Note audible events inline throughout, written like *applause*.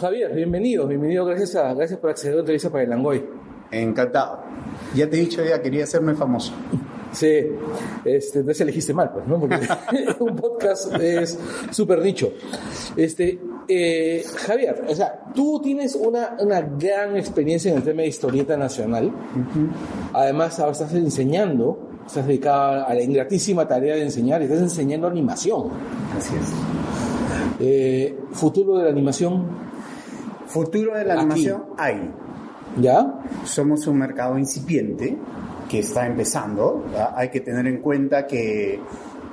Javier, bienvenido, bienvenido, gracias, a, gracias por acceder a entrevista para el Langoy. Encantado. Ya te he dicho, ya quería hacerme famoso. Sí, este, entonces elegiste mal, pues, ¿no? Porque *laughs* un podcast es súper nicho. Este, eh, Javier, o sea, tú tienes una, una gran experiencia en el tema de historieta nacional. Además, ahora estás enseñando, estás dedicada a la ingratísima tarea de enseñar y estás enseñando animación. Así es. Eh, futuro de la animación, Futuro de la Aquí. animación hay. ¿ya? Somos un mercado incipiente que está empezando. ¿verdad? Hay que tener en cuenta que,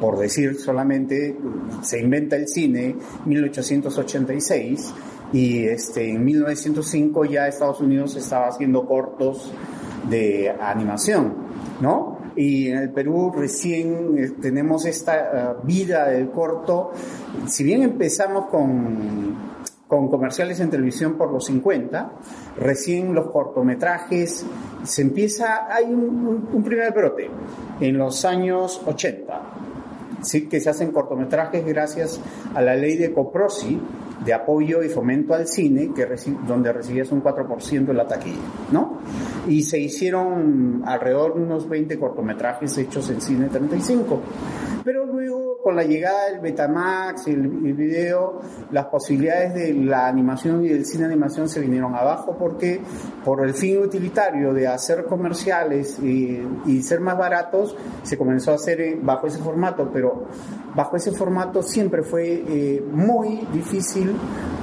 por decir solamente, se inventa el cine 1886 y este, en 1905 ya Estados Unidos estaba haciendo cortos de animación, ¿no? Y en el Perú recién eh, tenemos esta eh, vida del corto. Si bien empezamos con con comerciales en televisión por los 50, recién los cortometrajes, se empieza, hay un, un- un primer brote en los años 80, ¿sí? que se hacen cortometrajes gracias a la ley de Coprosi de apoyo y fomento al cine, que reci- donde recibías un 4% de la taquilla, ¿no? Y se hicieron alrededor de unos 20 cortometrajes hechos en cine 35. Pero luego, con la llegada del Betamax, el, el video, las posibilidades de la animación y del cine animación se vinieron abajo porque por el fin utilitario de hacer comerciales y, y ser más baratos, se comenzó a hacer eh, bajo ese formato, pero bajo ese formato siempre fue eh, muy difícil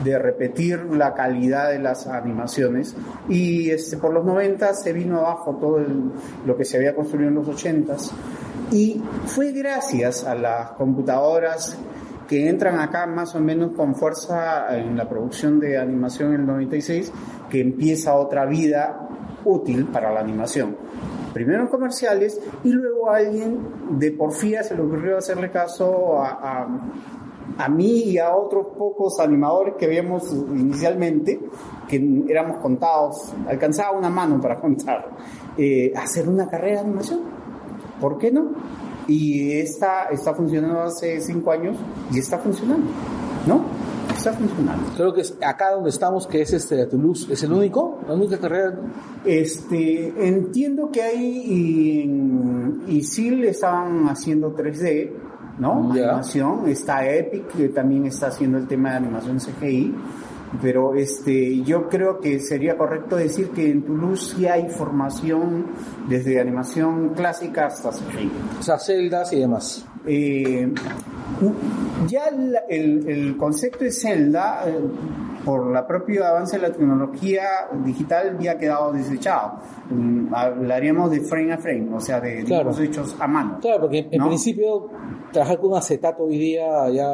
de repetir la calidad de las animaciones y este, por los 90 se vino abajo todo el- lo que se había construido en los 80s y fue gracias a las computadoras que entran acá más o menos con fuerza en la producción de animación en el 96 que empieza otra vida útil para la animación. Primero en comerciales y luego a alguien de porfía se le ocurrió hacerle caso a- a, a mí y a otros pocos animadores que vimos inicialmente, que éramos contados, alcanzaba una mano para contar, eh, hacer una carrera de animación. ¿Por qué no? Y esta está funcionando hace cinco años y está funcionando, ¿no? Está funcionando. Creo que es acá donde estamos, que es este, Toulouse, es el único, la única carrera Este, entiendo que ahí en Isil estaban haciendo 3D, ¿no? Ya. Animación. Está Epic, que también está haciendo el tema de animación CGI. Pero este, yo creo que sería correcto decir que en Toulouse sí hay formación desde animación clásica hasta CGI. O sea, celdas y demás. Eh, ya la- el, el concepto de Zelda, eh, por la propio avance de la tecnología digital, ya ha quedado desechado. Mm, hablaríamos de frame a frame, o sea, de Claro. dibujos hechos a mano. Claro, porque en ¿No? principio trabajar con acetato hoy día ya...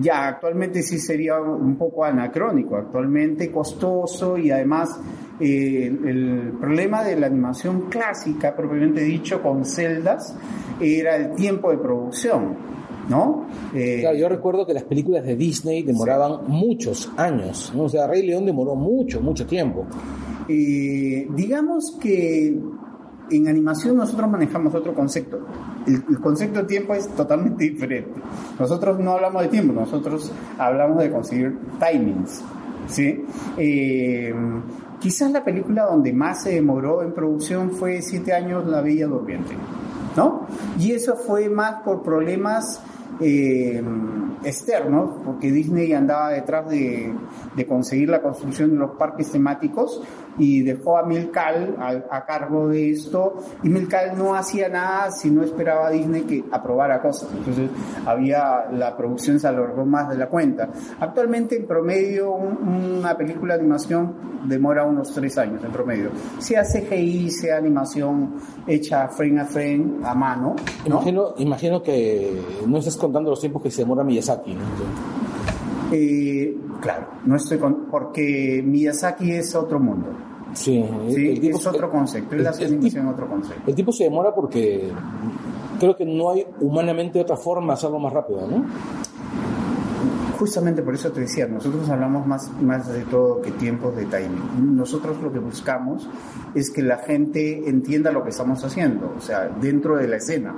Ya actualmente sí sería un poco anacrónico, actualmente costoso y además eh, el, el problema de la animación clásica, propiamente dicho, con celdas, era el tiempo de producción. ¿No? Eh, Claro, yo recuerdo que las películas de Disney demoraban muchos años. ¿no? O sea, Rey León demoró mucho, mucho tiempo. Eh, digamos que en animación nosotros manejamos otro concepto. El, el concepto de tiempo es totalmente diferente. Nosotros no hablamos de tiempo, nosotros hablamos de conseguir timings. ¿sí? Eh, quizás la película donde más se demoró en producción fue Siete años La Bella Durmiente. ¿no? Y eso fue más por problemas eh, externos, porque Disney andaba detrás de, de conseguir la construcción de los parques temáticos y dejó a Milcal a, a cargo de esto y Milcal no hacía nada si no esperaba a Disney que aprobara cosas. Entonces había la producción se alargó más de la cuenta. Actualmente en promedio un- una película de animación demora unos tres años en promedio. Sea CGI, sea animación hecha frame a frame a mano. ¿no? Imagino, imagino que no estás contando los tiempos que se demora Miyazaki. ¿no? Eh, claro, no estoy con- porque Miyazaki es otro mundo. Sí, ¿sí? el, tipo, es otro concepto, es el- la el animación otro concepto. el tipo se demora porque creo que no hay humanamente otra forma de hacerlo más rápido, ¿no? justamente por eso te decía, nosotros hablamos más, más de todo que tiempos de timing. Nosotros lo que buscamos es que la gente entienda lo que estamos haciendo, o sea, dentro de la escena,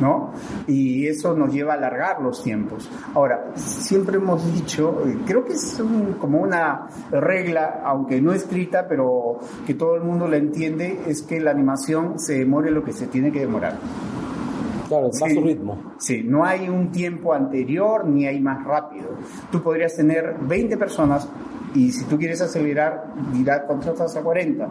¿no? Y eso nos lleva a alargar los tiempos. Ahora, siempre hemos dicho, eh, creo que es un- como una regla, aunque no escrita, pero que todo el mundo la entiende, es que la animación se demore lo que se tiene que demorar. Claro, va a Sí. su ritmo. Sí, no hay un tiempo anterior ni hay más rápido. Tú podrías tener 20 personas y si tú quieres acelerar, dirás contratas a 40.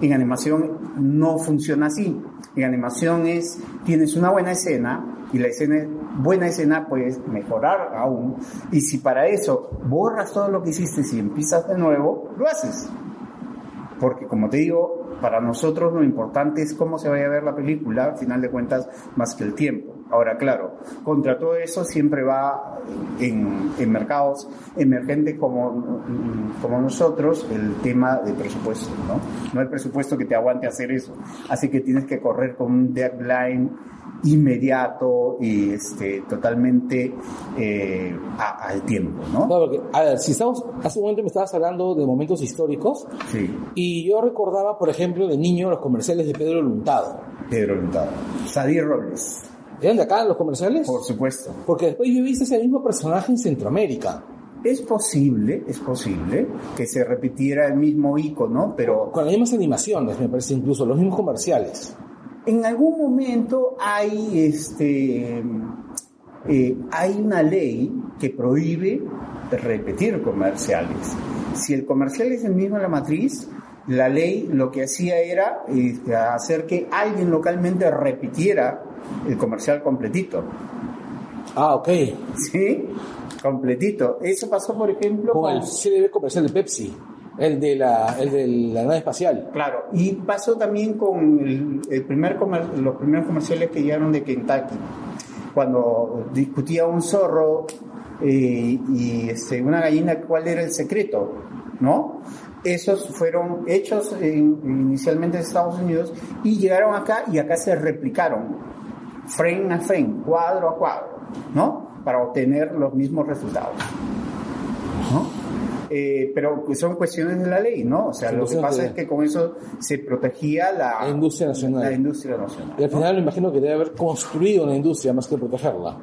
En animación no funciona así. En animación es, tienes una buena escena y la escena es buena escena, puedes mejorar aún. Y si para eso borras todo lo que hiciste y empiezas de nuevo, lo haces. Porque como te digo, para nosotros lo importante es cómo se vaya a ver la película, al final de cuentas, más que el tiempo. Ahora, claro, contra todo eso siempre va en, en mercados emergentes como, como nosotros el tema de presupuesto, ¿no? No hay presupuesto que te aguante hacer eso. Así que tienes que correr con un deadline inmediato y este, totalmente eh, a- al tiempo, ¿no? Claro, porque, a ver, si estamos, hace un momento me estabas hablando de momentos históricos Sí, y yo recordaba, por ejemplo, de niño los comerciales de Pedro Luntado. Pedro Hurtado. Sadir Robles, ¿Eran de acá los comerciales? por supuesto. Porque después yo he visto ese mismo personaje en Centroamérica. Es posible, es posible que se repitiera el mismo icono, pero Con las mismas animaciones, me parece incluso, los mismos comerciales. en algún momento hay este eh, hay una ley que prohíbe repetir comerciales. Si el comercial es el mismo en la matriz, la ley lo que hacía era eh, hacer que alguien localmente repitiera el comercial completito. Ah, ok. ¿Sí? Completito. Eso pasó, por ejemplo, Con el con- CDB comercial de Pepsi, el de la, el de la nave espacial. Claro, y pasó también con el, el primer comer- los primeros comerciales que llegaron de Kentucky, cuando discutía un zorro eh, y este, una gallina cuál era el secreto, ¿no? Esos fueron hechos en- inicialmente en Estados Unidos y llegaron acá y acá se replicaron, frame a frame, cuadro a cuadro, ¿no? Para obtener los mismos resultados. ¿no? Eh, pero son cuestiones de la ley, ¿no? O sea, Son lo cuestiones que de pasa ley. es que con eso se protegía la, La industria nacional. la industria nacional, Y al ¿no? final me imagino que debe haber construido una industria más que protegerla.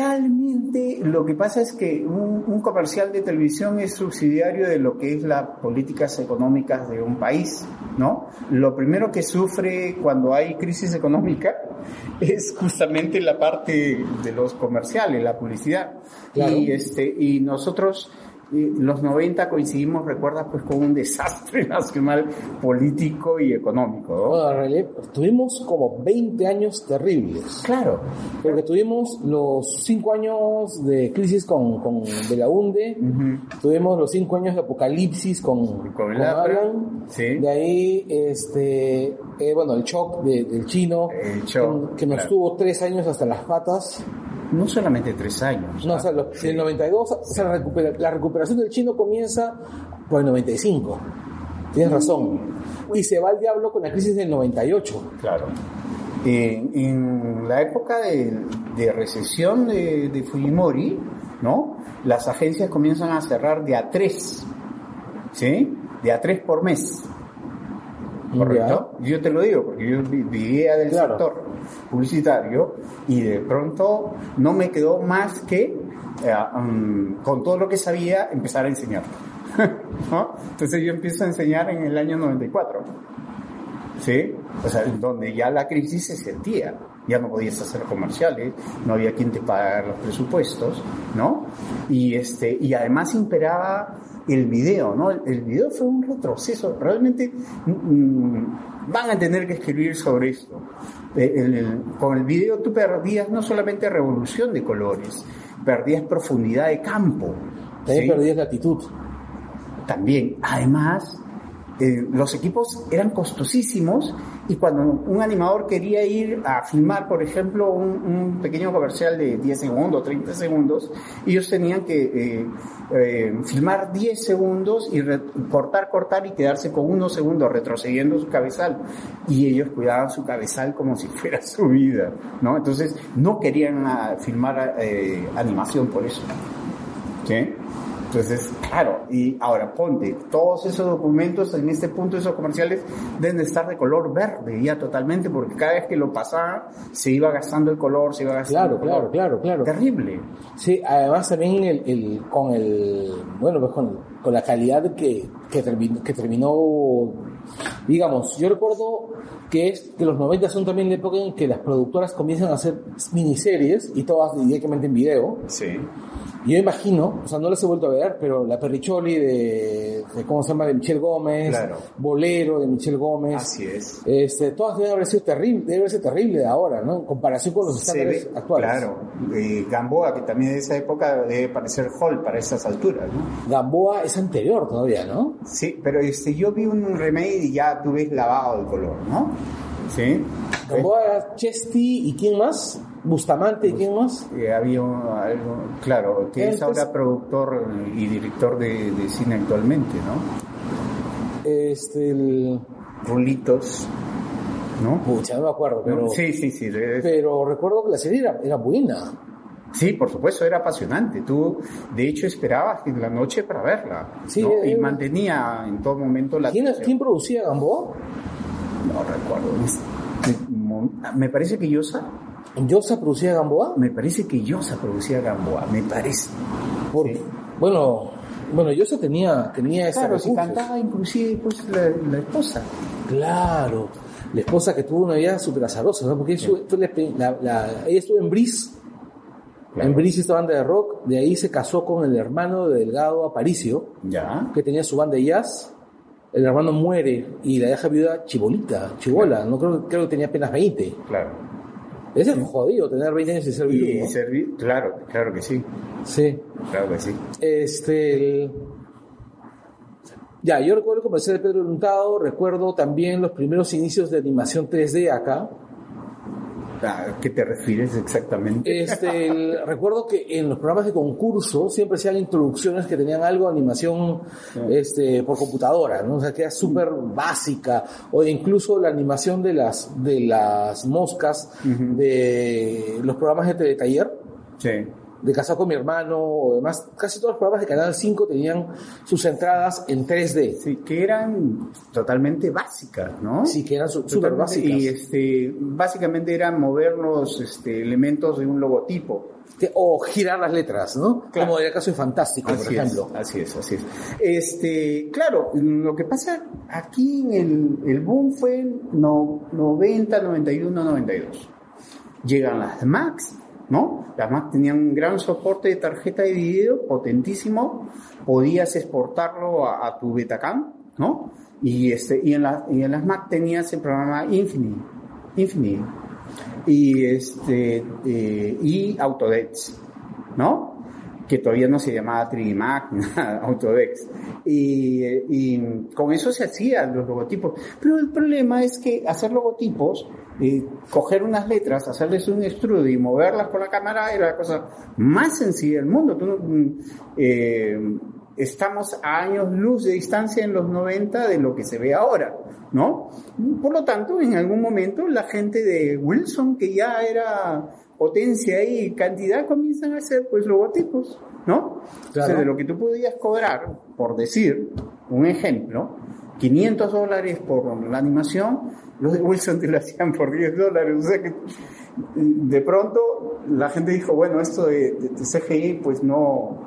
Realmente lo que pasa es que un, un comercial de televisión es subsidiario de lo que es las políticas económicas de un país, ¿no? Lo primero que sufre cuando hay crisis económica *laughs* es justamente la parte de los comerciales, la publicidad. Claro. Y, este, y nosotros... eh, Los 90 coincidimos, recuerdas, pues con un desastre *laughs* nacional político y económico. ¿no? Bueno, en realidad tuvimos como 20 años terribles. Claro, Porque tuvimos los 5 años de crisis con, con de la UNDE, Ujú. tuvimos los 5 años de apocalipsis con, Con el con APRA, Alan. sí. de ahí este eh, bueno el shock de- del chino El que, shock, que nos claro. tuvo 3 años hasta las patas. no solamente tres años. No, ¿ah? o sea, los- Sí. el 92, o sea, la, recupera- la recuperación del chino comienza por el 95. Tienes razón. Y se va al diablo con la crisis del 98. Claro. En, en la época de, de recesión de, de Fujimori, ¿no? Las agencias comienzan a cerrar de a tres, ¿sí? De a tres por mes, ¿correcto? Yo te lo digo porque yo vi- vivía del Claro. sector publicitario y de pronto no me quedó más que, eh, mm, con todo lo que sabía, empezar a enseñar. *laughs* ¿no? Entonces yo empiezo a enseñar en el año 94. ¿Sí? O sea, donde ya la crisis se sentía. Ya no podías hacer comerciales, no había quien te pagara los presupuestos, ¿no? Y, este, y además imperaba el video, ¿no? El, el video fue un retroceso. Realmente mm, van a tener que escribir sobre esto. Eh, el- el- con el video tú perdías no solamente revolución de colores, perdías profundidad de campo. También ¿sí? perdías la actitud. también. Además, eh, los equipos eran costosísimos y cuando un animador quería ir a filmar, por ejemplo, un, un pequeño comercial de 10 segundos, 30 segundos, ellos tenían que eh, eh, filmar 10 segundos y re- cortar, cortar y quedarse con unos segundos retrocediendo su cabezal. Y ellos cuidaban su cabezal como si fuera su vida, ¿no? Entonces, no querían ah, filmar eh, animación por eso. ¿sí? Entonces, claro, y ahora ponte, todos esos documentos en este punto, esos comerciales, deben de estar de color verde ya totalmente, porque cada vez que lo pasaba se iba gastando el color, se iba gastando Claro, claro, el color. claro, claro. Terrible. Sí, además también el, el- con el, bueno, pues con, con la calidad que, que, terminó, que terminó, digamos, yo recuerdo que es que los 90 son también la época en que las productoras comienzan a hacer miniseries y todas directamente en video. Sí. Yo imagino, o sea, no las he vuelto a ver, pero la Perricholi de, de ¿cómo se llama? De Michelle Gómez, Claro. Ah, Bolero de Michelle Gómez. Así es. Este, todas deben haber sido terrible, debe haber sido terrible ahora, ¿no? En comparación con los Se estándares ve, actuales. claro, eh, Gamboa, que también de esa época debe parecer Hall para esas alturas, ¿no? Gamboa es anterior todavía, ¿no? Sí, pero este, yo vi un remake y ya tú ves lavado el color, ¿no? Sí. Gamboa era Chesty y quién más? Bustamante y quién más? Eh, había un- algo, claro, que es Entonces- ahora productor y director de, de cine actualmente, ¿no? Este, el... Rulitos, ¿no? Pucha, no me acuerdo, pero, sí, sí, sí. de- pero recuerdo que la serie era, era buena. Sí, por supuesto, era apasionante. Tú, de hecho, esperabas en la noche para verla. Sí, ¿no? eh, Y mantenía en todo momento la... ¿Quién, atención. quién producía Gamboa? No recuerdo. Este, mo- Me parece que Yosa, ¿Yosa producía Gamboa? me parece que Yosa producía Gamboa, me parece. Por- Sí. Bueno, bueno, Yosa tenía, tenía ese Claro, si recurso. cantaba inclusive pues, la, la esposa. Claro. La esposa que tuvo una vida súper azarosa, ¿no? Porque eso- esto le pe- la- la- ella estuvo en Bris, en Bris esta banda de rock, de ahí se casó con el hermano de Delgado Aparicio, Ya. que tenía su banda de jazz, el hermano muere y la deja viuda chibolita, chibola, no creo, creo que tenía apenas 20. Claro. Ese es jodido tener 20 años y ser viudo. Y servi- claro, claro que sí, Sí. claro que sí. Este. el- Ya, yo recuerdo el comercial de Pedro del Untado, recuerdo también los primeros inicios de animación 3D acá. Ah, ¿A qué te refieres exactamente? Este, el- recuerdo que en los programas de concurso siempre hacían introducciones que tenían algo de animación Ah. este, por computadora, ¿no? O sea, que era súper básica, o incluso la animación de las, de las moscas de los programas de teletaller, Sí. de Casa con mi hermano, o demás. Casi todos los programas de Canal 5 tenían sus entradas en 3D, Sí, que eran totalmente básicas, ¿no? sí, que eran su- súper Totalmente, básicas. Y este, básicamente eran movernos este, elementos de un logotipo. Que- O girar las letras, ¿no? Claro. Como era el caso de Fantástico, por Así ejemplo. es, así es, así es. Este, claro, lo que pasa aquí en el, el boom fue no, 90, 91, 92. Llegan las Max, ¿no? Las Max tenían un gran soporte de tarjeta de video, potentísimo. Podías exportarlo a, a tu Betacam, ¿no? Y, este, y, en la- y en las Mac tenías el programa Infinity. Infinity. Y, este, eh, y Autodesk. ¿no? Que todavía no se llamaba 3DMAC, *laughs* nada, Autodex. Y, eh, y con eso se hacían los logotipos. Pero el problema es que hacer logotipos, eh, coger unas letras, hacerles un extrude y moverlas con la cámara era la cosa más sencilla del mundo. Tú no- mm, eh, estamos a años luz de distancia en los 90 de lo que se ve ahora, ¿no? Por lo tanto, en algún momento la gente de Wilson, que ya era potencia y cantidad, comienzan a hacer pues logotipos, ¿no? Entonces, de lo que tú podías cobrar, por decir un ejemplo, 500 dólares por la animación, los de Wilson te lo hacían por 10 dólares, o sea que de pronto la gente dijo, bueno, esto de, de- de CGI pues no,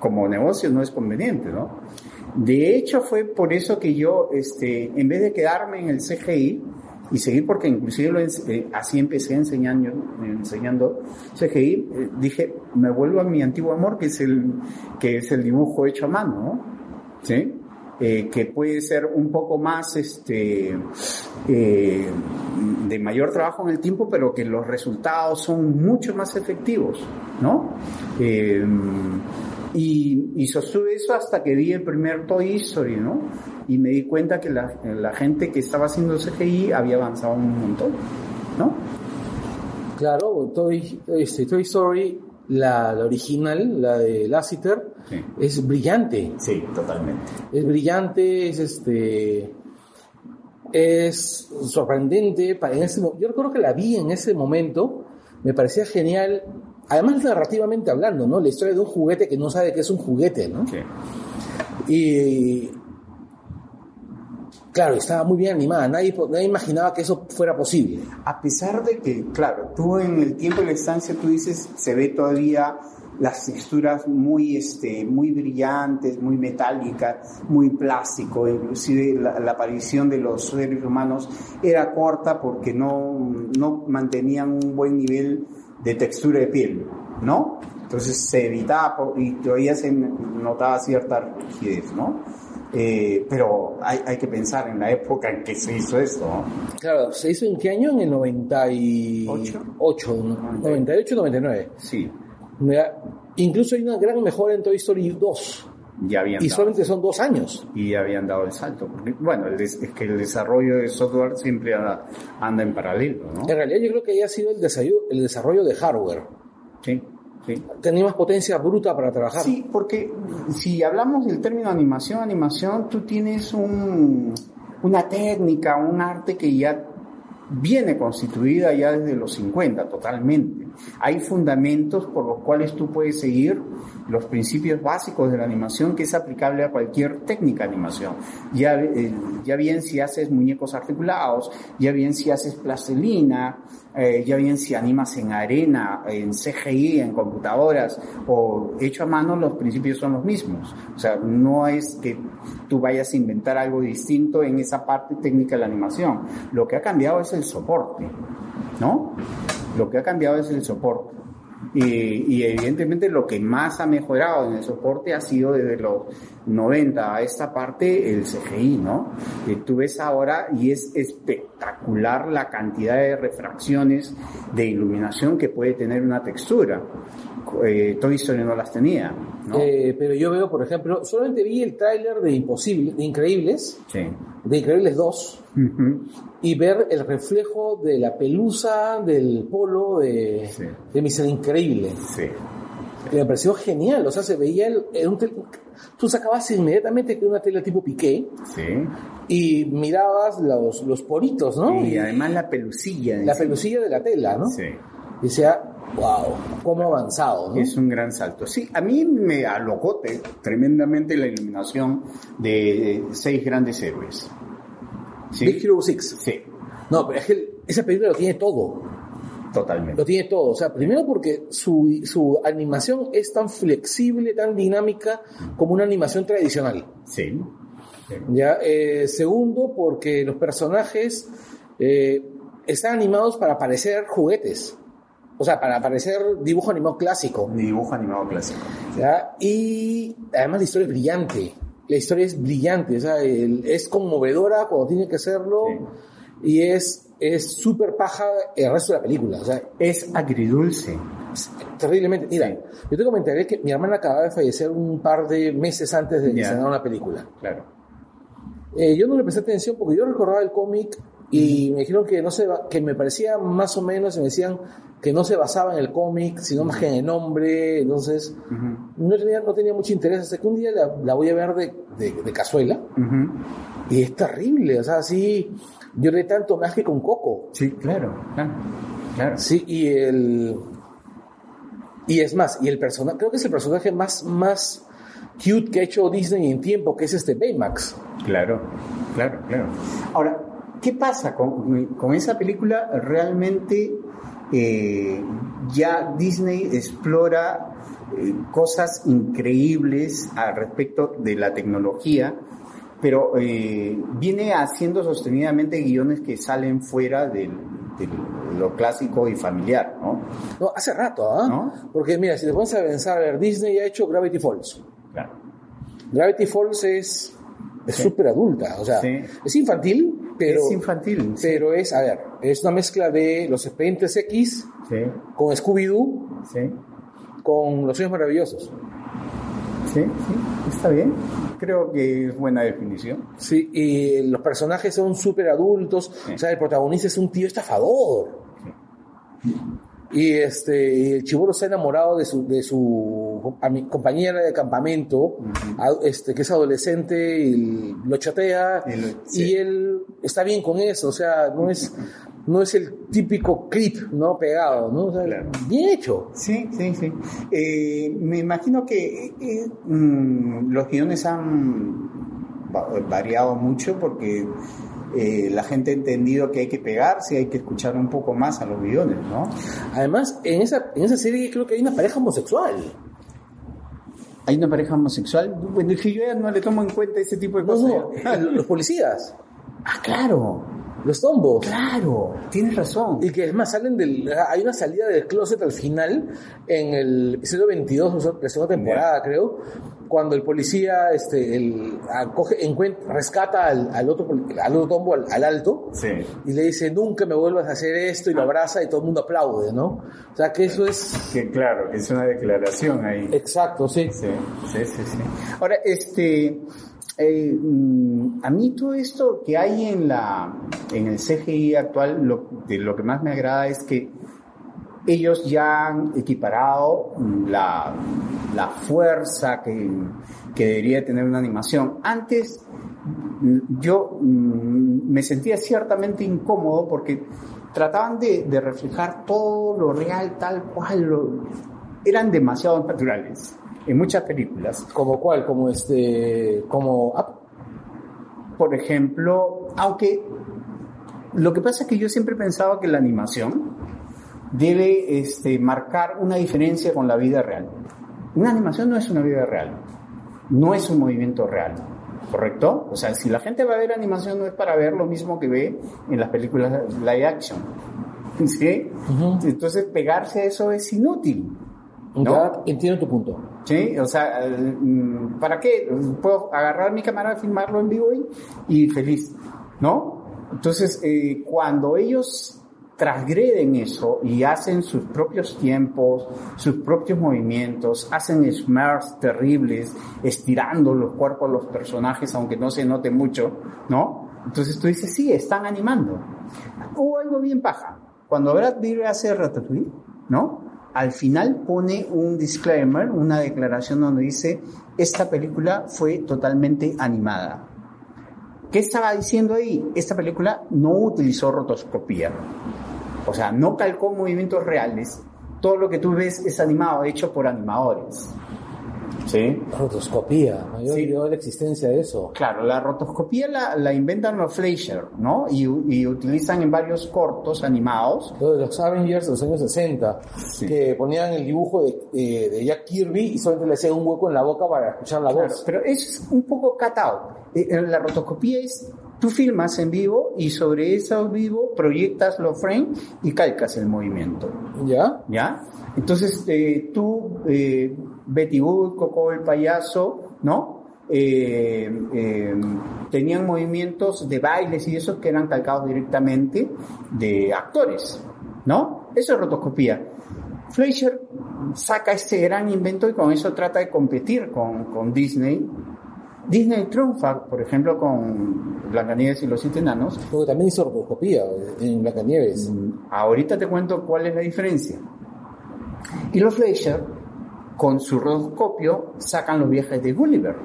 como negocio no es conveniente, ¿no? De hecho fue por eso que yo, este, en vez de quedarme en el CGI y seguir, porque inclusive lo ens- eh, así empecé enseñando, enseñando CGI, eh, dije, me vuelvo a mi antiguo amor, que es el, que es el dibujo hecho a mano, ¿no? ¿sí? Eh, que puede ser un poco más este, eh, de mayor trabajo en el tiempo, pero que los resultados son mucho más efectivos, ¿no? Eh, y, y sostuve eso hasta que vi el primer Toy Story, ¿no? Y me di cuenta que la, la gente que estaba haciendo CGI había avanzado un montón, ¿no? Claro, Toy, este, Toy Story, la, la original, la de Lassiter, Sí. es brillante. Sí, totalmente. Es brillante, es este. Es sorprendente. pa- en ese mo- yo recuerdo que la vi en ese momento, me parecía genial. además narrativamente hablando, ¿no? La historia de un juguete que no sabe que es un juguete, ¿no? Sí. Y claro, estaba muy bien animada, nadie, nadie imaginaba que eso fuera posible. A pesar de que, claro, tú en el tiempo y la estancia, tú dices, se ve todavía las texturas muy, este, muy brillantes, muy metálicas, muy plástico, inclusive la, la aparición de los seres humanos era corta porque no, no mantenían un buen nivel de textura de piel, ¿no? Entonces se evitaba por- y todavía se notaba cierta rigidez, ¿no? Eh, pero hay, hay que pensar en la época en que se hizo esto, ¿no? Claro, ¿se hizo en qué año? En el 98, ¿no? Ah, 98, 99. Sí, Mira, incluso hay una gran mejora en Toy Story 2. ya habían Y dado. solamente son dos años. y habían dado el salto. Porque, bueno, el des- es que el desarrollo de software siempre anda, anda en paralelo, ¿no? En realidad yo creo que ya ha sido el, desayu- el desarrollo de hardware. Sí, sí. Tenía más potencia bruta para trabajar. Sí, porque si hablamos del término animación, animación, tú tienes un, una técnica, un arte que ya viene constituida ya desde los 50 totalmente. Hay fundamentos por los cuales tú puedes seguir los principios básicos de la animación que es aplicable a cualquier técnica de animación. Ya, eh, ya bien si haces muñecos articulados, ya bien si haces plastilina, eh, ya bien si animas en arena, en CGI, en computadoras o hecho a mano, los principios son los mismos. O sea, no es que tú vayas a inventar algo distinto en esa parte técnica de la animación. Lo que ha cambiado es el soporte, ¿no? Lo que ha cambiado es el soporte. Y, y evidentemente lo que más ha mejorado en el soporte ha sido desde los 90 a esta parte el CGI, ¿no? Que tú ves ahora y es espectacular la cantidad de refracciones de iluminación que puede tener una textura. Eh, Toy Story no las tenía, ¿no? Eh, pero yo veo, por ejemplo, solamente vi el tráiler de Imposible, de Increíbles, Sí. de Increíbles 2, Ujú. y ver el reflejo de la pelusa del polo de, Sí. de Misión Increíble. Sí. Y me pareció genial, o sea, se veía el, en un tel- tú sacabas inmediatamente que una tela tipo piqué Sí. y mirabas los, los poritos, ¿no? Y además la pelucilla. Oh. la encima. pelucilla de la tela, ¿no? Sí. Y decía, wow, cómo ha avanzado, ¿no? Es un gran salto. Sí, a mí me alocote tremendamente la iluminación de eh, seis grandes héroes. Big Sí, Hero 6. sí No, pero es que esa película lo tiene todo. Lo totalmente. tiene todo. O sea, primero porque su, su animación es tan flexible, tan dinámica como una animación tradicional. Sí. ¿ya? Eh, segundo porque los personajes eh, están animados para parecer juguetes. O sea, para parecer dibujo animado clásico. Dibujo animado clásico. ¿ya? Y además la historia es brillante. La historia es brillante. o sea, el- es conmovedora cuando tiene que serlo. Y es es súper paja el resto de la película. O sea, Es agridulce. Terriblemente. Mira, yo te comentaré que mi hermana acababa de fallecer un par de meses antes de que Ya. estrenara una película. Claro. Eh, yo no le presté atención porque yo recordaba el cómic y me dijeron que no se ba- que me parecía más o menos, y me decían que no se basaba en el cómic, sino más que en el nombre. Entonces, Ujú. no tenía, no tenía mucho interés. Hasta que un día la, la voy a ver de, de- de cazuela Ujú. y es terrible. O sea, sí, lloré tanto más que con Coco. Sí, claro. Claro. claro. Sí, y el. Y es más, y el personaje, creo que es el personaje más, más cute que ha hecho Disney en tiempo, que es este Baymax. Claro, claro, claro. Ahora, ¿qué pasa con, con esa película? Realmente eh, ya Disney explora eh, cosas increíbles al respecto de la tecnología, pero eh, viene haciendo sostenidamente guiones que salen fuera del- del- de lo clásico y familiar, ¿no? No, hace rato, ¿ah? ¿No? Porque mira, si te pones a pensar, a ver, Disney ha hecho Gravity Falls. Claro. Gravity Falls es es Sí. súper adulta, o sea, Sí. es infantil, pero es infantil. Sí, pero es, a ver, es una mezcla de los expedientes X sí, con Scooby-Doo, sí. con los sueños maravillosos. sí, sí, está bien. Creo que es buena definición. Sí, y los personajes son súper adultos. O sea, el protagonista es un tío estafador. Y este y el chibolo está enamorado de su, de su ami- compañera de campamento, a- este, que es adolescente, y lo chatea. Y lo- Y, sí. él está bien con eso. O sea, no es, no es el típico clip, ¿no? Pegado, ¿no? O sea, Claro. Bien hecho. Sí, sí, sí. Eh, me imagino que eh, mm, los guiones han va- variado mucho porque eh, la gente ha entendido que hay que pegarse, hay que escuchar un poco más a los guiones, ¿no? Además, en esa, en esa serie creo que hay una pareja homosexual. Hay una pareja homosexual. Bueno, es que yo ya no le tomo en cuenta ese tipo de No, cosas. no, los policías, *laughs* ah, claro, los tombos. claro, tienes razón. Y que es más, salen del. Hay una salida del closet al final, en el episodio 22 o sea, de la segunda temporada, creo, cuando el policía este, el, acoge, encuen- rescata al, al otro, pol- al otro tombo, al, al alto, Sí. y le dice: Nunca me vuelvas a hacer esto, y lo abraza y todo el mundo aplaude, ¿no? O sea, que eso es. Que claro, que es una declaración ahí. Exacto, sí. Sí, sí, sí, sí. Ahora, este, eh, mm, a mí todo esto que hay en la, en el CGI actual, lo, de lo que más me agrada es que ellos ya han equiparado mm, la, la fuerza que, que debería tener una animación. Antes mm, yo mm, me sentía ciertamente incómodo porque trataban de, de reflejar todo lo real tal cual, lo- eran demasiado naturales en muchas películas. Como cuál, como este. Como. ah, Por ejemplo, aunque lo que pasa es que yo siempre pensaba que la animación debe este, marcar una diferencia con la vida real. Una animación no es una vida real, no es un movimiento real, ¿correcto? O sea, si la gente va a ver animación no es para ver lo mismo que ve en las películas live action. ¿Sí? Ujú. Entonces pegarse a eso es inútil. No. ya Entiendo tu punto. ¿Sí? O sea, eh, mm, ¿para qué? Puedo agarrar mi cámara, filmarlo en vivo y, y feliz, ¿no? Entonces, eh, cuando ellos transgreden eso y hacen sus propios tiempos, sus propios movimientos, hacen smarts terribles, estirando los cuerpos de los personajes, aunque no se note mucho, ¿no? Entonces tú dices, sí, están animando. Hubo algo bien paja. Cuando Brad Bird hace Ratatouille, ¿no? Al final pone un disclaimer, una declaración donde dice, esta película fue totalmente animada. ¿Qué estaba diciendo ahí? Esta película no utilizó rotoscopía. O sea, no calcó movimientos reales. Todo lo que tú ves es animado, hecho por animadores. ¿Sí? Rotoscopía. ¿no? Yo Sí. yo la existencia de eso. Claro, la rotoscopía la, la inventan los Fleischer, ¿no? Y, u- y utilizan en varios cortos animados. Lo de los Avengers de los años 60, Sí. que ponían el dibujo de, eh, de Jack Kirby y solamente le hacían un hueco en la boca para escuchar la Claro, voz. pero eso es un poco cut out. Eh, eh, La rotoscopía es, tú filmas en vivo y sobre eso vivo proyectas los frames y calcas el movimiento, ¿Ya? ¿ya? Entonces eh, tú, eh, Betty Boop, Coco el payaso, ¿no? Eh, eh, tenían movimientos de bailes y esos que eran calcados directamente de actores, ¿no? Eso es rotoscopía. Fleischer saca este gran invento y con eso trata de competir con, con Disney. Disney triunfa, por ejemplo, con Blancanieves y los Siete Enanos. Porque también hizo rotoscopía eh, en Blancanieves. Ahorita te cuento cuál es la diferencia. Y los Fleischer, con su rotoscopio, sacan los viajes de Gulliver.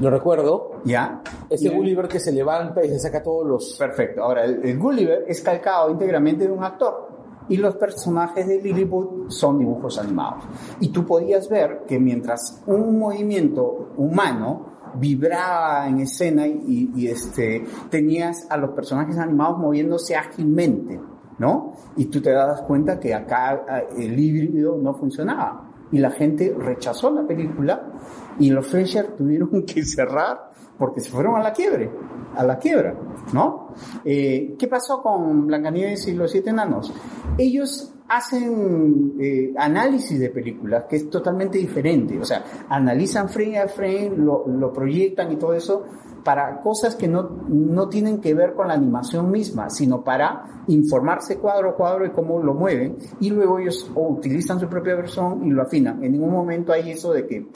Lo recuerdo. ¿Ya? Ese Mm. Y- Gulliver que se levanta y se saca todos los. Perfecto. Ahora, el, el Gulliver es calcado íntegramente de un actor. Y los personajes de Lilliput son dibujos animados. Y tú podías ver que mientras un movimiento humano vibraba en escena y, y, este, tenías a los personajes animados moviéndose ágilmente, ¿no? Y tú te dabas cuenta que acá ah, el híbrido no funcionaba. Y la gente rechazó la película y los Fleischer tuvieron *laughs* que cerrar porque se fueron a la quiebre, a la quiebra, ¿no? Eh, ¿Qué pasó con Blancanieves y los siete enanos? Ellos hacen eh, análisis de películas que es totalmente diferente, o sea, analizan frame a frame, lo, lo proyectan y todo eso para cosas que no, no tienen que ver con la animación misma, sino para informarse cuadro a cuadro de cómo lo mueven y luego ellos o utilizan su propia versión y lo afinan. En ningún momento hay eso de que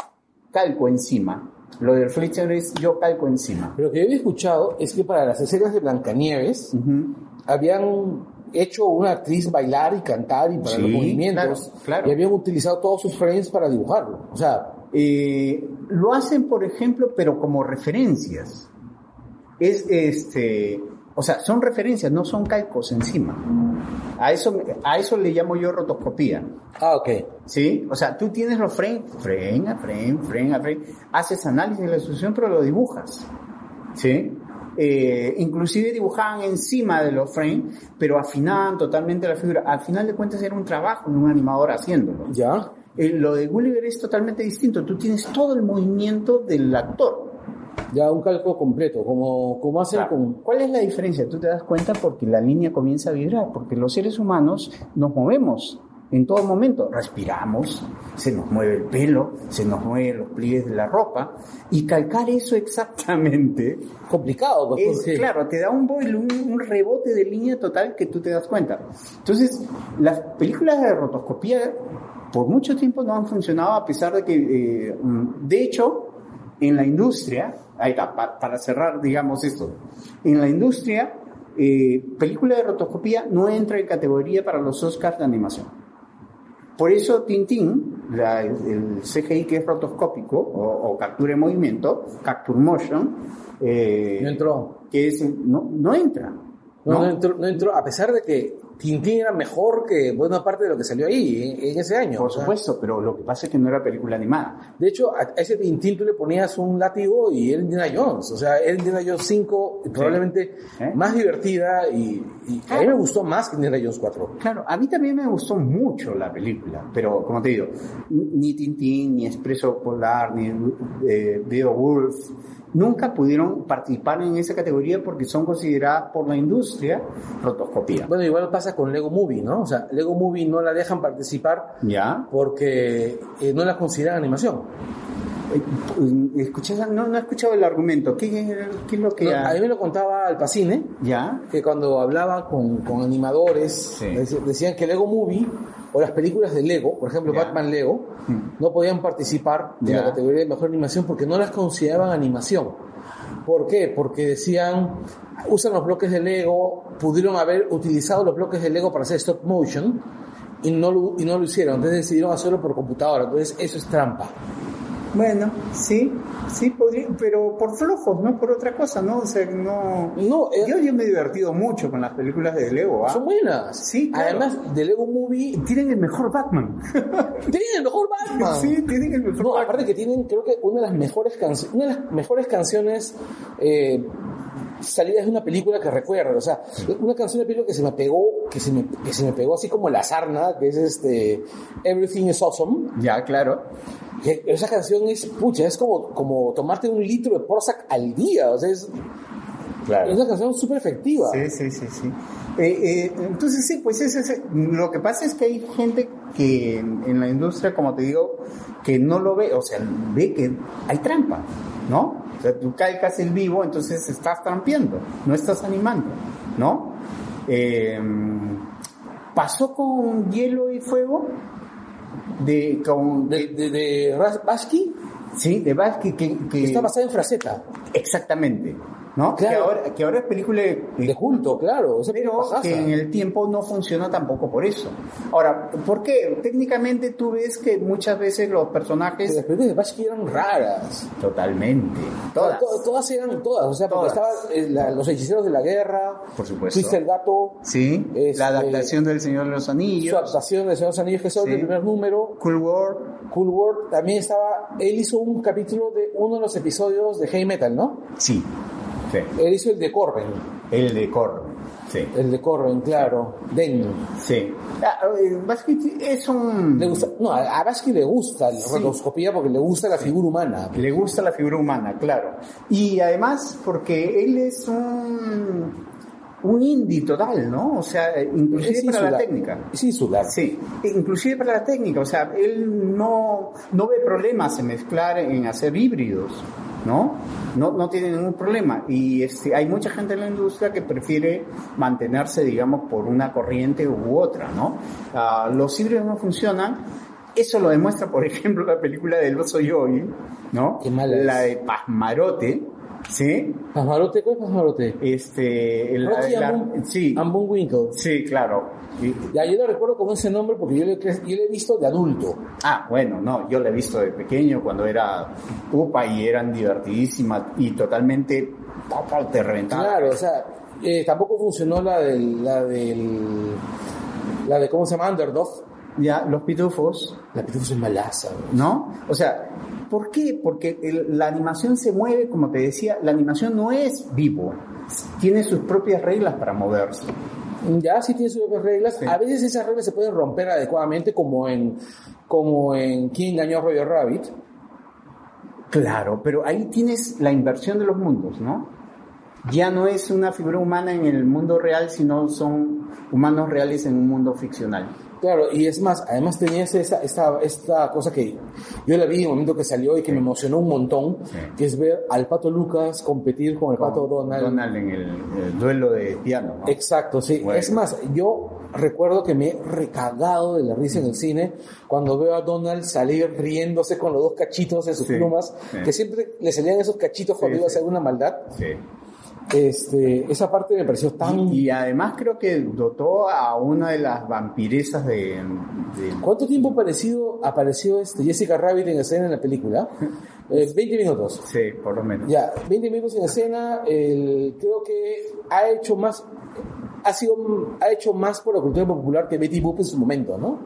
calco encima. Lo del Fletcher es yo calco encima. Pero Lo que yo había escuchado es que para las escenas de Blancanieves Ujú. habían hecho una actriz bailar y cantar y para Sí, los movimientos. claro, claro. Y habían utilizado todos sus frames para dibujarlo. O sea, Eh, lo hacen, por ejemplo, pero como referencias. Es este O sea, son referencias, no son calcos encima. A eso, a eso le llamo yo rotoscopía. Ah, ok. ¿Sí? O sea, tú tienes los frames, frame a frame, frame a frame, haces análisis de la solución, pero lo dibujas. ¿Sí? Eh, inclusive dibujaban encima de los frames, pero afinaban totalmente la figura. Al final de cuentas era un trabajo de un animador haciéndolo. Ya. Eh, lo de Gulliver es totalmente distinto. Tú tienes todo el movimiento del actor. Ya un calco completo, como, como hacen Claro. con... ¿Cuál es la diferencia? Tú te das cuenta porque la línea comienza a vibrar, porque los seres humanos nos movemos en todo momento. Respiramos, se nos mueve el pelo, se nos mueven los pliegues de la ropa, y calcar eso *laughs* exactamente Complicado, pues, es, porque- claro, te da un, vuelo, un, un rebote de línea total que tú te das cuenta. Entonces, las películas de rotoscopía por mucho tiempo no han funcionado a pesar de que, eh, mm, de hecho, en la industria, ahí está, pa- para cerrar, digamos esto, en la industria, eh, película de rotoscopía no entra en categoría para los Oscars de animación. Por eso Tintín, la- el CGI que es rotoscópico o, o captura en movimiento, capture motion, eh, No entró. que es, no, no entra. No, ¿no? no entró. no entró, a pesar de que Tintín era mejor que buena parte de lo que salió ahí eh, en, en ese año. Por o sea. supuesto, pero lo que pasa es que no era película animada. De hecho, a a ese Tintín tú le ponías un látigo y él Indiana Jones. O sea, él Indiana Jones 5, probablemente ¿Eh? más divertida y, y a mí me gustó más que Indiana Jones 4. Claro, a mí también me gustó mucho la película, pero como te digo, ni Tintín, ni Expreso Polar, ni eh, Beowulf, nunca pudieron participar en esa categoría porque son consideradas por la industria rotoscopía. Bueno, igual pasa con Lego Movie, ¿no? O sea, Lego Movie no la dejan participar ¿Ya? porque eh, no la consideran animación. Eh, ¿Escuchas? No, no he escuchado el argumento. ¿Qué, qué es lo que... No, ha- a mí me lo contaba Alpacine, ¿Ya? que cuando hablaba con, con animadores, Sí. dec- decían que Lego Movie o las películas de Lego, por ejemplo Ya. Batman Lego, Hmm. no podían participar de la Ya. categoría de mejor animación porque no las consideraban animación. ¿Por qué? Porque decían, usan los bloques de Lego, pudieron haber utilizado los bloques de Lego para hacer stop motion y no lo, y no lo hicieron, entonces decidieron hacerlo por computadora, entonces eso es trampa. Bueno, sí, sí, podría, pero por flojos, no por otra cosa, ¿no? O sea, no... No, eh, Yo, yo me he divertido mucho con las películas de Lego, ¿ah? son buenas. Sí, claro. Además, de Lego Movie, Tienen el mejor Batman. tienen el mejor Batman. *laughs* sí, tienen el mejor Ah. No, Batman. aparte que tienen, creo que una de las mejores canciones, una de las mejores canciones eh, salidas de una película que recuerdo. O sea, una canción de película que se me pegó, que se me, que se me pegó así como la sarna, que es este Everything is Awesome. Ya, claro. Que esa canción es, pucha, es como, como tomarte un litro de Prozac al día. O sea, es, es una canción súper efectiva. Sí, sí, sí, sí. Eh, eh, entonces sí, pues ese es, lo que pasa es que hay gente que en, en la industria, como te digo, que no lo ve, o sea, ve que hay trampa, ¿no? O sea, tú calcas el vivo, entonces estás trampeando, no estás animando, ¿no? Eh, pasó con hielo y fuego de con De, de, de Ras- Basqui, sí de Vázquez que, que- está basada en Fraceta, exactamente no que Claro. ahora que ahora es película eh, de, de culto, claro. o sea, pero pajaza. que en el tiempo no funciona tampoco por eso. Ahora, ¿por qué? Técnicamente tú ves que muchas veces los Pero personajes... Las películas de Basqui eran raras. Totalmente. Todas. To- todas eran todas, o sea, porque Todas. estaban eh, la- los hechiceros de la guerra, Por supuesto. Twist el gato, Sí, Este- la adaptación del Señor de los su Anillos, adaptación de Señor de los Anillos, que es el Sí. primer número, Cool War. Cool World, también estaba, él hizo un capítulo de uno de los episodios de Hey Metal, ¿no? Sí. sí. Él hizo el de Corben, El de Corro. Sí. el de Corben, claro, Den. Sí. Ah, eh, Basquiat es un... Le gusta, no, a a Basqui le gusta la Sí. rotoscopía porque le gusta la figura humana. Le gusta la figura humana, claro. Y además porque él es un, un indie total, ¿no? O sea, inclusive Es para la insular. técnica. Es insular. Sí, inclusive para la técnica, o sea, él no, no ve problemas en mezclar, en hacer híbridos, ¿no? No, no tiene ningún problema. Y este, hay mucha gente en la industria que prefiere mantenerse, digamos, por una corriente u otra, ¿no? Ah, los híbridos no funcionan. Eso lo demuestra, por *laughs* ejemplo, la película del oso Yogi, ¿no? Qué mala la es. de Pasmarote, ¿sí? Pasmarote, ¿cuál es Pasmarote? Este, la- Rocky la- Ambun- sí, Ambunwinkle. sí, claro. Y- Ya, yo lo recuerdo con ese nombre porque yo le, cre- yo le he visto de adulto. Ah, bueno, no, yo la he visto de pequeño cuando era pupa y eran divertidísimas y totalmente pa, pa, te reventaban. Claro, o sea, eh, tampoco funcionó la del, la del, la de, ¿cómo se llama? Underdog. Ya, los pitufos, La película es malaza, güey. ¿no? O sea, ¿por qué? Porque el- la animación se mueve, como te decía, la animación no es vivo, tiene sus propias reglas para moverse. Ya sí tiene sus propias reglas. Sí. A veces esas reglas se pueden romper adecuadamente, como en, como en ¿Quién engañó a Roger Rabbit? Claro, pero ahí tienes la inversión de los mundos, ¿no? Ya no es una figura humana en el mundo real, sino son humanos reales en un mundo ficcional. Claro, y es más, además tenías esta, esta, esta cosa que yo la vi en el momento que salió y que me emocionó un montón, que es ver al Pato Lucas competir con el Pato Con Donald. en el, el duelo de piano, ¿no? Exacto, sí. Bueno. Es más, yo recuerdo que me he recagado de la risa en el cine cuando veo a Donald salir riéndose con los dos cachitos en sus Sí, plumas, sí. que siempre le salían esos cachitos cuando Sí, iba a sí. hacer alguna maldad. Sí. Este, esa parte me pareció tan... Y, y además creo que dotó a una de las vampiresas de... de- ¿Cuánto tiempo aparecido, apareció este Jessica Rabbit en escena en la película? Eh, 20 minutos. sí, por lo menos. Ya, 20 minutos en escena, el- creo que ha hecho más... Ha, sido, ha hecho más por la cultura popular que Betty Boop en su momento, ¿no?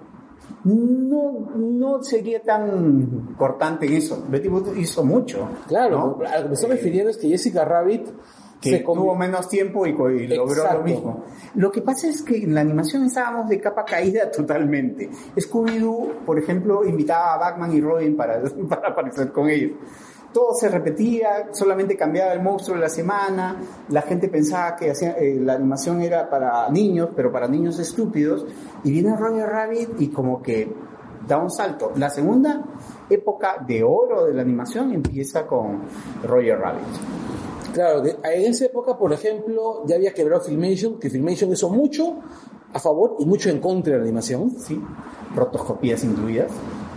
No, no sería tan cortante en eso. Betty Boop hizo mucho. Claro, ¿no? a lo que me estoy Eh, refiriendo es que Jessica Rabbit que se convi- tuvo menos tiempo y, co- y logró Exacto. lo mismo. Lo que pasa es que en la animación estábamos de capa caída *laughs* totalmente. Scooby-Doo, por ejemplo, invitaba a Batman y Robin para, *laughs* para aparecer con ellos. Todo se repetía, solamente cambiaba el monstruo de la semana, la gente pensaba que hacía- eh, la animación era para niños, pero para niños estúpidos, y viene Roger Rabbit y como que da un salto. La segunda época de oro de la animación empieza con Roger Rabbit. Claro, de- en esa época, por ejemplo, ya había quebrado Filmation, que Filmation hizo mucho a favor y mucho en contra de la animación. ¿sí? Rotoscopías incluidas.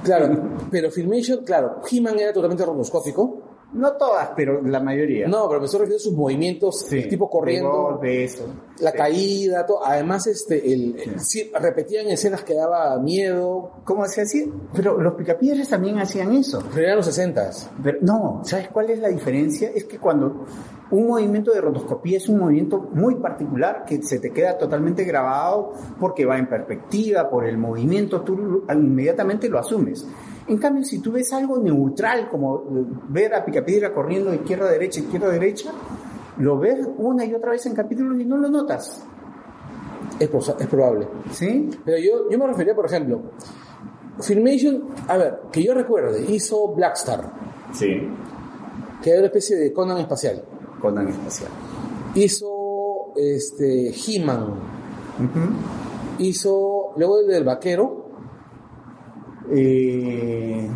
Claro, pero Filmation, claro, He-Man era totalmente rotoscópico. No todas, pero la mayoría. No, pero me estoy refiriendo a sus movimientos, Sí, el tipo de corriendo, golpe, eso. la Sí. caída, todo. Además, este, el, el- sí, repetían escenas que daba miedo. Como se hacía, pero los picapiedras también hacían eso. Pero eran los 60s. Pero, no, ¿sabes cuál es la diferencia? Es que cuando un movimiento de rotoscopía es un movimiento muy particular que se te queda totalmente grabado porque va en perspectiva, por el movimiento, tú lo- inmediatamente lo asumes. En cambio, si tú ves algo neutral, como eh, ver a Picapiedra corriendo de izquierda a derecha, izquierda a derecha, lo ves una y otra vez en capítulos y no lo notas. Es, posa- es probable. ¿Sí? Pero yo, yo me refería, por ejemplo, Filmation, a ver, que yo recuerde, hizo Blackstar, Sí. que era una especie de Conan espacial. Conan espacial. Hizo este, He-Man, hizo luego el del vaquero, Eh,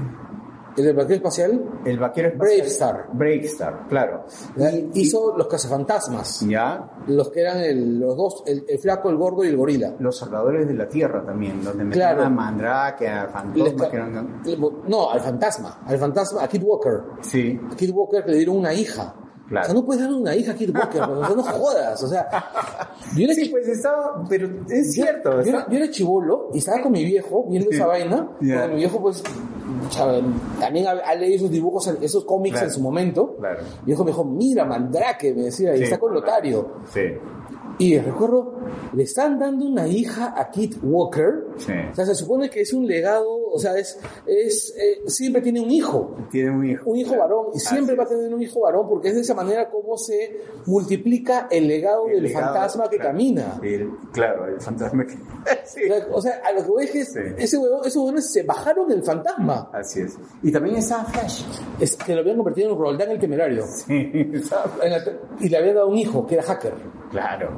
el del vaquero espacial, el vaquero espacial. Bravestar. Bravestar, claro. ¿ya? hizo los cazafantasmas, Ya, los que eran el- los dos, el, el flaco, el gordo y el gorila. los salvadores de la tierra también, donde metían Claro. a Mandrake, a Les Fantasma, ca- que eran... No, al fantasma, al fantasma, a Kid Walker. Sí, a Kid Walker que le dieron una hija. O Claro. sea, no puedes darle una hija a Kid Walker, o sea, no jodas. O *laughs* sea, yo era, Sí, pues estaba, pero es cierto, Yo, está- era- yo era chivolo y estaba con mi viejo viendo Sí. esa vaina. Ya. Porque mi viejo, pues, o sea, también ha, ha leído esos dibujos, esos cómics Claro. en su momento. Claro. Mi viejo me dijo, mira, Mandrake, me decía, y Sí. está con Lotario. Sí, Y recuerdo, le están dando una hija a Kit Walker. Sí. O sea, se supone que es un legado, o sea, es, es eh, siempre tiene un hijo tiene un hijo. un hijo varón y siempre va a tener un hijo varón porque es de esa manera como se multiplica el legado del fantasma que camina. claro, el fantasma que... *laughs* sí. O sea, a lo que voy es que es- Sí. ese huevón, esos huevones se bajaron del fantasma. Así es. Y también estaba Flash. Es que lo habían convertido en Roldán el Temerario. Sí, estaba Flash. En la- y le habían dado un hijo que era hacker. Claro,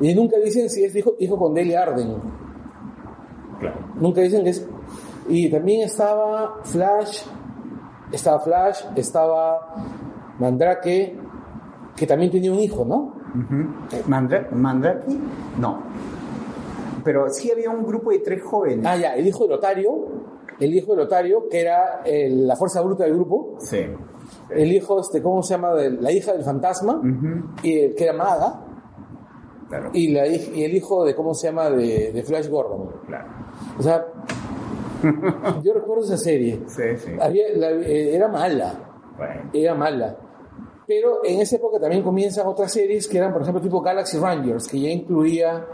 Y nunca dicen si es hijo, hijo con Dale Arden. claro. Nunca dicen que es. Y también estaba Flash. Estaba Flash, estaba Mandrake, que también tenía un hijo, ¿no? Ujú. Eh, Mandra- Mandrake, no. Pero sí había un grupo de tres jóvenes. Ah, ya, el hijo de Lotario, el hijo de Lotario, que era eh, la fuerza bruta del grupo, Sí. el hijo, este, ¿cómo se llama? De, la hija del fantasma, Ujú, y el, que era maga, Claro, y, la, hij- y el hijo de, ¿cómo se llama? De, de Flash Gordon. claro. O sea, yo recuerdo esa serie. Sí, sí. Había- la- eh, era mala, Bueno. era mala. Pero en esa época también comienzan otras series que eran, por ejemplo, tipo Galaxy Rangers, que ya incluía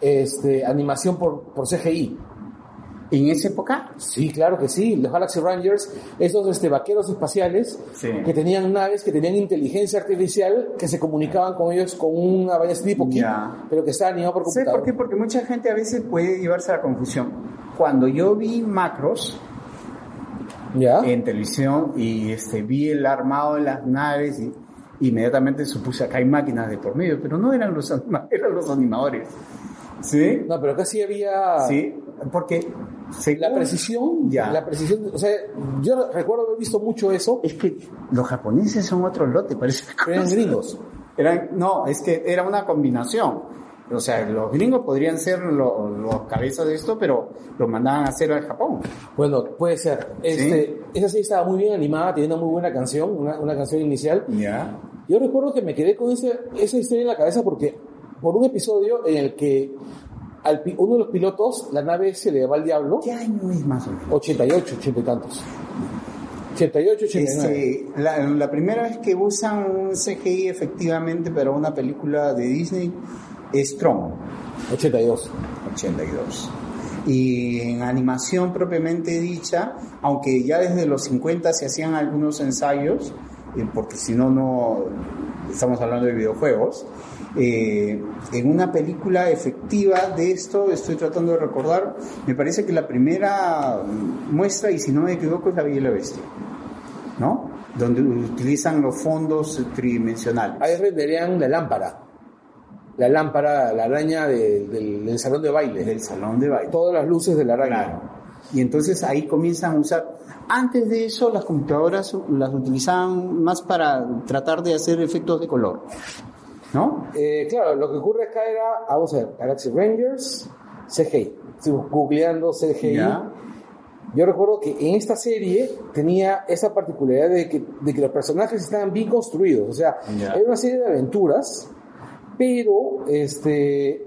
este, animación por, por CGI. ¿En esa época? Sí, claro que sí. Los Galaxy Rangers, esos este, vaqueros espaciales Sí. que tenían naves, que tenían inteligencia artificial, que se comunicaban con ellos con una vaina así tipo Kid, Ya. pero que estaba animado por ¿Sabes por computador. qué? Porque mucha gente a veces puede llevarse a la confusión. Cuando yo vi macros ¿Ya? en televisión y este, vi el armado de las naves, y, inmediatamente supuse acá hay máquinas de por medio, pero no eran los, anima- *laughs* eran los animadores. ¿Sí? No, pero acá sí había Sí, porque según- la precisión. Ya. La precisión. O sea, yo recuerdo haber visto mucho eso, Es que los japoneses son otro lote, parece. pero eran gringos. *laughs* Eran- no, es que era una combinación. O sea, los gringos podrían ser lo- los cabezas de esto, pero lo mandaban a hacer al Japón. Bueno, puede ser. Este, Esa serie estaba muy bien animada, tenía una muy buena canción, una, una canción inicial. Ya. Yo recuerdo que me quedé con ese- esa historia en la cabeza porque por un episodio en el que al pi- uno de los pilotos, la nave se le va al diablo, ¿Qué año es más o menos? 88, 80 y tantos. 88, 89. Este, la, la primera vez que usan un CGI efectivamente para una película de Disney es Tron, 82. 82. Y en animación propiamente dicha, aunque ya desde los 50 se hacían algunos ensayos, eh, porque si no, no estamos hablando de videojuegos. eh, en una película efectiva de esto, estoy tratando de recordar, me parece que la primera mm, muestra, y si no me equivoco, es La Bella y la Bestia, ¿no? Donde utilizan los fondos tridimensionales. Ahí renderían la lámpara. La lámpara, la araña de- del, del salón de baile. Del salón de baile. Todas las luces de la araña. Claro. Y entonces ahí comienzan a usar. Antes de eso, las computadoras las utilizaban más para tratar de hacer efectos de color. ¿No? Eh, claro, lo que ocurre acá era, vamos a ver, Galaxy Rangers, CGI. Estuvimos googleando CGI. Ya. Yo recuerdo que en esta serie tenía esa particularidad de que, de que los personajes estaban bien construidos. O sea, Ya. era una serie de aventuras, pero este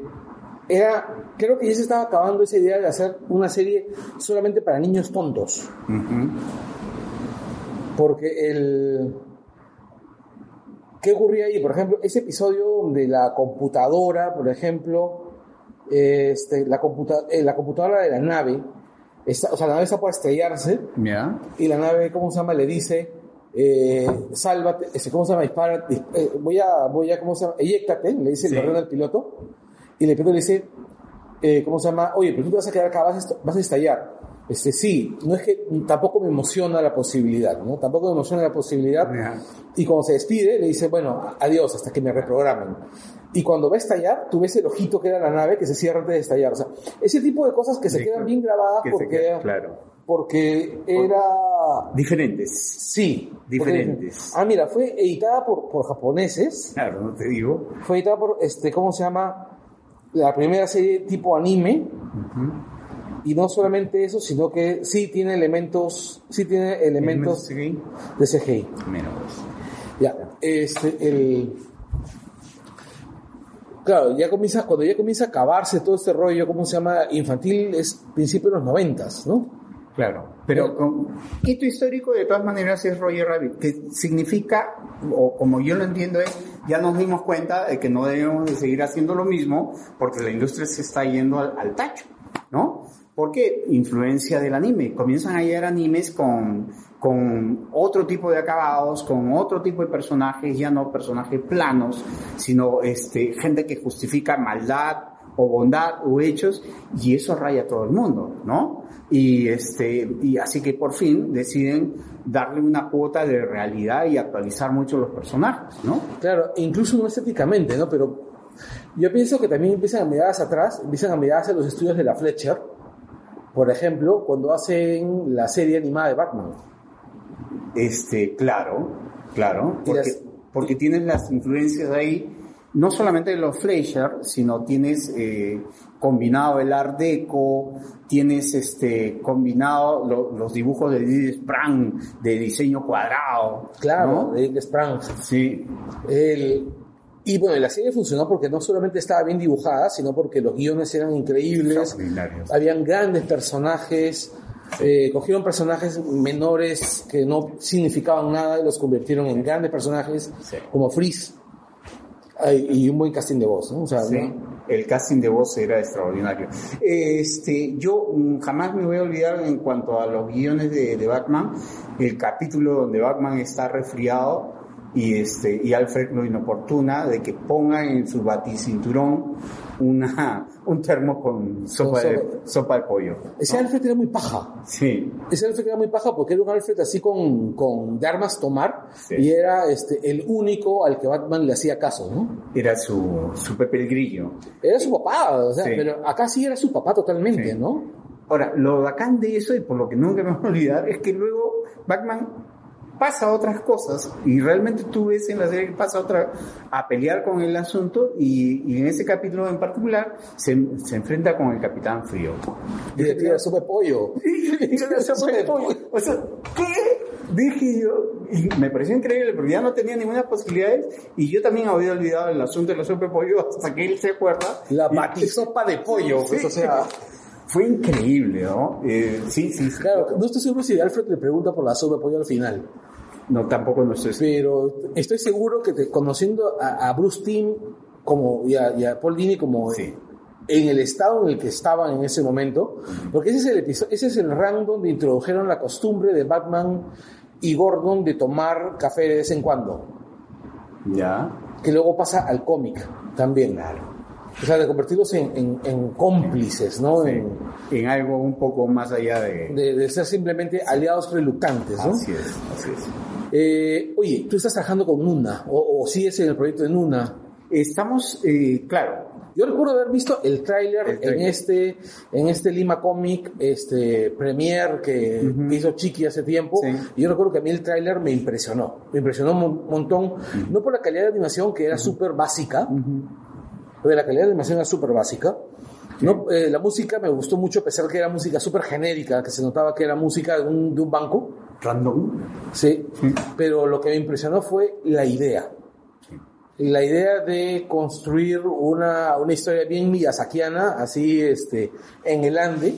era. Creo que ya se estaba acabando esa idea de hacer una serie solamente para niños tontos. Porque el. ¿Qué ocurría ahí? Por ejemplo, ese episodio de la computadora, por ejemplo, este, la, computa- eh, la computadora de la nave, está- o sea, la nave está por estrellarse Ya. y la nave, ¿cómo se llama? Le dice, eh, sálvate, ese, ¿cómo se llama? Dispara, dis- eh, voy a, voy a, ¿cómo se llama? Eyéctate, le dice Sí. el barrón al piloto. Y el piloto le dice, eh, ¿cómo se llama? Oye, pero tú te vas a quedar acá, vas a, est- vas a estallar. Este, sí, no es que tampoco me emociona la posibilidad, ¿no? Tampoco me emociona la posibilidad. Ya. Y cuando se despide, le dice, bueno, adiós, hasta que me reprogramen. Y cuando va a estallar, tú ves el ojito que era la nave que se cierra antes de estallar. O sea, ese tipo de cosas que se Sí, quedan claro. bien grabadas Que se porque, queda- claro. porque era... Diferentes. Sí, Diferentes. porque- ah, mira, fue editada por, por japoneses. Claro, no te digo. Fue editada por, este, ¿cómo se llama? La primera serie tipo anime. Y no solamente eso, sino que sí tiene elementos, sí tiene elementos CGI. de CGI. Menos. Ya, este, el... Claro, ya comienza, cuando ya comienza a acabarse todo este rollo, ¿cómo se llama? Infantil, es principio de los noventas, ¿no? Claro. Pero con- hito histórico de todas maneras es Roger Rabbit, que significa, o como yo lo entiendo es, ya nos dimos cuenta de que no debemos de seguir haciendo lo mismo porque la industria se está yendo al, al tacho, ¿no? Porque influencia del anime, comienzan a llegar animes con, con otro tipo de acabados, con otro tipo de personajes, ya no personajes planos, sino este, gente que justifica maldad, o bondad o hechos y eso raya a todo el mundo, ¿no? Y este y así que por fin deciden darle una cuota de realidad y actualizar mucho los personajes, ¿no? Claro, incluso no estéticamente, ¿no? Pero yo pienso que también empiezan a mirar hacia atrás, empiezan a mirar hacia los estudios de la Fletcher, por ejemplo, cuando hacen la serie animada de Batman. Este, claro, claro, Y porque, las- porque tienes las influencias ahí no solamente de los Fleischer, sino tienes eh, combinado el Art Deco, tienes este combinado lo- los dibujos de Didi Sprang de diseño cuadrado, Claro, ¿no? de Inglés Sprang. sí, El- y bueno, la serie funcionó porque no solamente estaba bien dibujada, sino porque los guiones eran increíbles, Extraordinarios. habían grandes personajes. Eh, cogieron personajes menores que no significaban nada y los convirtieron en grandes personajes Sí. como Freeze. Ay, y un buen casting de voz, ¿no? O sea, Sí, ¿no? El casting de voz era extraordinario. Este, yo mm, jamás me voy a olvidar en cuanto a los guiones de, de Batman, el capítulo donde Batman está resfriado y este y Alfred lo inoportuna de que pongan en su baticinturón una *laughs* un termo con sopa Con de, sopa. sopa de pollo. Ese Alfred era muy paja. Sí, Ese Alfred era muy paja porque era un Alfred así con, con de armas tomar Sí. y era este, el único al que Batman le hacía caso, ¿no? era su su Pepe el Grillo. Era su papá, o sea, Sí. pero acá sí era su papá totalmente, Sí. ¿no? Ahora, lo bacán de eso, y por lo que nunca me voy a olvidar, es que luego Batman pasa a otras cosas, y realmente tú ves en la serie que pasa a otra, a pelear con el asunto, y, y en ese capítulo en particular se, se enfrenta con el Capitán Frío. Y le tira sopa de pollo. *laughs* Y yo le *laughs* hacía Sopa de pollo. O sea, ¿qué? Dije yo, y me pareció increíble, pero ya no tenía ninguna posibilidades, y yo también había olvidado el asunto de la sopa de pollo hasta que él se acuerda. La Y- batisopa de pollo, pues, Sí. o sea... Fue increíble, ¿no? Eh, sí, sí, sí. Claro, no estoy seguro si Alfred le pregunta por la sopa de pollo al final, No, tampoco no sé si- pero estoy seguro que te- conociendo a, a Bruce Timm como, y, a, y a Paul Dini como Sí. en el estado en el que estaban en ese momento, porque ese es el episo- ese es el rango donde introdujeron la costumbre de Batman y Gordon de tomar café de vez en cuando, Ya. que luego pasa al cómic también. O sea, de convertirlos en, en- en cómplices, ¿no? En- En algo un poco más allá de. de, de ser simplemente aliados reluctantes, ¿no? Así es, así es. Eh, oye, tú estás trabajando con Nuna, o, o sigues en el proyecto de Nuna. Estamos, eh, claro, Yo recuerdo haber visto el El tráiler en tráiler. este, en este Lima Comic este, Premier que, Ujú. que hizo Chiqui hace tiempo. Sí. Y yo recuerdo que a mí el tráiler me impresionó. Me impresionó un mon- montón. No por la calidad de animación, que era súper básica, porque la calidad de animación era súper básica. No, eh, la música me gustó mucho, a pesar que era música súper genérica, que se notaba que era música de un, de un banco. random. Sí, pero lo que me impresionó fue la idea. La idea de construir una, una historia bien miyazakiana, así este, en el Ande,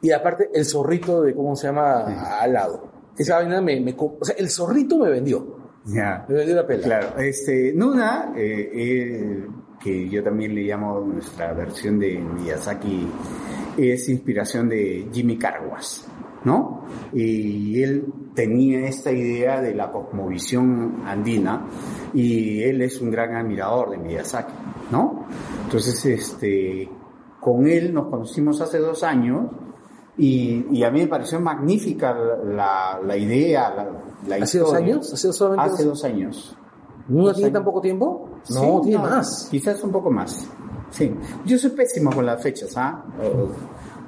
y aparte el zorrito de cómo se llama al lado. Esa vaina me, me co- O sea, el zorrito me vendió. Ya. Me vendió la pela. Claro, este, Nuna, eh, eh, que yo también le llamo nuestra versión de Miyazaki, es inspiración de Jimmy Carguas, ¿no? Y él tenía esta idea de la cosmovisión andina y él es un gran admirador de Miyazaki, ¿no? Entonces, este, con él nos conocimos hace dos años. Y, y a mí me pareció magnífica la, la idea, la, la ¿Hace dos historia. años? ¿Hace solamente Hace dos- dos años. ¿No dos tiene años. tan poco tiempo? Sí, No, tiene más. Quizás un poco más. Sí. Yo soy pésimo con las fechas, ¿ah?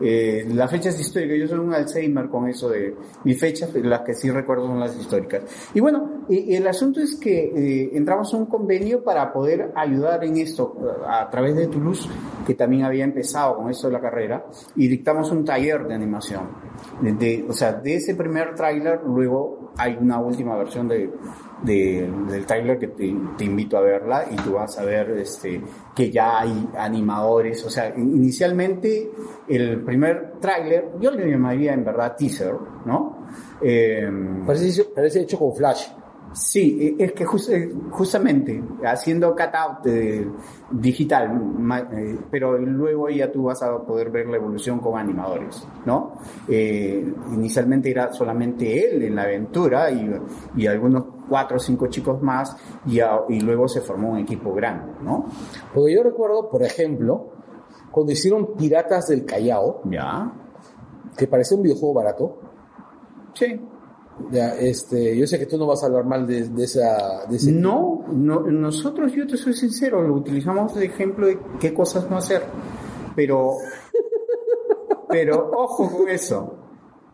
Eh, las fechas históricas, yo soy un Alzheimer con eso de mis fechas, pero las que sí recuerdo son las históricas. Y bueno, y- y el asunto es que eh, entramos a un convenio para poder ayudar en esto eh, a través de Toulouse, que también había empezado con esto de la carrera, y dictamos un taller de animación. De- de- o sea, de ese primer tráiler, luego hay una última versión de, de- del tráiler que te, te invito a verla y tú vas a ver este, que ya hay animadores. O sea, in- inicialmente el primer tráiler, yo le llamaría en verdad teaser, ¿no? Em, Parece, parece hecho con flash. Sí, eh, es que jus- eh, justamente haciendo cutout eh, digital, ma- eh, pero luego ya tú vas a poder ver la evolución con animadores, ¿no? Eh, inicialmente era solamente él en la aventura y, y algunos cuatro o cinco chicos más y, a- y luego se formó un equipo grande, ¿no? Porque yo recuerdo, por ejemplo, cuando hicieron Piratas del Callao, Ya. que parece un videojuego barato, Sí. Ya, este, yo sé que tú no vas a hablar mal de, de esa. de ese- No, no, nosotros, yo te soy sincero, lo utilizamos de ejemplo de qué cosas no hacer. *laughs* Pero, pero ojo con eso.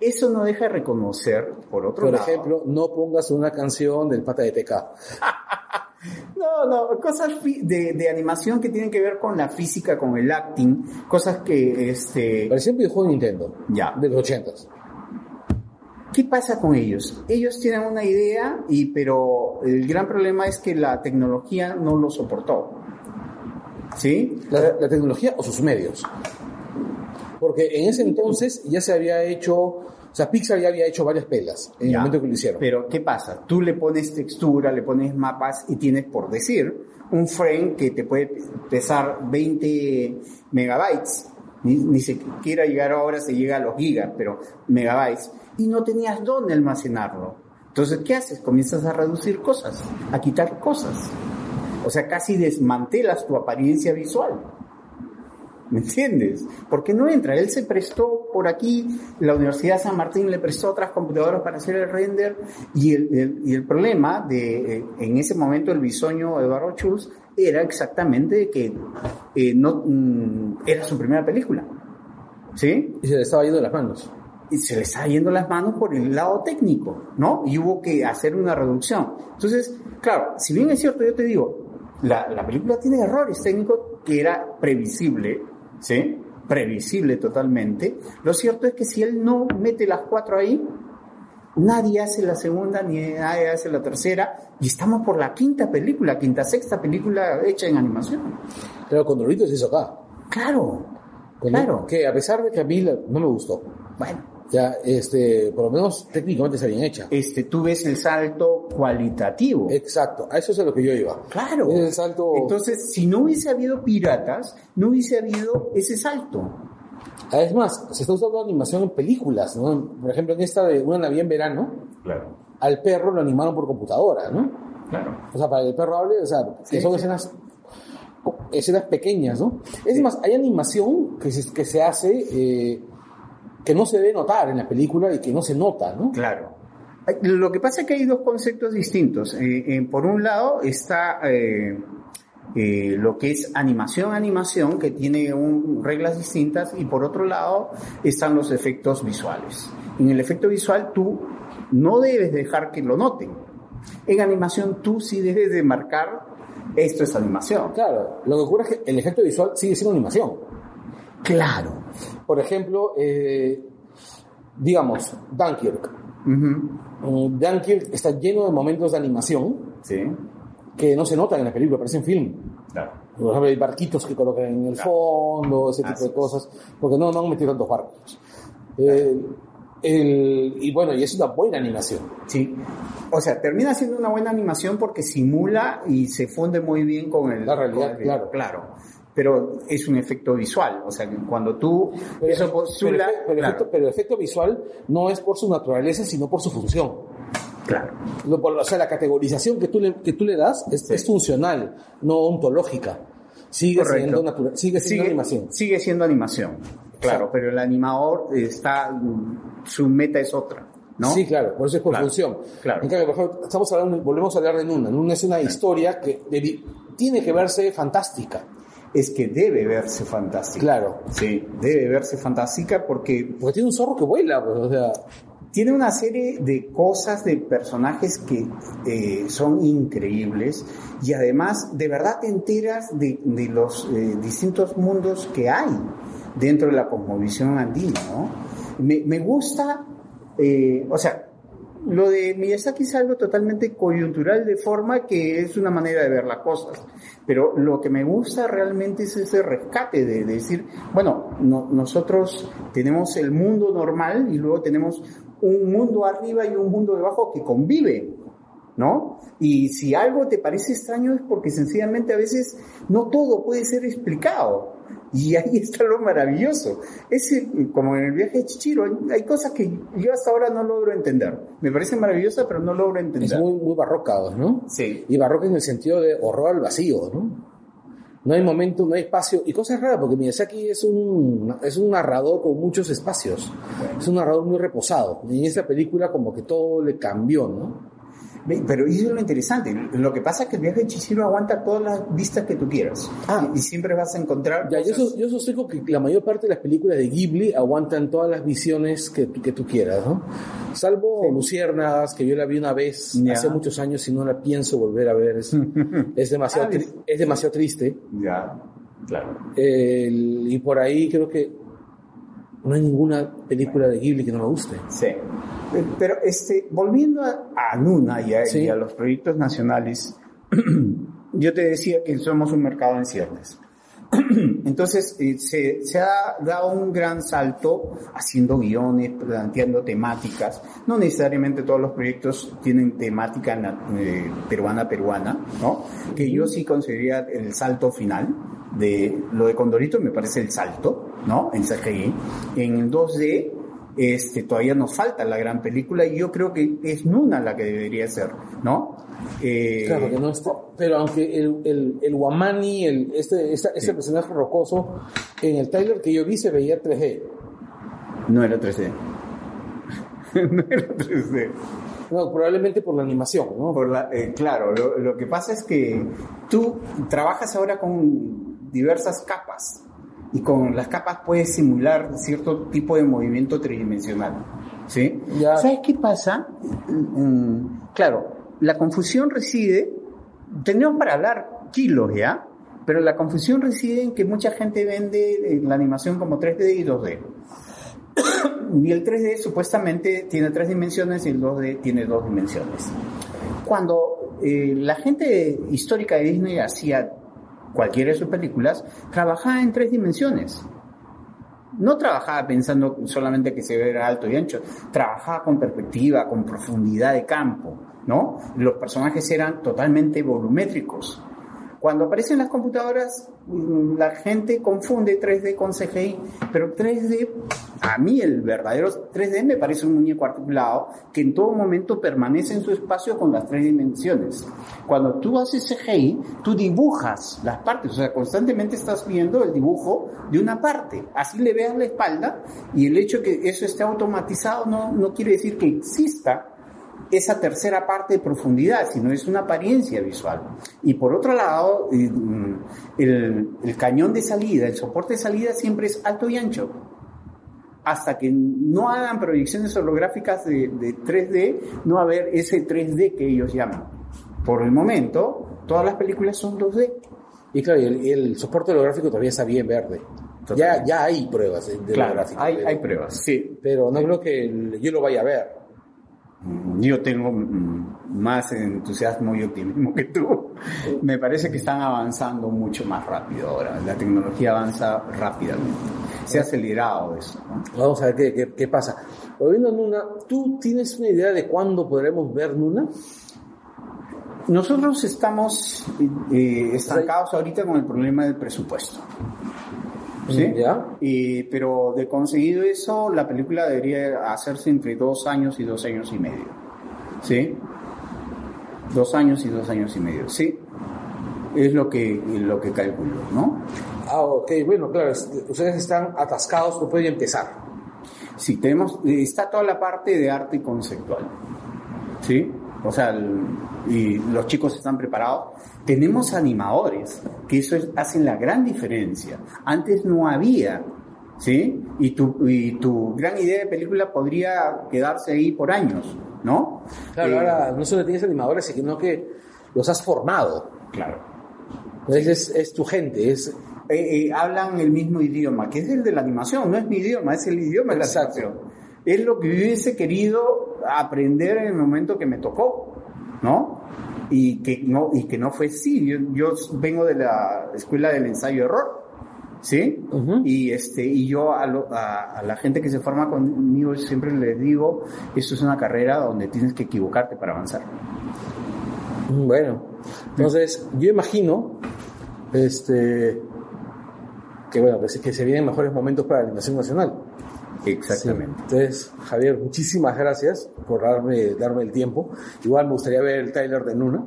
Eso no deja de reconocer, por otro Por lado. ejemplo, no pongas una canción del pata de TK. No, no, cosas fi- de, de animación que tienen que ver con la física, con el acting, cosas que, este. Parecía un videojuego de Nintendo. Ya. De los ochentas. ¿Qué pasa con ellos? Ellos tienen una idea, y, pero el gran problema es que la tecnología no lo soportó. ¿Sí? La, la tecnología o sus medios. Porque en ese entonces ya se había hecho sea, Pixar ya había hecho varias pelas en el Ya. momento que lo hicieron. Pero, ¿qué pasa? Tú le pones textura, le pones mapas y tienes, por decir, un frame que te puede pesar 20 megabytes. Ni, ni se quiera llegar ahora, se llega a los gigas, pero megabytes. Y no tenías dónde almacenarlo. Entonces, ¿qué haces? Comienzas a reducir cosas, a quitar cosas. O sea, casi desmantelas tu apariencia visual. ¿Me entiendes? Porque no entra. Él se prestó por aquí, la Universidad de San Martín le prestó otras computadoras para hacer el render y el, el- y el problema de, eh, en ese momento, el bisoño Eduardo Chus era exactamente que eh, no, mm, era su primera película. ¿Sí? Y se le estaba yendo de las manos. y se le está yendo las manos por el lado técnico, ¿no? Y hubo que hacer una reducción. Entonces, claro, si bien es cierto, yo te digo, la, la película tiene errores técnicos que era previsible, ¿sí? Previsible totalmente. Lo cierto es que si él no mete las cuatro ahí, nadie hace la segunda, ni nadie hace la tercera, y estamos por la quinta película, quinta, sexta película hecha en animación. Claro, Condorito se hizo acá. Claro, Con- claro. Que a pesar de que a mí la- no me gustó. Bueno. Ya, este, por lo menos técnicamente está bien hecha. Este, tú ves el salto cualitativo. Exacto, a eso es a lo que yo iba. Claro. Es el salto. Entonces, si no hubiese habido piratas, no hubiese habido ese salto. Ah, es más, se está usando animación en películas, ¿no? Por ejemplo, en esta de Una Navidad en Verano, Claro, al perro lo animaron por computadora, ¿no? claro. O sea, para que el perro hable, o sea, que Sí, son sí. escenas escenas pequeñas, ¿no? Es Sí. más, hay animación que se, que se hace eh, que no se debe notar en la película y que no se nota, ¿no? Claro. Lo que pasa es que hay dos conceptos distintos. Eh, eh, por un lado está eh, eh, lo que es animación, animación, que tiene un- reglas distintas, y por otro lado están los efectos visuales. En el efecto visual tú no debes dejar que lo noten. En animación tú sí debes de marcar esto es animación. Claro, lo que ocurre es que el efecto visual sigue siendo animación. Claro. Por ejemplo, eh, digamos, Dunkirk. Eh, Dunkirk está lleno de momentos de animación Sí, que no se notan en la película, parecen film. claro. Por ejemplo, hay barquitos que colocan en el Claro. fondo, ese tipo Así de es. cosas, porque no, no han metido tantos barcos. Eh, el- y bueno, y es una buena animación. Sí. O sea, termina siendo una buena animación porque simula y se funde muy bien con el. La realidad, con el- claro. Pero es un efecto visual. O sea, que cuando tú. eso postula. pero, pero claro, efecto- pero el efecto visual no es por su naturaleza, sino por su función. claro. Lo- por- o sea, la categorización que tú le, que tú le das es, Sí. es funcional, no ontológica. Sigue Correcto. siendo natural, sigue siendo animación. Sigue siendo animación. Claro, Exacto. pero el animador está. mm, Su meta es otra. ¿No? Sí, claro, por eso es por Claro, función. claro. En cambio, por ejemplo, estamos hablando, volvemos a hablar de Nuna. Nuna es una historia que debi- tiene que verse fantástica. Es que debe verse fantástica. Claro. Sí, debe verse fantástica porque Porque tiene un zorro que vuela, pues, o sea, Tiene una serie de cosas, de personajes que eh, son increíbles y además de verdad te enteras de, de los eh, distintos mundos que hay dentro de la cosmovisión andina. ¿no? Me, me gusta, eh, o sea, lo de Miyazaki es algo totalmente coyuntural de forma que es una manera de ver las cosas. Pero lo que me gusta realmente es ese rescate de, de decir, bueno, no- nosotros tenemos el mundo normal y luego tenemos un mundo arriba y un mundo debajo que conviven, ¿no? Y si algo te parece extraño es porque sencillamente a veces no todo puede ser explicado. Y ahí está lo maravilloso. Ese, como en el viaje de Chichiro, hay, hay cosas que yo hasta ahora no logro entender. Me parece maravillosa, pero no logro entender. es muy, muy barroca, pues, ¿no? Sí. Y barroca en el sentido de horror al vacío, ¿no? No hay momento, no hay espacio. Y cosas raras, porque Miyazaki es un, es un narrador con muchos espacios. Es un narrador muy reposado. Y en esta película como que todo le cambió, ¿no? Ve, Pero eso es lo interesante. Lo que pasa es que el viaje de Chihiro aguanta todas las vistas que tú quieras. Ah. y siempre vas a encontrar. Ya, yo, cosas- sos- yo sostengo que la mayor parte de las películas de Ghibli aguantan todas las visiones que, tú- que tú quieras, ¿no? Salvo Luciernas, que yo la vi una vez Ya. Hmm. hace muchos años y no la pienso volver a ver. Es, es demasiado, Ah, tri- bien. es demasiado triste. *laughs* Ya, claro. El- y por ahí creo que no hay ninguna película de Ghibli que no me guste. Sí. Pe- Pero este, volviendo a, a Nuna y a, Sí. y a *clears throat* los proyectos nacionales, yo te decía que somos un mercado en ciernes. Entonces eh, se, se, ha dado un gran salto haciendo guiones, planteando temáticas. No necesariamente todos los proyectos tienen temática peruana-peruana, eh, ¿no? Que yo sí consideraría el salto final de lo de Condorito, me parece el salto, ¿no? En CGI. En 2D este, todavía nos falta la gran película y yo creo que es Nuna la que debería ser, ¿no? Eh, claro que no está, pero aunque el, el, el Wamani, el, este, esta, este sí. personaje rocoso, en el trailer que yo vi se veía 3D. No era 3D. *laughs* no era 3D. No, probablemente por la animación, ¿no? Por la, eh, claro, lo, lo que pasa es que tú trabajas ahora con diversas capas, y con las capas puedes simular cierto tipo de movimiento tridimensional. ¿sí? Ya. ¿Sabes qué pasa? Mm, claro, la confusión reside, tenemos para hablar kilos ya, pero la confusión reside en que mucha gente vende eh, la animación como 3D y 2D. *coughs* y el 3D supuestamente tiene tres dimensiones y el 2D tiene dos dimensiones. Cuando eh, la gente histórica de Disney hacía cualquiera de sus películas, trabajaba en tres dimensiones. No trabajaba pensando solamente que se viera alto y ancho, trabajaba con perspectiva, con profundidad de campo, ¿no? Los personajes eran totalmente volumétricos. Cuando aparecen las computadoras, mm, la gente confunde 3D con CGI, pero 3D, a mí el verdadero 3D me parece un muñeco articulado que en todo momento permanece en su espacio con las tres dimensiones. Cuando tú haces CGI, tú dibujas las partes, o sea, constantemente estás viendo el dibujo de una parte, así le veas la espalda y el hecho de que eso esté automatizado no, no quiere decir que exista esa tercera parte de profundidad, sino es una apariencia visual. Y por otro lado, mm, el, el, cañón de salida, el soporte de salida siempre es alto y ancho. Hasta que no hagan proyecciones holográficas de, de 3D, no va a haber ese 3D que ellos llaman. Por el momento, todas las películas son 2D. Y claro, el, el soporte holográfico todavía está bien verde. Ya, ya, hay pruebas de claro, holográfico. Hay, pero, hay pruebas, sí. Pero no creo que el, yo lo vaya a ver Mm, yo tengo mm, más entusiasmo y optimismo que tú. Me parece que están avanzando mucho más rápido ahora. La tecnología avanza rápidamente. Se ha acelerado eso. ¿no? Vamos a ver qué, qué, qué pasa. Volviendo a Nuna, ¿tú tienes una idea de cuándo podremos ver Nuna? Nosotros estamos eh, estancados ahorita con el problema del presupuesto. ¿sí? ¿Ya? Y, pero de conseguido eso, la película debería hacerse entre dos años y dos años y medio. ¿Sí? Dos años y dos años y medio, sí. Es lo que, lo que calculo, ¿no? Ah, ok, bueno, claro, ustedes están atascados, no pueden empezar. Sí, tenemos, eh, está toda la parte de arte conceptual, ¿sí? O sea, el, y los chicos están preparados. Tenemos animadores, que eso es, hacen la gran diferencia. Antes no había, ¿sí? Y tu, y tu gran idea de película podría quedarse ahí por años, ¿no? Claro, eh, ahora no solo tienes animadores, sino que los has formado. Claro. Entonces es, es tu gente, es... Eh, eh, hablan el mismo idioma, que es el de la animación, no es mi idioma, es el idioma de la animación. Es lo que hubiese querido aprender en el momento que me tocó. ¿no? Y que no, y que no fue así. Yo, yo vengo de la escuela del ensayo error, ¿sí? Uh -huh. Y este, y yo a, lo, a, a, la gente que se forma conmigo siempre les digo, esto es una carrera donde tienes que equivocarte para avanzar. *clears throat* Bueno, entonces yo imagino, este, que bueno, pues es que se vienen mejores momentos para la animación nacional. Exactamente. Sí. Entonces, Javier, muchísimas gracias por darme, darme el tiempo. Igual me gustaría ver el trailer de Nuna.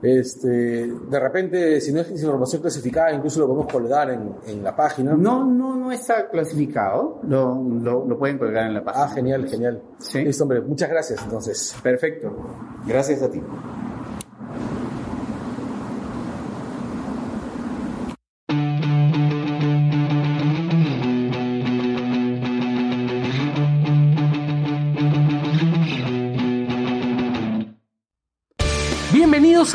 Este, de repente, si no es información clasificada, incluso lo podemos colgar en, en la página. No, no, no está clasificado. Lo, lo, lo pueden colgar en la página. Ah, genial, genial. Sí. Listo, hombre. Muchas gracias, entonces. Perfecto. Gracias a ti. Bienvenidos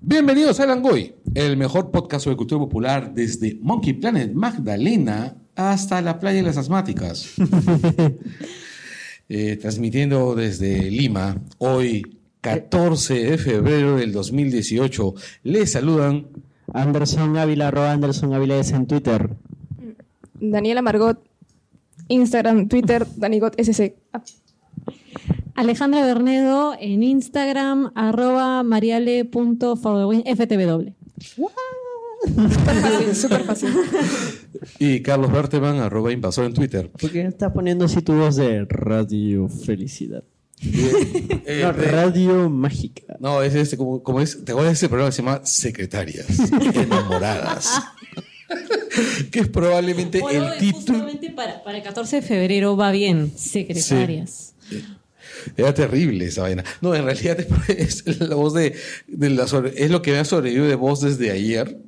Bienvenidos a Langoy, el mejor podcast sobre cultura popular desde Monkey Planet Magdalena hasta la playa de las asmáticas. Eh, transmitiendo desde Lima, hoy 14 de febrero del 2018, les saludan Anderson Ávila, arroba Anderson Ávila es en Twitter. Daniela Margot, Instagram, Twitter, Danigot SC. Ah, Alejandra Bernedo en Instagram, arroba mariale.forwin.ftw. Súper fácil, súper fácil. y Carlos Berteman, arroba invasor en Twitter. ¿Por qué estás poniendo así tu voz de radio felicidad? Eh, No, re- radio mágica. no, es este, como, como es, ¿te acuerdas de ese programa que se llama Secretarias Enamoradas? que es probablemente el título. eh, Justamente para, para el 14 de febrero va bien, secretarias. Era terrible esa vaina. No, en realidad *laughs* es, es la voz de, de la sobre- es lo que me ha sobrevivido de voz desde ayer,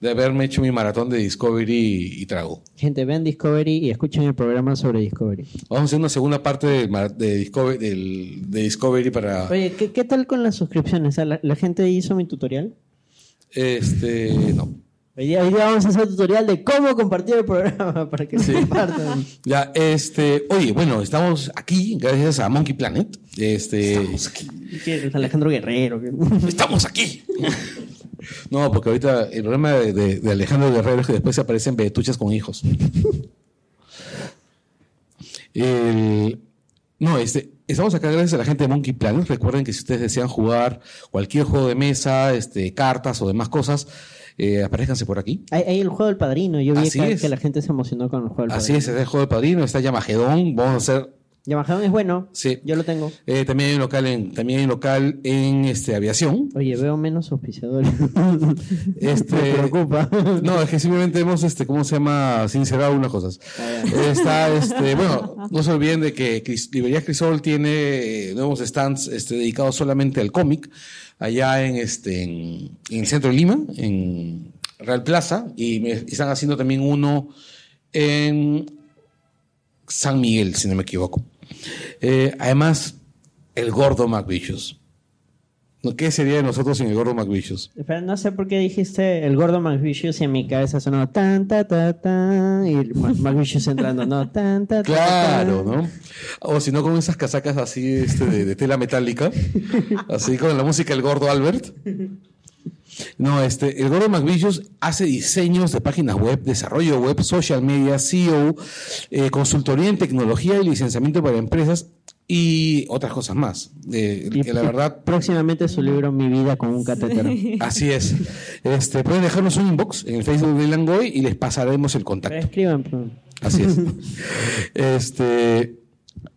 de haberme hecho mi maratón de Discovery y, y trago. Gente, vean Discovery y escuchen el programa sobre Discovery. Vamos a hacer una segunda parte del mara- de, Discovery, del- de Discovery para... Oye, ¿qué, qué tal con las suscripciones? ¿La, la gente hizo mi tutorial? Este, no. Hoy día, hoy día vamos a hacer tutorial de cómo compartir el programa *laughs* para que se compartan. Ya, este, oye, bueno, estamos aquí gracias a Monkey Planet. Este, ¿Qué es Alejandro *laughs* Guerrero. ¿Qué- ¡Estamos aquí! No, porque ahorita el problema de, de- de Alejandro Guerrero es que después aparecen vedetuchas con hijos. El- no, este, estamos acá gracias a la gente de Monkey Planet. Recuerden que si ustedes desean jugar cualquier juego de mesa, este, cartas o demás cosas, eh, aparezcanse por aquí. Hay, hay el juego del padrino. Yo vi Así que, es. que la gente se emocionó con el juego del Así padrino. es, está el juego de padrino, está Yamagedón. Vamos a hacer Yamahadon es bueno. Sí. Yo lo tengo. Eh, también hay un local en, también hay un local en este, aviación. *laughs* Oye, veo menos auspiciadores. Eh. Este, *laughs* Me preocupa. No, es que simplemente hemos, este, ¿cómo se llama? Sincerado unas cosas. Está, este, bueno, no se olviden de que Cris- Librería Crisol tiene eh, nuevos stands este, dedicados solamente al cómic, allá en, este, en, en el centro de Lima, en Real Plaza, y me están haciendo también uno en San Miguel, si no me equivoco. Eh, además, el gordo McVicious. ¿No? ¿Qué sería de nosotros sin el gordo McVicious? Espera, no sé por qué dijiste el gordo McVicious y en mi cabeza sonó tan, ta, ta, ta. Y el Mac- McVicious entrando, no, tan, ta, ta, Claro, *laughs* ta. ¿no? O si no, con esas casacas así este, de, de tela metálica, así con la música del gordo Albert. No, este, el gordo McVicious hace diseños de páginas web, desarrollo web, social media, CEO, eh, consultoría en tecnología y licenciamiento para empresas y otras cosas más. Eh, Y- que la y verdad, Próximamente su libro Mi vida con un catétero. así es. Este, pueden dejarnos un inbox en el Facebook de Langoy y les pasaremos el Pero contacto. Escriban, perdón. Así *laughs* es. este,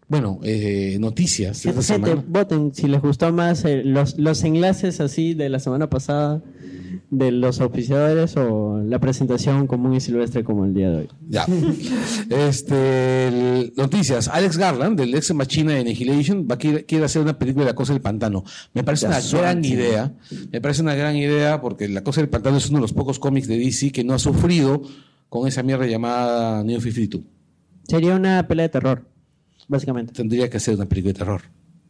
bueno, eh, noticias. de esta Gente, semana. voten si les gustó más eh, los, los enlaces así de la semana pasada de los auspiciadores o la presentación común y silvestre como el día de hoy. Ya. Este, el- noticias. Alex Garland, del ex machina de Annihilation, va a quiere, quiere hacer una película de La Cosa del Pantano. Me parece una gran idea. Me parece una gran idea porque La Cosa del Pantano es uno de los pocos cómics de DC que no ha sufrido con esa mierda llamada New 52. Sería una pelea de terror, básicamente. Tendría que hacer una película de terror.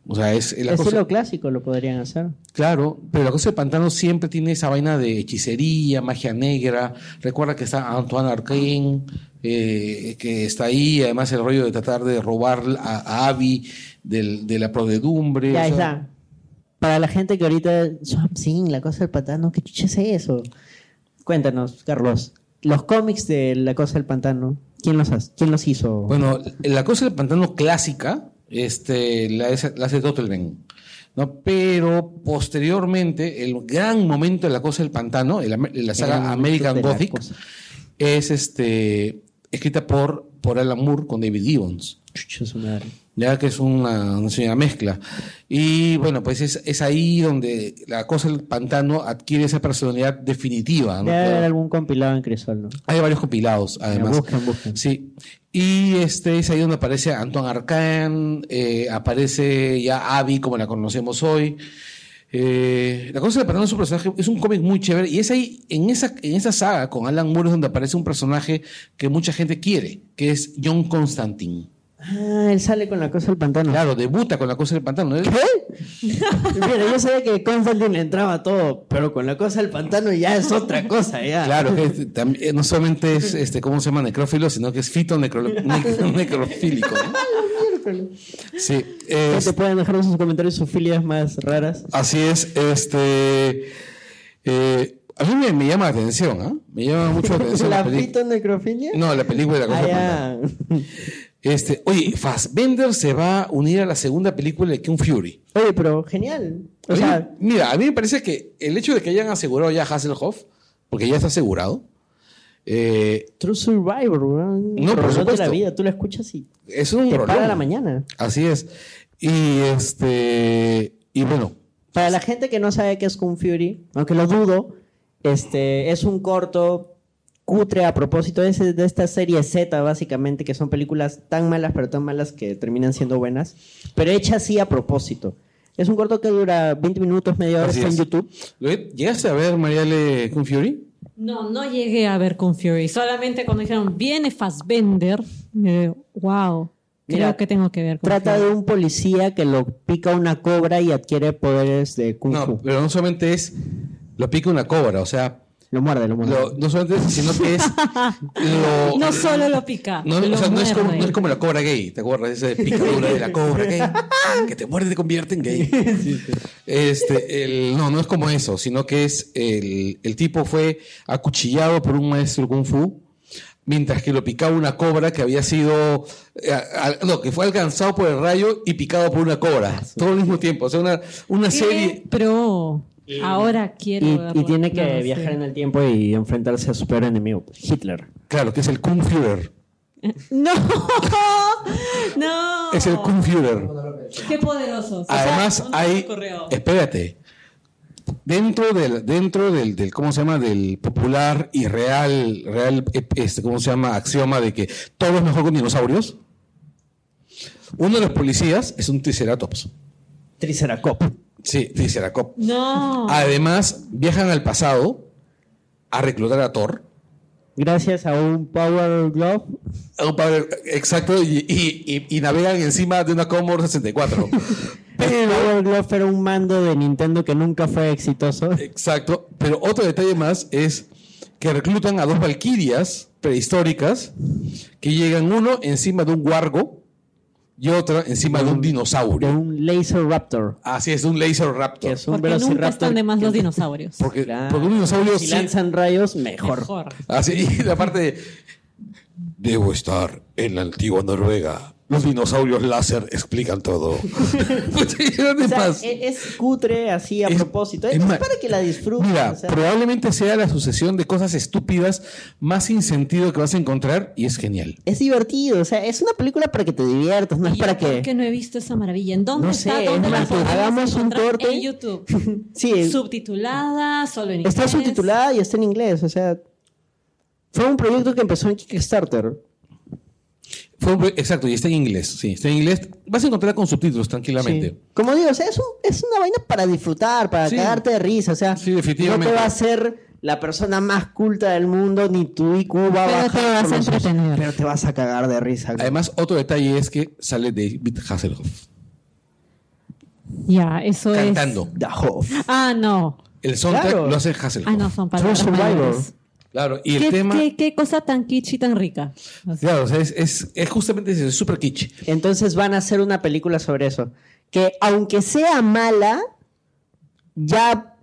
O sea, es la Eso es cosa- lo clásico, lo podrían hacer. Claro, pero la cosa del pantano siempre tiene esa vaina de hechicería, magia negra. Recuerda que está Antoine Arcain, eh, que está ahí. Además, el rollo de tratar de robar a, a Abby del- de la prodedumbre. Ya o sea, está. Para la gente que ahorita. Swamp Thing, la cosa del pantano, ¿qué chucha es eso? Cuéntanos, Carlos. Los cómics de la cosa del pantano, ¿quién los, has- quién los hizo? Bueno, la cosa del pantano clásica este, la, es- la hace Doppelman. ¿no? Pero posteriormente, el gran momento de la cosa del pantano, el am- la Eran saga American de la Gothic, cosa. es este, escrita por, por Alan Moore con David Gibbons. Chucha su madre. ya que es una, una señora mezcla. Y bueno, pues es, es ahí donde la cosa del pantano adquiere esa personalidad definitiva. Ah, ¿no? Debe haber Claro. algún compilado en Crisol, ¿no? Hay varios compilados, además. busquen, busquen. Sí. Y este es ahí donde aparece Antoine Arcan, eh, aparece ya Abby, como la conocemos hoy. Eh, la cosa del pantano es un personaje, es un cómic muy chévere. Y es ahí, en esa, en esa saga con Alan Moore, es donde aparece un personaje que mucha gente quiere, que es John Constantine. Ah, él sale con la cosa del pantano. Claro, debuta con la cosa del pantano. Él- *laughs* Mira, yo sabía que Constantine le entraba a todo, pero con la cosa del pantano ya es otra cosa, ya. Claro, que es- tam- eh, no solamente es, este, ¿cómo se llama? Necrófilo, sino que es fito *laughs* necrofílico. ¿no? Sí, Ya es- te pueden dejar en sus comentarios sus filias más raras. así es. Este, eh, a mí me, me llama la atención, ¿ah? Me llama mucho la atención la ¿La película. pito necrofilia? No, la película *laughs* de la cosa Ah, del pantano. ya. Este, oye, Fassbender se va a unir a la segunda película de King Fury. Oye, pero genial. O A mí- sea, mira, a mí me parece que el hecho de que hayan asegurado ya a Hasselhoff, porque ya está asegurado, eh, True Survivor, No, weón. por Programa de supuesto. la vida, tú la escuchas y es un te para problema. la mañana. Así es. Y este, y bueno, Para la gente que no sabe qué es Kung Fury, aunque lo dudo, este, es un corto cutre a propósito de, ese- de esta serie Z, básicamente, que son películas tan malas, pero tan malas que terminan siendo buenas, pero hecha así a propósito. Es un corto que dura 20 minutos, media hora, Así está en es. YouTube. ¿lo- ¿llegaste a ver Mariale Kung Fury? No, no llegué a ver con Fury. Solamente cuando dijeron, viene Fassbender, me digo, wow, creo Mira, que tengo que ver con Trata Fury". de un policía que lo pica una cobra y adquiere poderes de Kung No, Fu. pero no solamente es lo pica una cobra, o sea, Lo muerde, lo muerde. lo- no solamente es, sino que es lo- No solo lo pica, No, lo o sea, no es, como, muerde. no es como la cobra gay, ¿te acuerdas? Esa picadura de la cobra gay, que te muerde y te convierte en *laughs* gay. Este, el- no, no es como eso, sino que es el, el tipo fue acuchillado por un maestro kung fu, mientras que lo picaba una cobra que había sido, eh, a- a- no, que fue alcanzado por el rayo y picado por una cobra, todo al mismo tiempo. O sea, una, una Ah, Qué serie... Pro. Ahora quiero. Y, y verlo. tiene que No, sí. viajar en el tiempo y enfrentarse a su peor enemigo, Hitler. Claro, que es el Kung Führer. *laughs* No, no. Es el Kung Führer. Oh. Qué poderosos. Además, O sea, un hay. correo. Espérate. Dentro del, dentro del, del, ¿cómo se llama? Del popular y real, real, eh, este, ¿cómo se llama? Axioma de que todo es mejor con dinosaurios. Uno de los policías es un Triceratops. Triceracop. Sí, Triceratops. No. Ah, Además, viajan al pasado a reclutar a Thor. Gracias a un Power Glove. a un padre- exacto, y, y- y- y navegan encima de una Commodore *laughs* 64. El Power Glove era un mando de Nintendo que nunca fue exitoso. Exacto, pero otro detalle más es que reclutan a dos valquirias prehistóricas que llegan uno encima de un guargo y otra encima de un De dinosaurio. un Laser Raptor. Así es, de un laser Que raptor. es un Porque nunca velociraptor están de más que- los dinosaurios. Porque, Claro. porque un dinosaurio Si sí- lanzan rayos, mejor. Mejor. Así, y la parte de, Debo estar en la antigua Noruega. Los dinosaurios láser explican *laughs* todo. *laughs* Pues, O sea, e- es cutre así a Es- propósito. Es, es ma- para que la disfruten. Mira, o sea, probablemente sea la sucesión de cosas estúpidas más sin sentido que vas a encontrar y es genial. es divertido. O sea, es una película para que te diviertas, no es ¿Y para yo que. por qué no he visto esa maravilla? ¿En dónde No está? sé, ¿Dónde es la más, podemos hagamos un encontrar? corte. En YouTube. *laughs* Sí, Subtitulada, solo en inglés. Está subtitulada y está en inglés, o sea. Fue un proyecto que empezó en Kickstarter. Fue un pro- exacto, y está en inglés. Sí, está en inglés. Vas a encontrar con subtítulos tranquilamente. Sí. Como digo, o sea, es, un- es una vaina para disfrutar, para Sí. cagarte de risa, o sea, Sí, definitivamente. no te va a ser la persona más culta del mundo, ni tu IQ va a Pero bajar. te vas por a los ojos, entretener. Pero te vas a cagar de risa. güey. Además, otro detalle es que sale David Hasselhoff Ya, eso cantando. Da Hoff. es. Ah, no. El soundtrack Claro. lo hace Hasselhoff. Ah, no, son palabras. True Survivor. mayores. Claro, y el ¿Qué, tema. qué- qué cosa tan kitsch y tan rica. O sea, Claro, o sea, es, es, es justamente eso, es super kitsch. Entonces van a hacer una película sobre eso. Que aunque sea mala, ya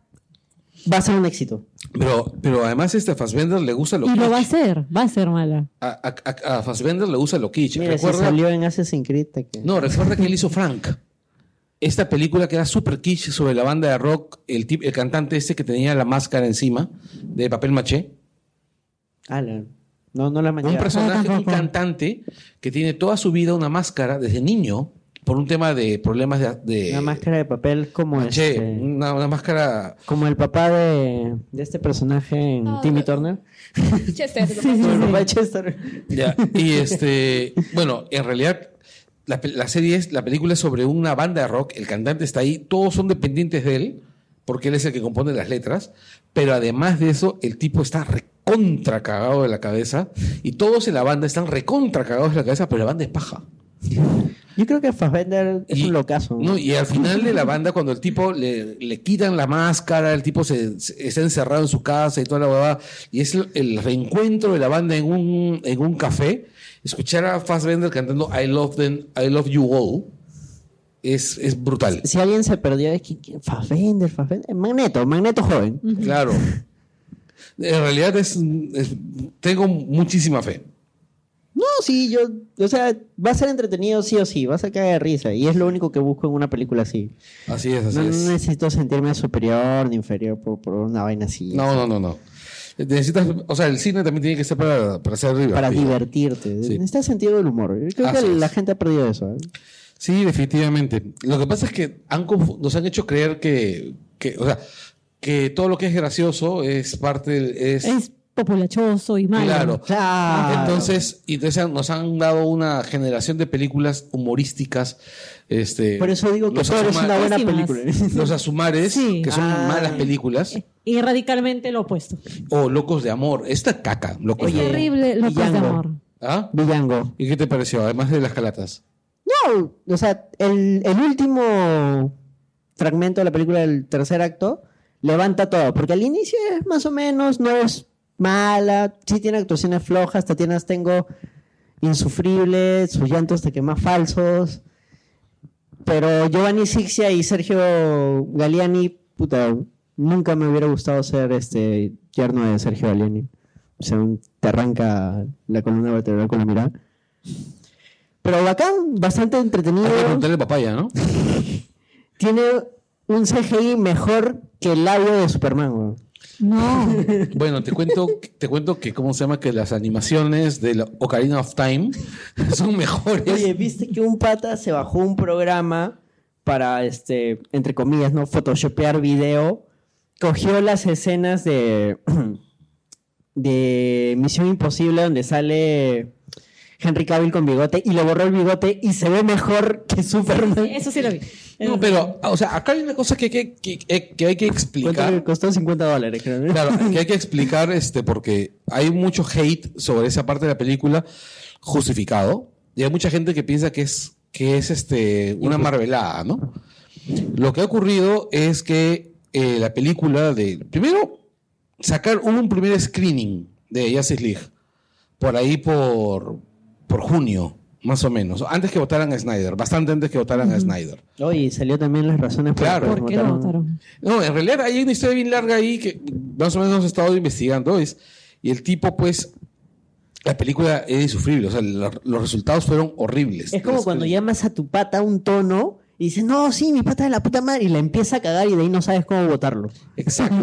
va a ser un éxito. Pero, pero además, este a Fassbender le gusta lo y kitsch. lo va a hacer, va a ser mala. A, a- a- a Fassbender le gusta lo kitsch. Mira, se Recuerda- salió en Assassin's Creed. que- No, recuerda que él hizo Frank. Esta película que era super kitsch sobre la banda de rock, el, tip- el cantante este que tenía la máscara encima de papel maché. Ah, la- no, no la Un mañana. personaje, un tampoco. cantante que tiene toda su vida una máscara desde niño por un tema de problemas de... de Una máscara de papel como maché, este, una, una máscara... como el papá de, de este personaje en Ah, Timmy la- Turner. *laughs* Chester, Como el papá de Chester. Ya, Y este... bueno, en realidad... La, pel- la serie es, la película es sobre una banda de rock, el cantante está ahí, todos son dependientes de él, porque él es el que compone las letras, pero además de eso, el tipo está recontra cagado de la cabeza, y todos en la banda están recontra cagados de la cabeza, pero la banda es paja. Yo creo que Fassbender es un locazo. No, y al final de la banda, cuando el tipo le, le quitan la máscara, el tipo se, se- está encerrado en su casa y toda la huevada, y es el, el reencuentro de la banda en un, en un café, escuchar a Fassbender cantando I Love, them, I love You All es, es brutal. Si alguien se perdió, es que que- Fassbender, Fassbender. Magneto, Magneto joven. Mm. Claro. En realidad es, es- tengo muchísima fe. No, sí, yo. O sea, va a ser entretenido sí o sí. Vas a caer de risa. Y es lo único que busco en una película así. Así es, así No, no es. necesito sentirme superior ni inferior por, por una vaina así. No, no, no, no. Necesitas, o sea, el cine también tiene que ser para, para ser divertido. Para divertirte. Sí. Necesitas sentido del humor. Yo creo Así que la es. gente ha perdido eso. ¿eh? Sí, definitivamente. Lo que pasa es que han confu- nos han hecho creer que, que, o sea, que todo lo que es gracioso es parte del, es, Es populachoso y malo. claro. Claro. Ah, Entonces, y entonces han- nos han dado una generación de películas humorísticas, este, Por eso digo que los, Thor es Azuma- una buena Pésimas. película. *laughs* los Azumares, Sí. que son Ah. malas películas, Y radicalmente lo opuesto. o Locos de Amor, esta caca, Locos Es de Amor. terrible lo que es de Django. amor. ¿Ah? Villango. ¿Y qué te pareció? Además de las calatas. No, o sea, el, el último fragmento de la película del tercer acto levanta todo, porque al inicio es más o menos, no es mala, sí tiene actuaciones flojas, Tatianas tengo insufribles, sus llantos te más falsos, pero Giovanni Sixia y Sergio Galiani, puta, nunca me hubiera gustado ser este yerno de Sergio Galiani. O sea, un- te arranca la columna vertebral con la mirada. Pero bacán, bastante entretenido. Hay que preguntarle papaya, ¿no? Tiene un CGI mejor que el labio de Superman, weón. *laughs* No. Bueno, te cuento, te cuento que cómo se llama que las animaciones de la Ocarina of Time *laughs* son mejores. Oye, viste que un pata se bajó un programa para, este, entre comillas, ¿no? Photoshopear video. Cogió las escenas de, *clears throat* de Misión Imposible donde sale Henry Cavill con bigote y le borró el bigote y se ve mejor que Superman. Eso sí lo vi. no, pero, o sea, acá hay una cosa que, que, que- que hay que ¿Cuánto le explicar. costó 50 dólares, creo. *laughs* ¿no? Claro, que hay que explicar, este, porque hay mucho hate sobre esa parte de la película justificado. Y hay mucha gente que piensa que es, que es este, una marvelada, ¿no? Lo que ha ocurrido es que eh, la película de. Primero, sacar hubo un primer screening de Justice League. Por ahí por, por junio, más o menos. Antes que votaran a Snyder, bastante antes que votaran a Snyder. Oye, y salió también las razones por Claro. las que ¿Por qué lo votaron? No, en realidad hay una historia bien larga ahí que más o menos he estado investigando. Es, y el tipo, pues, la película es insufrible. O sea, la- los resultados fueron horribles. Es como Las- cuando llamas a tu pata un tono y dices, no, sí, mi pata es la puta madre, y la empieza a cagar y de ahí no sabes cómo votarlo. Exacto.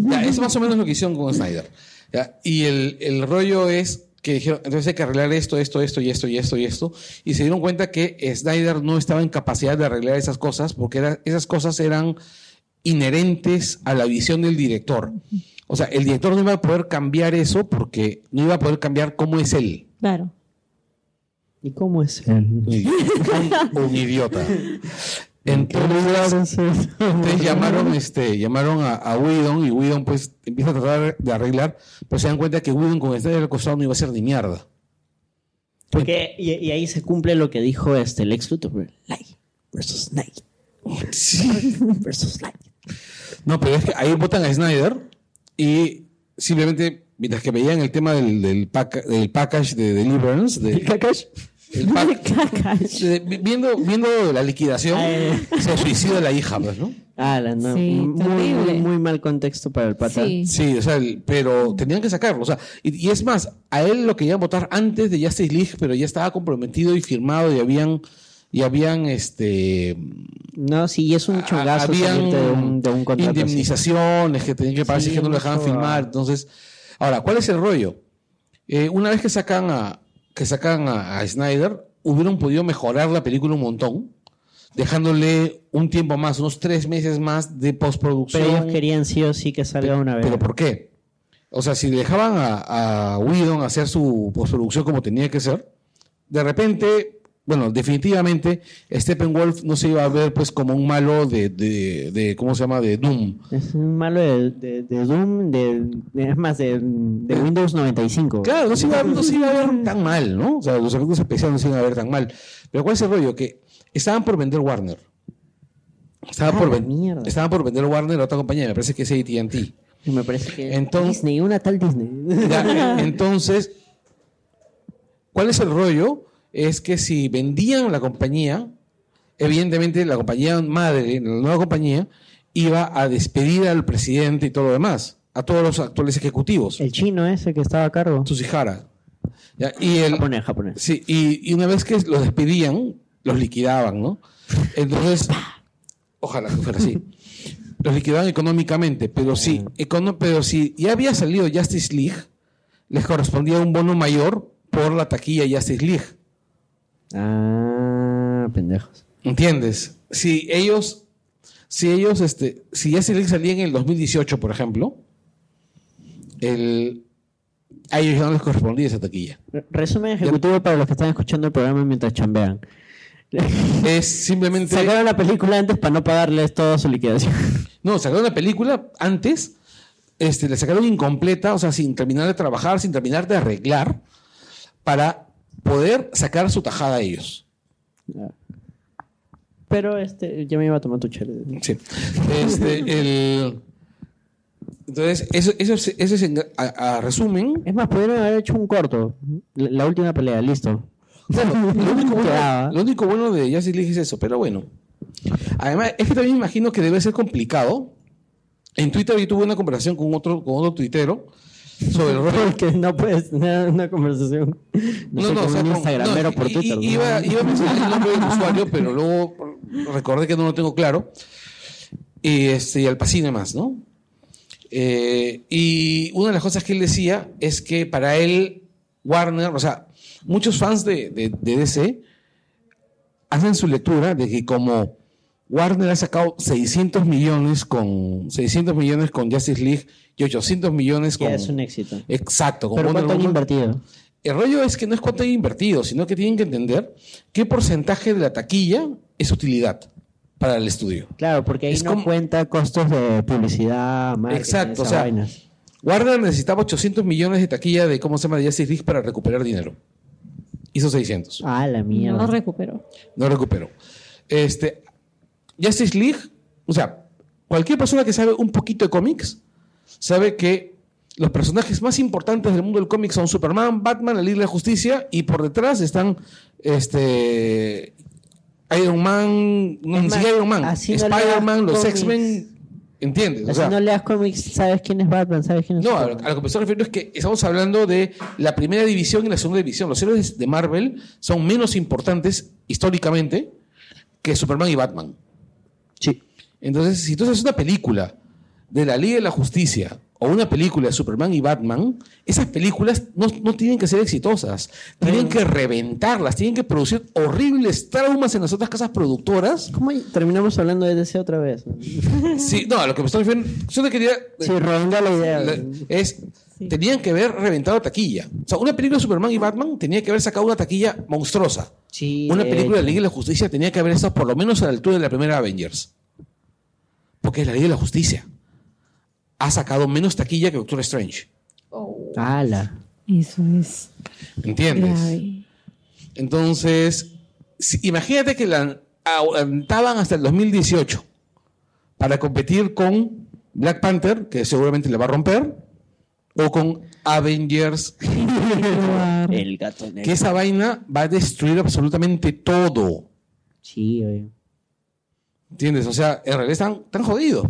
Ya, es más o menos lo que hicieron con Snyder. Ya, y el, el rollo es que dijeron, entonces hay que arreglar esto, esto, esto y esto y esto y esto. Y se dieron cuenta que Snyder no estaba en capacidad de arreglar esas cosas porque era- esas cosas eran inherentes a la visión del director. O sea, el director no iba a poder cambiar eso porque no iba a poder cambiar cómo es él. Claro. ¿Y cómo es él? Un, un idiota. Entonces, entonces llamaron, este, llamaron a, a Whedon y Whedon pues empieza a tratar de arreglar, pero se dan cuenta que Whedon con Snyder al costado no iba a ser ni mierda. Porque, y, y ahí se cumple lo que dijo este Lex Luthor, Light versus Night versus Light. No, pero es que ahí votan a Snyder y simplemente, mientras que veían el tema del, del, pack- del package de Deliverance, de, *laughs* el pack- de- viendo, viendo la liquidación, Ay. se suicida la hija, pues, ¿no? Ah, la no. Sí, muy, terrible. muy, muy mal contexto para el pata. Sí. Sí, o sea, el- pero tenían que sacarlo. O sea, y, y es más, a él lo querían votar antes de Justice League, pero ya estaba comprometido y firmado y habían, y habían este No, sí, es un a- chongazo Ah, habían salirte de un, de un contrato así. indemnizaciones que tenían que pagar si Sí, es que no lo dejaban mucho, filmar. ah. Entonces, ahora, ¿cuál es el rollo? Eh, una vez que sacan a que sacan a, a Snyder, hubieran podido mejorar la película un montón, dejándole un tiempo más, unos tres meses más de postproducción. Pero ellos querían sí o sí que salga una vez. ¿Pero por qué? O sea, si dejaban a, a Whedon hacer su postproducción como tenía que ser, de repente bueno, definitivamente Steppenwolf no se iba a ver pues como un malo de, de, de ¿cómo se llama? De Doom. Es un malo de, de- de Doom, de, de- es más, de, de Windows 95. Claro, no se, iba, no se iba a ver tan mal, ¿no? O sea, los efectos especiales no se iban a ver tan mal. Pero ¿cuál es el rollo? Que estaban por vender Warner. Estaban, Ah, por, la ven- mierda. estaban por vender Warner a otra compañía, me parece que es ATT. Y me parece que Entonces- Disney, una *laughs* tal Disney. Ya, eh, Entonces, ¿cuál es el rollo? Es que si vendían la compañía, evidentemente la compañía madre, la nueva compañía, iba a despedir al presidente y todo lo demás, a todos los actuales ejecutivos, El chino ese que estaba a cargo. Tsujihara. Ya, Y el, Japonés, japonés. Sí, y, y una vez que los despedían, los liquidaban, ¿no? Entonces, ojalá que fuera así. Los liquidaban económicamente, pero sí, pero si ya había salido Justice League, les correspondía un bono mayor por la taquilla Justice League. Ah, pendejos. ¿Entiendes? Si ellos, si ellos, este, si Justice League salía en el 2018, por ejemplo, el, a ellos ya no les correspondía esa taquilla. Re- Resumen ejecutivo para los que están escuchando el programa mientras chambean. Es simplemente. Sacaron la película antes para no pagarles toda *laughs* su liquidación. No, sacaron la película antes, este, la sacaron incompleta, o sea, sin terminar de trabajar, sin terminar de arreglar, para poder sacar su tajada a ellos. Pero este, yo me iba a tomar tu chale. Sí. Este, el- Entonces, eso, eso, es- eso es en- a, a resumen. Es más, pudieron haber hecho un corto. La, la última pelea, listo. Claro, lo, único *laughs* Quedaba. bueno, lo único bueno de Justice League es eso, pero bueno. Además, es que también me imagino que debe ser complicado. En Twitter yo tuve una conversación con otro, con otro tuitero sobre *laughs* el rollo- Porque no puedes tener una conversación. No, sé, con o sea, un con- Instagramero no, por i- Twitter. i- ¿no? Iba, iba a mencionar el nombre del usuario, pero luego recordé que no lo tengo claro. Y, este, y al Pacine más, ¿no? Eh, y una de las cosas que él decía es que para él, Warner, o sea, muchos fans de, de- de DC hacen su lectura de que como Warner ha sacado 600 millones con 600 millones con Justice League y 800 millones con Ya es un éxito. exacto con Pero Wonder ¿cuánto han Woman. invertido? El rollo es que no es cuánto hay invertido, sino que tienen que entender qué porcentaje de la taquilla es utilidad para el estudio. Claro, porque ahí Es no como- cuenta costos de publicidad, marketing, Exacto, o esas sea, vainas. Warner necesitaba 800 millones de taquilla de, ¿cómo se llama?, de Justice League para recuperar dinero. Hizo 600. Ah, la mierda. No recuperó. No recuperó. Este, Justice League, o sea, cualquier persona que sabe un poquito de cómics sabe que los personajes más importantes del mundo del cómic son Superman, Batman, la Liga de la Justicia y por detrás están este Iron Man, no, ni más, siquiera Iron Man, así no leas Spider-Man, los cómics. X-Men, ¿entiendes? O Así sea, no leas cómics, sabes quién es Batman, sabes quién es no, a, Superman. a lo que me estoy refiriendo es que estamos hablando de la primera división y la segunda división. Los héroes de Marvel son menos importantes históricamente que Superman y Batman. Sí. Entonces, si tú haces una película de la Liga de la Justicia o una película de Superman y Batman, esas películas no, no tienen que ser exitosas. Tienen que reventarlas, tienen que producir horribles traumas en las otras casas productoras. ¿Cómo terminamos hablando de DC otra vez? Sí, no, a lo que me estoy refiriendo, yo te quería... Sí, redondea la idea. La- es tenían que haber reventado taquilla. O sea, una película de Superman y Batman tenía que haber sacado una taquilla monstruosa. Sí, una película de eh, la Liga de la Justicia tenía que haber estado por lo menos a la altura de la primera Avengers. Porque es la Liga de la Justicia. Ha sacado menos taquilla que Doctor Strange. Oh, Ala. Eso es ¿Entiendes? grave. Entonces, si- imagínate que la aguantaban hasta el 2018 para competir con Black Panther, que seguramente la va a romper, o con Avengers El gato negro. que esa vaina va a destruir absolutamente todo. Sí, oye. ¿Entiendes? O sea, en realidad están, están jodidos.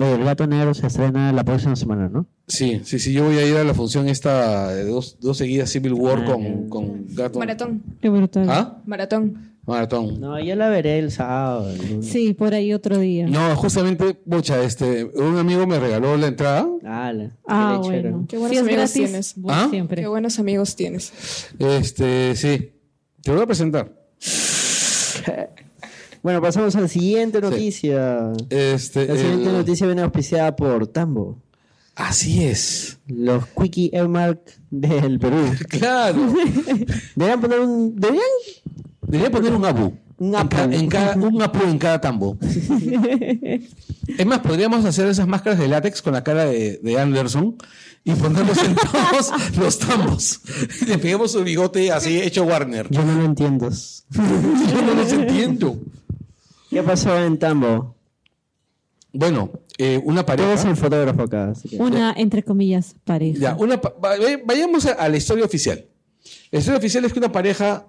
Oye, El gato negro se estrena la próxima semana, ¿no? Sí, sí, sí, yo voy a ir a la función esta de dos, dos seguidas Civil War Ah, con, con Gato. Maratón. Qué brutal. ¿Ah? Maratón. Maratón. No, yo la veré el sábado. el lunes. Sí, por ahí otro día. No, justamente, mucha, este, un amigo me regaló la entrada. Ala. qué Ah, lechero. bueno. Qué buenos si es amigos gratis, tienes. voy ¿Ah? siempre. Qué buenos amigos tienes. Este, sí. Te voy a presentar. Bueno, pasamos a la siguiente noticia. Este, La siguiente el- noticia viene auspiciada por Tambo. Así es. Los Quickie Airmark del Perú. Claro. Deberían poner un. Deberían Debería poner un abu. Un En ca- apu. en cada, un apu en cada tambo. *laughs* Es más, podríamos hacer esas máscaras de látex con la cara de, de Anderson y ponerlos *laughs* en todos los tambos. *laughs* Y le pegamos su bigote así hecho Warner. Yo no lo entiendo. Yo no los entiendo. ¿Qué pasó en Tambo? Bueno, eh, una Tú eres pareja. el fotógrafo acá. así que- Una, entre comillas, pareja. Ya, una pa- va- ve- vayamos a, a la historia oficial. La historia oficial es que una pareja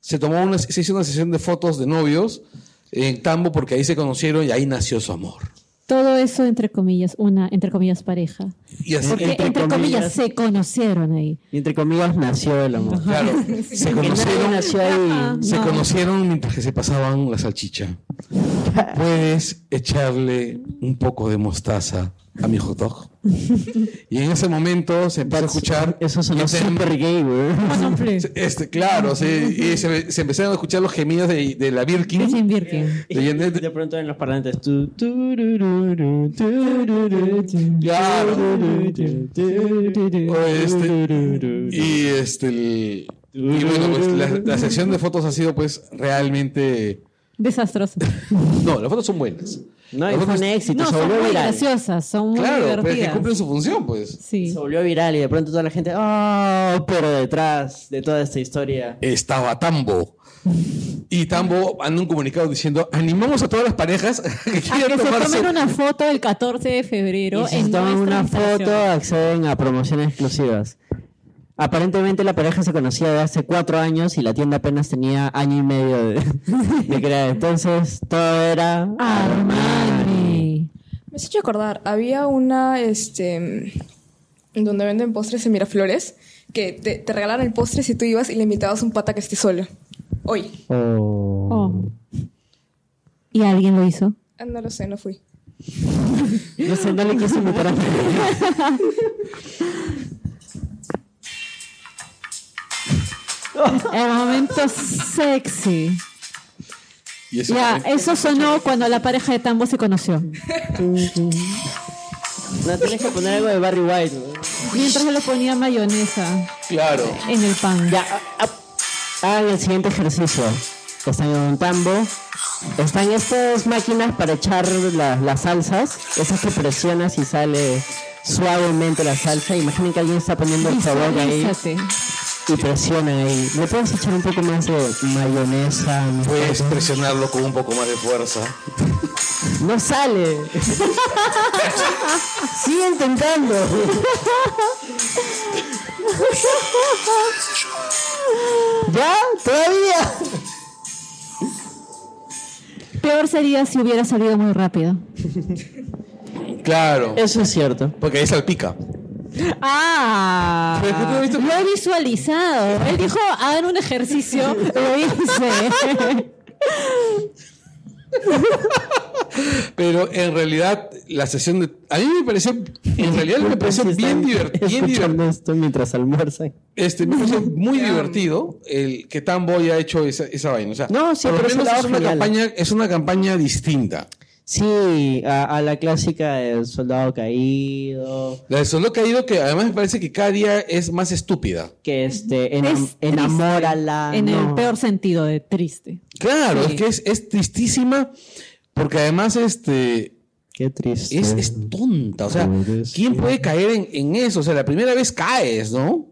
se tomó una, se hizo una sesión de fotos de novios en Tambo porque ahí se conocieron y ahí nació su amor. Todo eso, entre comillas, una, entre comillas, pareja. Y así, Porque, entre, Entre comillas, comillas. se conocieron ahí. Y entre comillas nació el amor. claro, *laughs* se Nadie conocieron, nació ahí. se No. conocieron mientras que se pasaban la salchicha. Puedes echarle un poco de mostaza a mi hot dog. Y en ese momento se empezó a escuchar. Eso sonó Ese- super gay, güey. Este, claro, sí, y se, se empezaron a escuchar los gemidos de, de la Birkin. Dicen Birkin. De Janet- De pronto en los parlantes. tu, turururu, turururu, tu, Claro. turururu, turururu, O este, turururu. y este, el- y bueno, pues la, la sesión de fotos ha sido pues realmente... Desastroso. No, las fotos son buenas. No, y Las fue fotos- un éxito. No, se son volvió muy viral. graciosas, son muy Claro, pero es que divertidas. cumplen su función, pues. Sí. Se volvió viral y de pronto toda la gente. ¡Oh! Pero detrás de toda esta historia. estaba Tambo. Y Tambo anda un comunicado diciendo, animamos a todas las parejas *laughs* que A Ah, que quieran se tomarse... tomen una foto el 14 de febrero Y si en se toman nuestra una instalación. foto, acceden a promociones exclusivas. Aparentemente la pareja se conocía de hace cuatro años y la tienda apenas tenía año y medio de, *laughs* de crear. Entonces todo era Ah. Armani. Me has hecho acordar, había una, este, donde venden postres en Miraflores, que te, te regalaban el postre si tú ibas y le invitabas a un pata que esté solo. Hoy. Oh. Oh. ¿Y alguien lo hizo? Ah, No lo sé, no fui. No sé, no le quise invitar *laughs* a El momento sexy. Y eso- Ya, eh. eso sonó cuando la pareja de Tambo se conoció. No tienes que poner algo de Barry White. ¿no? Mientras se le ponía mayonesa Claro. en el pan. Ya, ah, ah, hagan el siguiente ejercicio. Están en un tambo. Están estas máquinas para echar la- las salsas. Esas que presionas y sale suavemente la salsa. Imaginen que alguien está poniendo el sabor ahí Visualízate. y presiona ahí. ¿Le puedes echar un poco más de mayonesa? No, Puedes presionarlo con un poco más de fuerza. No sale. Sigue intentando. ¿Ya? ¿Todavía? Peor sería si hubiera salido muy rápido. Claro. Eso es cierto. Porque ahí salpica. Ah, Pero es que tú has visto- lo he visualizado. Él dijo, hagan un ejercicio, lo hice. Pero en realidad, la sesión de... A mí me pareció... En realidad me pareció Si están bien divertido. *laughs* Escuchando esto mientras almuerzan. Este, me pareció muy divertido el que Tambo haya hecho esa, esa vaina. O sea, No, sí, por lo pero eso menos estaba es una, genial. campaña, es una campaña distinta. Sí, a, a la clásica del soldado caído. La de Solo Caído, que además me parece que cada día es más estúpida. Que este, enam- Es triste, enamórala. En el no. peor sentido de triste. Claro, Sí. es que es, es tristísima, porque además este Qué triste. es, es tonta. O sea, ¿quién puede caer en, en eso? O sea, la primera vez caes, ¿no?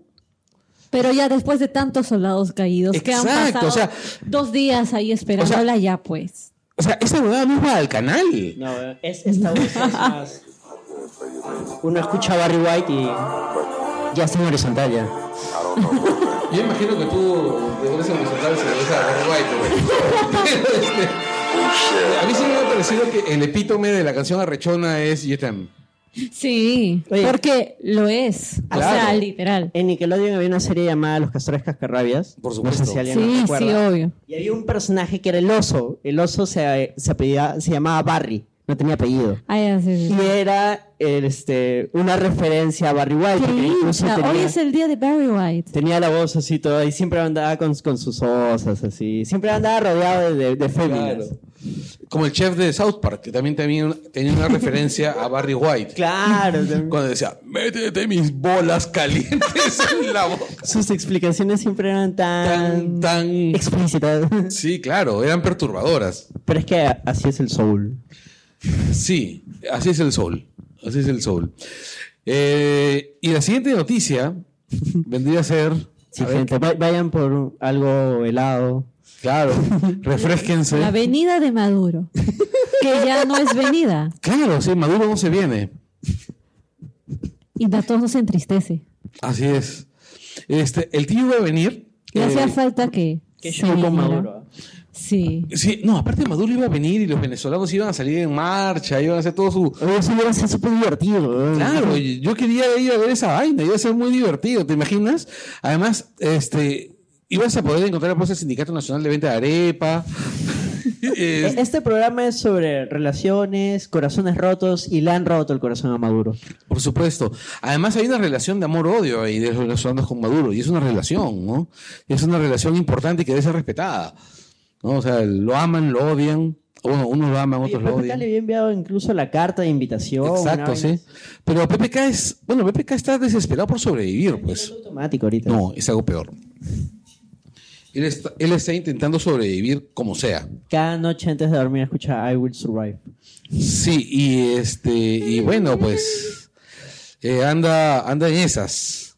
Pero ya después de tantos soldados caídos que han Exacto, pasado o sea- dos días ahí esperándola ya pues. O sea, esa huevada no va al canal. No, es, esta voz es más. Uno escucha a Barry White y ya está en horizontal ya. Yo imagino que tú debes horizontal se debes a Barry White, güey. Este, A mí sí me ha parecido que el epítome de la canción arrechona es Yetam. Sí, Oye. porque lo es. O sea, Claro. literal. En Nickelodeon había una serie llamada Los Castores Cascarrabias. Por supuesto. No sé si alguien lo Sí, recuerda. sí, obvio. Y había un personaje que era el oso. El oso se, se, apellida- se llamaba Barry. No tenía apellido. Ay, ya, sí, sí. Y era este, una referencia a Barry White. Qué porque incluso hincha. Hoy tenía, es el día de Barry White. tenía la voz así toda y siempre andaba con, con sus osas así. Siempre andaba rodeado de, de, de féminas. Como el chef de South Park, que también tenía una, tenía una referencia a Barry White. Claro. Cuando decía, métete mis bolas calientes en la boca. *laughs* Sus explicaciones siempre eran tan, Tan, tan. explícitas. Sí, claro, eran perturbadoras. *laughs* Pero es que así es el soul. Sí, así es el sol. Así es el sol. Eh, y la siguiente noticia vendría a ser. Sí, a ver, gente, va- vayan por algo helado. claro, refresquense. La venida de Maduro, que ya no es venida. Claro, sí, Maduro no se viene. Y a todos nos entristece. Así es. Este, el tío iba a venir. Le hacía eh, falta que. Que se show con viniera. Maduro. Sí. sí, no, aparte Maduro iba a venir y los venezolanos iban a salir en marcha, iban a hacer todo su. Oye, Eso hubiera sido súper divertido. ¿eh? Claro, y yo quería ir a ver esa vaina, iba a ser muy divertido, ¿te imaginas? Además, este, ibas a poder encontrar pues, el Sindicato Nacional de Venta de Arepa. *laughs* E- Eh, Este programa es sobre relaciones, corazones rotos y le han roto el corazón a Maduro. por supuesto. Además, hay una relación de amor-odio ahí de los venezolanos con Maduro, y es una relación, ¿no? Es una relación importante que debe ser respetada. ¿no? O sea, lo aman, lo odian. Bueno, unos lo aman, Oye, otros lo PPK odian. le había enviado incluso la carta de invitación. Exacto, una sí. vaina Pero PPK es, bueno, PPK está desesperado por sobrevivir, pues. Automático ahorita. No, es algo peor. Él está, él está intentando sobrevivir como sea. Cada noche antes de dormir escucha I Will Survive. Sí, y este, y bueno, pues eh, anda, anda en esas.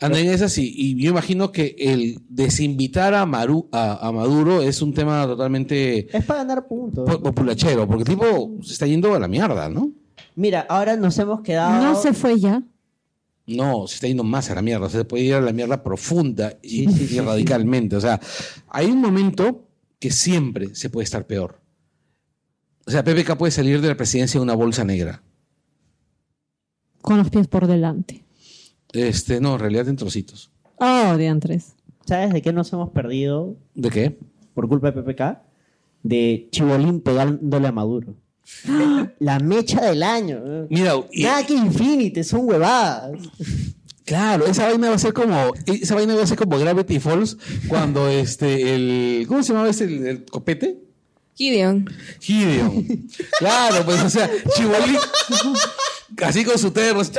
Anda en esas y, y yo imagino que el desinvitar a, Maru- a, a Maduro es un tema totalmente Es para ganar puntos. po- populachero, porque el tipo se está yendo a la mierda, ¿no? Mira, ahora nos hemos quedado. No se fue ya. No, se está yendo más a la mierda. O sea, se puede ir a la mierda profunda y, Sí, sí, y sí, radicalmente. O sea, hay un momento que siempre se puede estar peor. O sea, PPK puede salir de la presidencia de una bolsa negra. Con los pies por delante. Este, no, en realidad en trocitos. Oh, de Andrés. ¿Sabes de qué nos hemos perdido ¿De qué? por culpa de PPK? De Chibolín pegándole a *gasps* Maduro. La mecha del año. ¿eh? Mira, y- Nada que Infinity, son huevadas. claro, esa vaina va a ser como, esa vaina va a ser como Gravity Falls cuando este, el, ¿cómo se llamaba este, el, el copete? Gideon. Gideon. *laughs* Claro, pues, o sea, Chibolín, así con su terno, así,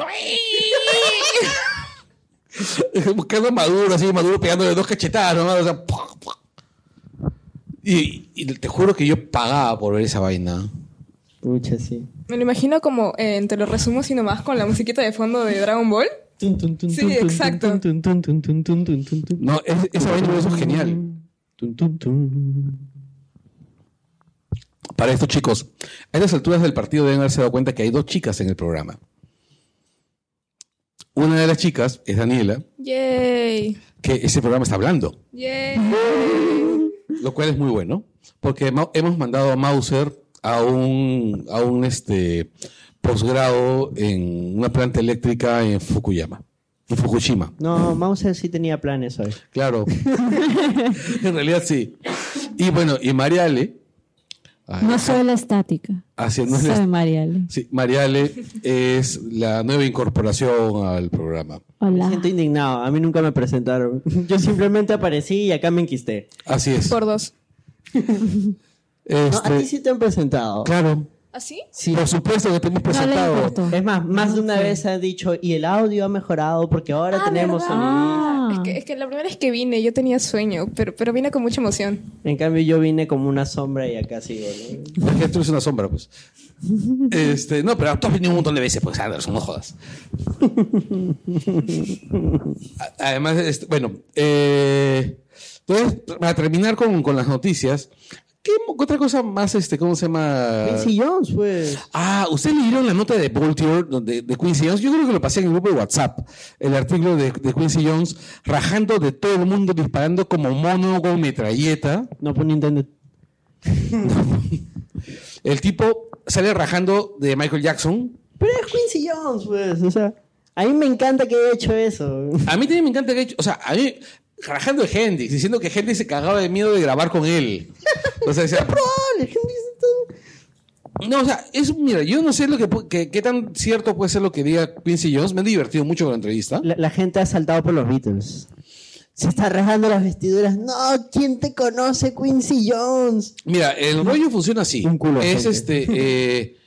*laughs* buscando a Maduro, así, Maduro pegándole dos cachetadas, ¿no? O sea, ¡pua, pua! y, y te juro que yo pagaba por ver esa vaina. Pucha, sí. Me lo imagino como, eh, te lo resumo así nomás, con la musiquita de fondo de Dragon Ball. Sí, exacto. No, es- esa vaina eso es genial. Para estos chicos, a estas alturas del partido deben haberse dado cuenta que hay dos chicas en el programa. Una de las chicas es Daniela, Yay. que ese programa está hablando. Yay. Lo cual es muy bueno, porque ma- hemos mandado a Mauser a un, a un este, posgrado en una planta eléctrica en Fukuyama, en Fukushima. No, Mauser sí tenía planes hoy. Claro. *laughs* en realidad sí. Y bueno, y Mariale. ah, ay, No soy la estática. haciendo Soy Mariale. Sí, Mariale es la nueva incorporación al programa. Me Hola. siento indignado. A mí nunca me presentaron. *laughs* Yo simplemente aparecí y acá me enquisté. Así es. Por dos. No, Este, a ti sí te han presentado. Claro. ¿Así? Sí. Por supuesto pues, que te hemos No le presentado. importó. Es más, más de una vez han dicho, y el audio ha mejorado porque ahora tenemos sonido. Ah, Es, que, es que la primera vez que vine yo tenía sueño, pero, pero vine con mucha emoción. En cambio, yo vine como una sombra y acá sigo, ¿no? Porque tú eres una sombra, pues. Este, no, pero tú has venido un montón de veces, pues, Anderson, no jodas. A- Además, este, bueno, eh, entonces, para terminar con, con las noticias, ¿qué mo- otra cosa más, este, cómo se llama? Quincy Jones, pues. Ah, ¿ustedes leyeron la nota de Voltaire donde, de Quincy Jones? Yo creo que lo pasé en el grupo de WhatsApp, el artículo de, de Quincy Jones, rajando de todo el mundo, disparando como mono con metralleta. No por Nintendo. El tipo sale rajando de Michael Jackson, Pero es Quincy Jones, pues. O sea, a mí me encanta que haya hecho eso. A mí también me encanta que... O sea, a mí... Rajando de Hendrix, diciendo que Hendrix se cagaba de miedo de grabar con él. O sea, decía, Probable, gente, es todo- no, o sea, es, mira, yo no sé lo que, pu- que- qué tan cierto puede ser lo que diga Quincy Jones. Me he divertido mucho con la entrevista. La, la gente ha saltado por los Beatles. Se está rajando las vestiduras. No, ¿quién te conoce, Quincy Jones? Mira, el rollo funciona así. Un culo es aceite. este. eh,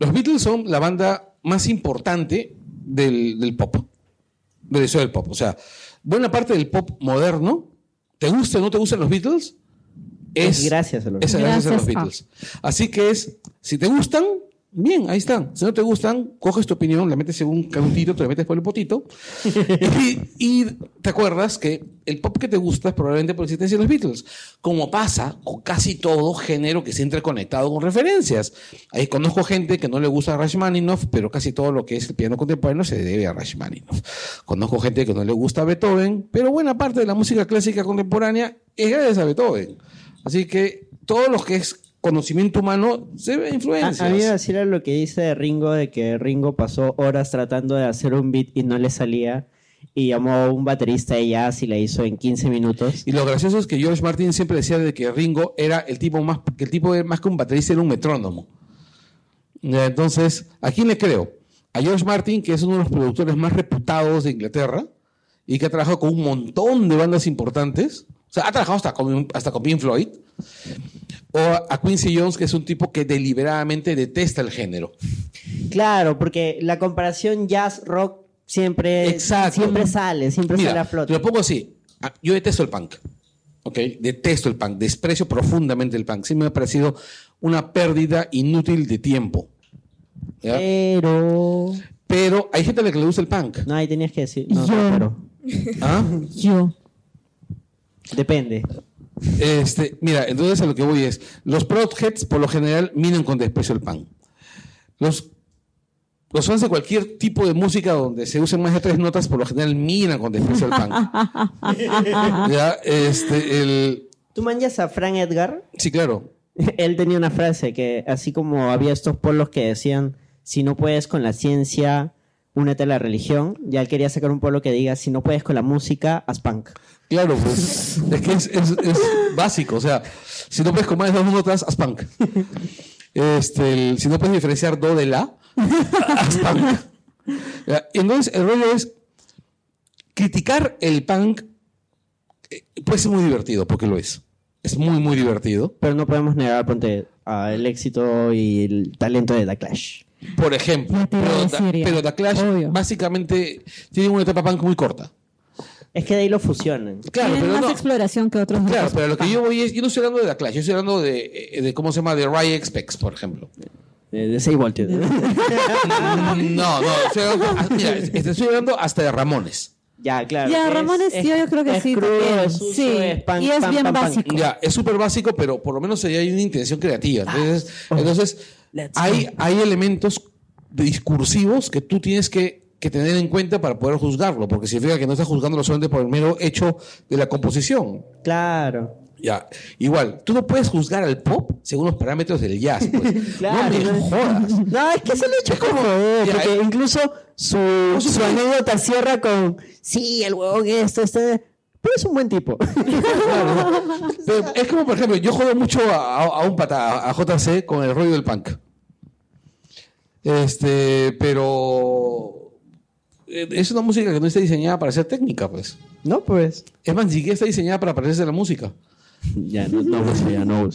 los Beatles son la banda más importante del, del pop. Del historia del pop. O sea, buena parte del pop moderno, te gusta o no te gustan los Beatles, es. gracias a los es gracias a los Gracias Beatles. Así que es, si te gustan, bien, ahí están. Si no te gustan, coges tu opinión, la metes en un cautito, te la metes por el potito. *laughs* y, y te acuerdas que el pop que te gusta es probablemente por existencia de los Beatles. Como pasa con casi todo género que se interconectado con referencias. Ahí conozco gente que no le gusta Rachmaninoff, pero casi todo lo que es el piano contemporáneo se debe a Rachmaninoff. Conozco gente que no le gusta Beethoven, pero buena parte de la música clásica contemporánea es gracias a Beethoven. Así que todo lo que es conocimiento humano se ve A, a mí me influencias. vacila lo que dice Ringo de que Ringo pasó horas tratando de hacer un beat y no le salía. Y llamó a un baterista de jazz y la hizo en 15 minutos. Y lo gracioso es que George Martin siempre decía de que Ringo era el tipo más que el tipo de- más que un baterista era un metrónomo. Ya, Entonces, ¿a quién le creo? A George Martin, que es uno de los productores más reputados de Inglaterra y que ha trabajado con un montón de bandas importantes. O sea, ha trabajado hasta con, hasta con Pink Floyd. O a Quincy Jones, que es un tipo que deliberadamente detesta el género. Claro, porque la comparación jazz-rock siempre, Exacto. siempre sale, siempre sale Mira, a te flote. lo pongo así. Ah, Yo detesto el punk. ¿Ok? Detesto el punk. Desprecio profundamente el punk. Sí me ha parecido una pérdida inútil de tiempo. ¿ya? Eh. Pero... Pero hay gente a la que le gusta el punk. No, ahí tenías que decir. No, Yo. no, pero... ¿ah? Yo. Depende. Este, mira, entonces a lo que voy es, los Protheads por lo general miran con desprecio el pan. Los, los fans de cualquier tipo de música donde se usen más de tres notas por lo general miran con desprecio el pan. Ya, este, el, ¿Tú manjas a Frank Edgar? sí, claro. *laughs* Él tenía una frase que, así como había estos pueblos que decían, si no puedes con la ciencia, únete a la religión, ya él quería sacar un pueblo que diga, si no puedes con la música, haz punk. Claro, pues es que es, es- es básico. O sea, si no puedes comer dos notas, haz punk. Este, el- si no puedes diferenciar do de la, haz punk. Ya, Entonces, el rollo es criticar el punk eh, puede ser muy divertido, porque lo es. Es muy, muy divertido. Pero no podemos negar, ponte, ah, el éxito y el talento de The Clash. Por ejemplo, Ya te iba a pero, decir Da- ya. pero The Clash Obvio. básicamente tiene una etapa punk muy corta. Es que de ahí lo fusionan. Claro, Tienen pero más no. exploración que otros Claro, grupos. pero lo que yo voy es, yo no estoy hablando de la Clash, yo estoy hablando de, eh, de cómo se llama, de Riot Specs, por ejemplo. De, de 6 voltios. No, no, estoy hablando, ah, mira, te estoy hablando hasta de Ramones. *laughs* ya, claro. Ya, es- Ramones, es- sí, yo creo que es sí. crudo, también. es sucio, sí, es pan, y es pan, bien pan, pan. básico. Ya, es súper básico, pero por lo menos ahí hay una intención creativa. Entonces, entonces Ah. Let's hay, hay elementos discursivos que tú tienes que, que tener en cuenta para poder juzgarlo, porque significa que no estás juzgándolo solamente por el mero hecho de la composición. Claro. Ya, igual, tú no puedes juzgar al pop según los parámetros del jazz. *laughs* pues. no Claro, me no. jodas. No, es que se lo he hecho como joder, Ya, porque eh. incluso su, su anécdota cierra con sí, el huevón esto, este, pero es un buen tipo. Pero es como, por ejemplo, yo jodo mucho a, a- a un pata, a JC, con el rollo del punk. Este, pero eh, es una música que no está diseñada para ser técnica, pues. *laughs* no, pues. Es más, ni siquiera está diseñada para parecerse a la *laughs* música. Ya no, no ya no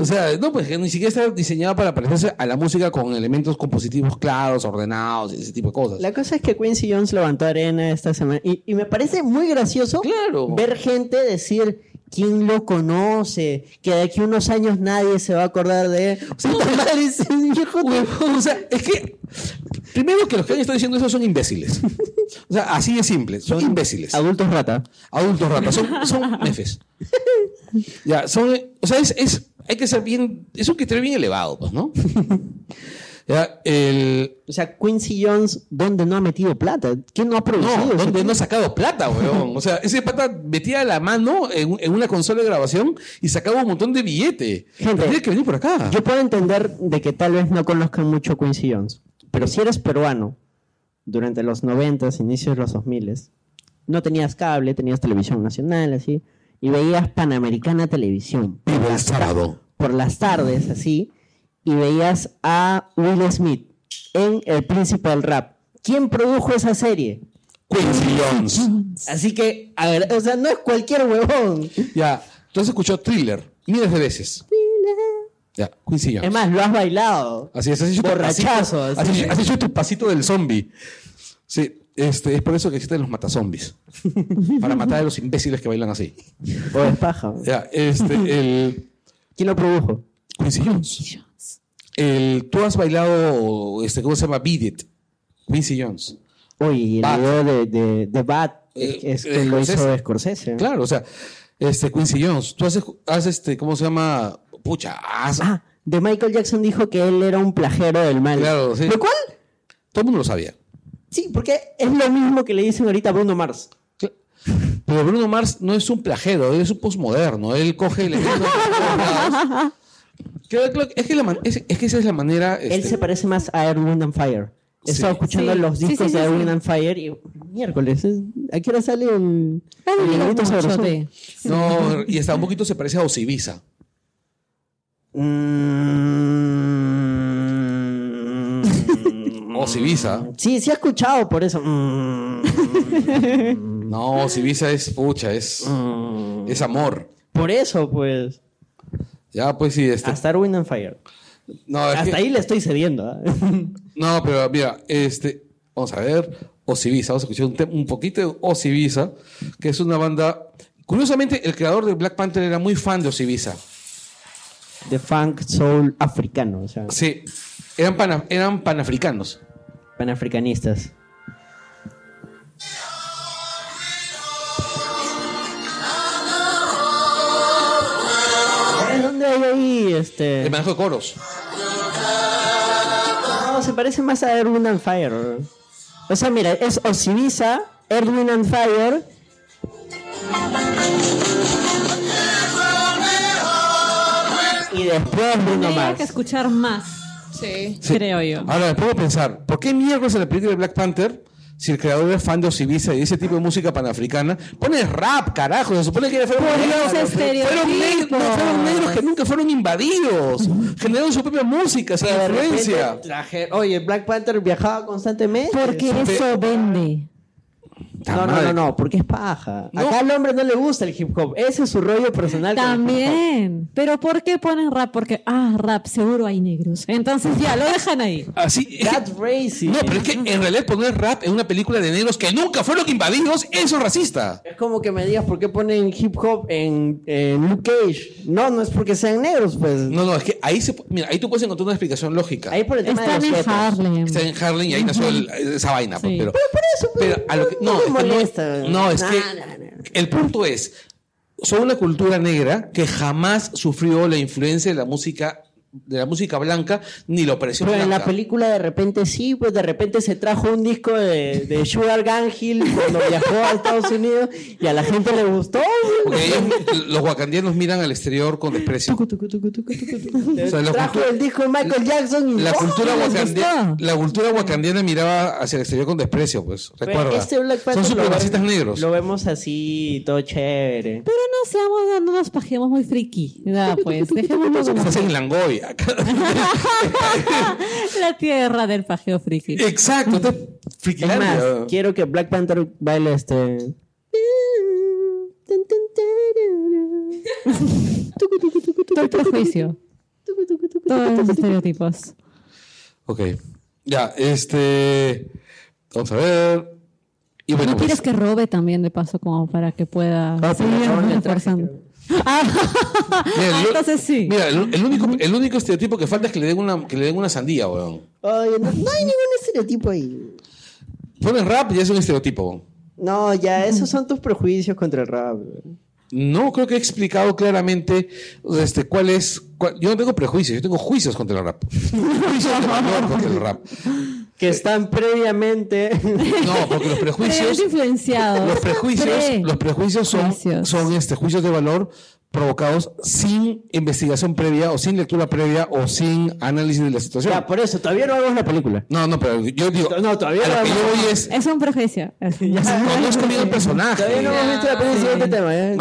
O sea, no, pues que ni siquiera está diseñada para parecerse a la música con elementos compositivos claros, ordenados, ese tipo de cosas. La cosa es que Quincy Jones levantó arena esta semana y, y me parece muy gracioso Claro. ver gente decir quién lo conoce, que de aquí a unos años nadie se va a acordar de él. *laughs* Puta madre, ese viejo Huevón, O sea, es que primero que los que han estado diciendo eso son *laughs* imbéciles. O sea, así de simple, son imbéciles. Adultos rata. adultos ratas, son, son nefes. Ya, son, o sea, es, es- hay que ser bien, es un criterio bien elevado, pues, ¿no? *laughs* Ya, el, O sea, Quincy Jones, ¿dónde no ha metido plata? ¿Quién no ha producido? no, ese donde no ha sacado plata, weón. O sea, ese pata metía la mano en, en una consola de grabación y sacaba un montón de billete. Gente. Tendría que venir por acá. Yo puedo entender de que tal vez no conozcan mucho Quincy Jones, pero si eres peruano durante los 90, inicios de los 2000, no tenías cable, tenías televisión nacional, así, y veías Panamericana Televisión vivo el sábado. por las tardes, así, y veías a Will Smith en El Príncipe del Rap. ¿Quién produjo esa serie? Quincy Jones. Así que, a ver, o sea, no es cualquier huevón. Ya, tú has escuchado thriller miles de veces. Ya, Quincy Jones. Es más, lo has bailado. Así es, has hecho tu Borrachazo, pasito- así has hecho- es. has hecho tu pasito del zombie. Sí, este, es por eso que existen los matazombis. para matar a los imbéciles que bailan así. O es paja. Ya, este, el ¿Quién lo produjo? Quincy Jones. El, tú has bailado, este, ¿cómo se llama? Beat It. Quincy Jones. Oye, y el Bat. video de, de, de Bat Eh, es eh, que lo hizo Scorsese. Scorsese. Claro, o sea, este, Quincy Jones. Tú haces, haces este, ¿cómo se llama? Pucha, haz- Ah, de Michael Jackson dijo que él era un plagero del mal. Claro, sí. Lo cual, todo el mundo lo sabía. sí, porque es lo mismo que le dicen ahorita a Bruno Mars. Pero Bruno Mars no es un plagero, él es un postmoderno. Él coge elementos. *laughs* Claro, claro, es, que la man- es, es que esa es la manera. Él este, se parece más a Air, Wind and Fire. He Sí. estado escuchando Sí. los Sí, discos sí, sí, de Air, sí. Wind and Fire y miércoles. es- ¿A qué hora sale el, el negrito sabrosón? No, y hasta un poquito se parece a Osibisa. Mm. Osibisa. Sí, sí he escuchado por eso. Mm. No, Osibisa es pucha, es, Mm. es amor. Por eso, pues. Ya, pues sí, este. Hasta Air, Wind and Fire. no, es que- Hasta ahí le estoy cediendo. ¿ah? *laughs* no, pero mira, este. Vamos a ver. Osibisa, vamos a escuchar un, te- un poquito de Osibisa, que es una banda. Curiosamente, el creador de Black Panther era muy fan de Osibisa. De funk soul africano, o sea, Sí, eran, pana- eran panafricanos. panafricanistas. Eh, ¿Dónde hay ahí este? El manejo de coros. No, se parece más a Erwin and Fire. O sea, mira, es Osibisa, Erwin and Fire. Y después Bruno Tendría que Mars. escuchar más, Sí. Sí. Ah, creo yo. Ahora, me pongo a pensar, ¿por qué mierda se la película de Black Panther? Si el creador era fan de Osibisa y ese tipo de música panafricana, pone rap, carajo. Se supone que era- fueron negros, ese fueron, negros, estereotipo. fueron negros que nunca fueron invadidos. Generaron su propia música, su De repente influencia. traje- Oye, Black Panther viajaba constantemente. Porque eso vende. No, no, no, no, porque es paja. No. Acá al hombre no le gusta el hip hop. Ese es su rollo personal. con el hip También. Pero ¿por qué ponen rap? Porque, ah, rap, seguro hay negros. Entonces ya, lo dejan ahí. Así. hop. That's crazy. *laughs* No, pero es que en realidad poner rap en una película de negros que nunca fueron invadidos, eso es racista. Es como que me digas por qué ponen hip hop en, en Luke Cage. No, no es porque sean negros, pues. No, no, es que ahí se, pu- mira, ahí tú puedes encontrar una explicación lógica. Ahí por el tema Están de en los guetos. Harlem. Está en Harlem y ahí nació el- esa vaina. pues, Sí. Pero, Pero por eso, pues, Pero a lo que- no, no, me es que no- molesta. pues. no, es Nah, que nah, nah. el punto es, son una cultura negra que jamás sufrió la influencia de la música de la música blanca ni la opresión Pero en la blanca. película de repente sí, pues de repente se trajo un disco de, de Sugar Gang Hill cuando *laughs* viajó a Estados Unidos y a la gente le gustó. Porque ellos, los wakandianos miran al exterior con desprecio. O sea, la pues. trajo cultura- el disco de Michael Jackson y La ¡oh! cultura, les wakandiana, gustó! la cultura wakandiana miraba hacia el exterior con desprecio, pues. Pero Recuerda. este Black Panther Son lo supremacistas vemos- negros. Lo vemos así, todo chévere. Pero no seamos, no nos pajeemos muy friki. Ya, pues, dejémonos Se *laughs* en hacen en Langoy. *laughs* la tierra del pajeo friki. *laughs* Exacto. entonces, Es más, friquilandia. quiero que Black Panther baile este. Todo el prejuicio. Todos los estereotipos. Ok. Ya, este. Vamos a ver. Y bueno, No quieres pues, que robe también, de paso, como para que pueda Ah, pero seguir roban el traje, reforzando. Ah, *laughs* mira, Ah, el- entonces sí. Mira, el, el único, el único estereotipo que falta es que le den una, que le den una sandía, weón. Oye, no, no hay ningún estereotipo ahí. Pones rap y es un estereotipo, weón. No, ya, esos son tus prejuicios contra el rap. No, creo que he explicado claramente este, cuál es. cuál- yo no tengo prejuicios, yo tengo juicios contra el rap. Juicios de valor contra el rap. Que están previamente. No, porque los Prejuicios prejuicios. influenciados. Los prejuicios, Pre- los prejuicios son, Prejuicios. son este, juicios de valor provocados sin investigación previa o sin lectura previa o sin análisis de la situación. *laughs* ya, por eso, todavía no vemos la película. No, no, pero yo digo. No, todavía a lo no que yo hablamos. voy es. Es *laughs* un prejuicio. Es- Conozco bien el Ah, Todavía personaje. no hemos visto la película. Siguiente tema, ¿eh?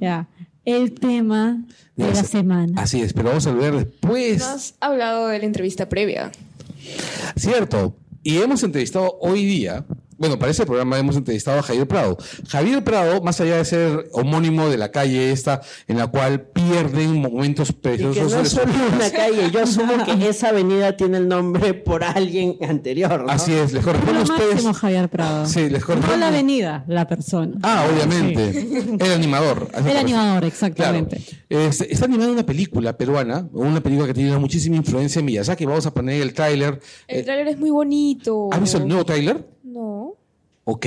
Ya. El tema de la semana. Así es, pero vamos a pues. volver después. No has hablado de la entrevista previa. Cierto. Y hemos entrevistado hoy día Bueno, para ese programa hemos entrevistado a Javier Prado. Javier Prado, más allá de ser homónimo de la calle esta, en la cual pierden momentos *laughs* Y que preciosos. no de es su solo vida. una calle, yo asumo que esa avenida tiene el nombre por alguien anterior, ¿no? Así es, les corresponde a Lo ustedes. máximo, Javier Prado. Sí, les corresponde. No la avenida, la persona. Ah, obviamente. El animador. El animador, Claro. exactamente. Este, está animada una película peruana, una película que tiene muchísima influencia en Miyazaki. Vamos a poner el tráiler. El Eh, trailer es muy bonito. ¿Has visto el nuevo tráiler? No. Ok.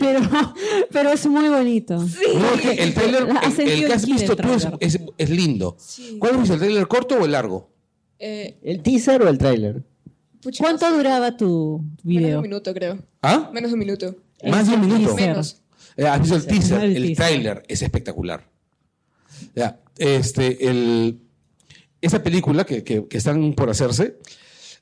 Pero, *laughs* pero es muy bonito. No, es que el tráiler, Ha el- el, sentido que has el visto tú tráiler. es, es- es lindo. Sí. ¿Cuál es el tráiler corto o el largo? Eh, ¿El teaser o el tráiler? pucha, ¿Cuánto no sé, duraba tu Menos de video? un minuto, creo. ¿Ah? Menos de un minuto. Más de un minuto. teaser. Menos. Eh, has visto el teaser, El el teaser. tráiler es espectacular. Ya, este, el, esa película que, que- que están por hacerse,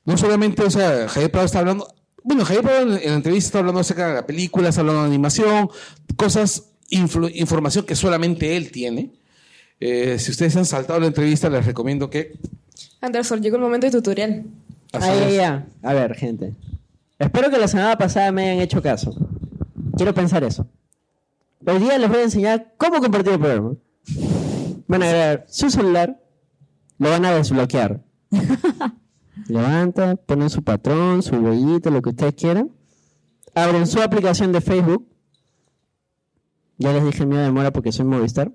no solamente, o sea, Javier Prado está hablando, bueno, Javier Prado en, en la entrevista está hablando acerca de la película, está hablando de animación, cosas, influ- información que solamente él tiene. Eh, si ustedes han saltado la entrevista, les recomiendo que... Anderson, llegó el momento de tutorial. así Ay, es. ay, ay. A ver, gente. Espero que la semana pasada me hayan hecho caso. Quiero pensar eso. Hoy día les voy a enseñar cómo compartir el programa. Van a grabar su celular, lo van a desbloquear. Levanta, ponen su patrón, su bollito, lo que ustedes quieran. Abren su aplicación de Facebook. Ya les dije mi demora porque soy Movistar.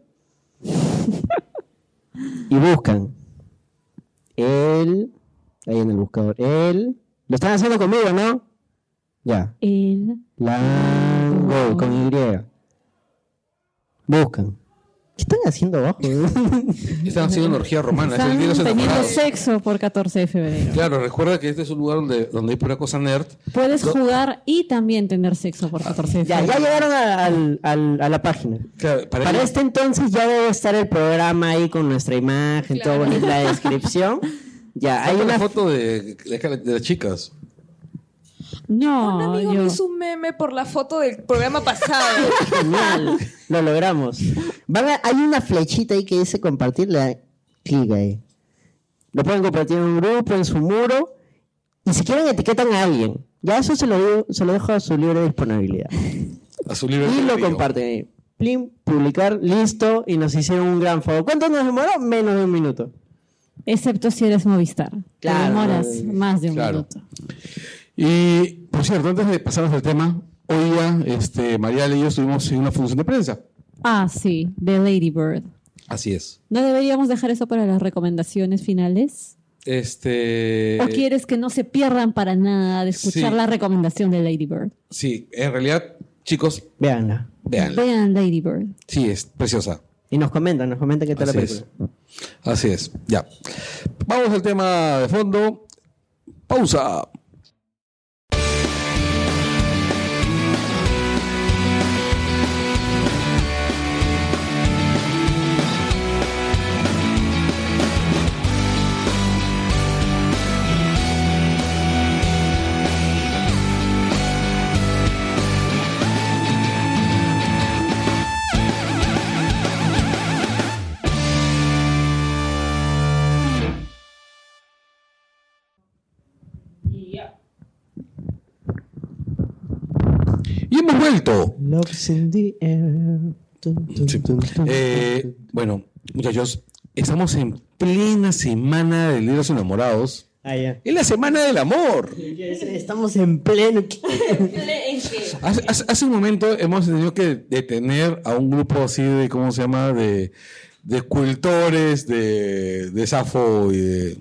y buscan el Ahí en el buscador. Eh, El. Lo están haciendo conmigo, ¿no? Ya. El- Lango, con Y. Buscan. ¿Qué están haciendo abajo? Están haciendo una orgía romana, es el día de los Están teniendo enamorados. sexo por 14 de febrero. Claro, recuerda que este es un lugar donde, donde hay pura cosa nerd. Puedes jugar y también tener sexo Ah, por 14 de ya, febrero. ya llegaron a, al- al- a la página. Claro, para Para ello- este entonces ya debe estar el programa ahí con nuestra imagen, todo Claro. bonito, *laughs* la descripción. Ya, hay Hay una una foto de, de- de las chicas. Un No, amigo Ah, yo- me hizo un meme por la foto del programa pasado. Genial, lo logramos. Van a- hay una flechita ahí que dice compartir, le dan clic ahí. Lo pueden compartir en un grupo, en su muro, y si quieren etiquetan a alguien. Ya eso se lo, digo- se lo dejo a su libre disponibilidad. A su libro. Y lo preferido. comparten ahí. Plim, publicar, listo, y nos hicieron un gran favor. ¿Cuánto nos demoró? Menos de un minuto. excepto si eres Movistar. Claro. Te demoras más de un Claro. minuto. Y, por cierto, antes de pasarnos al tema, hoy día este, Mariale y yo estuvimos en una función de prensa. Ah, sí, de Lady Bird. Así es. ¿No deberíamos dejar eso para las recomendaciones finales? Este. ¿O quieres que no se pierdan para nada de escuchar sí. la recomendación de Lady Bird? Sí, en realidad, chicos, Veanla. vean. Vean Lady Bird. Sí, es preciosa. Y nos comentan, nos comentan qué tal Así la es. película. Así es. Ya. Vamos al tema de fondo. Pausa. Y hemos vuelto. Love's in the air. Tum, tum, Sí. tum, tum. Eh, bueno, muchachos, estamos en plena semana de libros enamorados. Ah, ya. Es la semana del amor. Estamos en pleno. Hace, hace- hace un momento hemos tenido que detener a un grupo así de, ¿cómo se llama? De, de escultores, de, de Safo y de...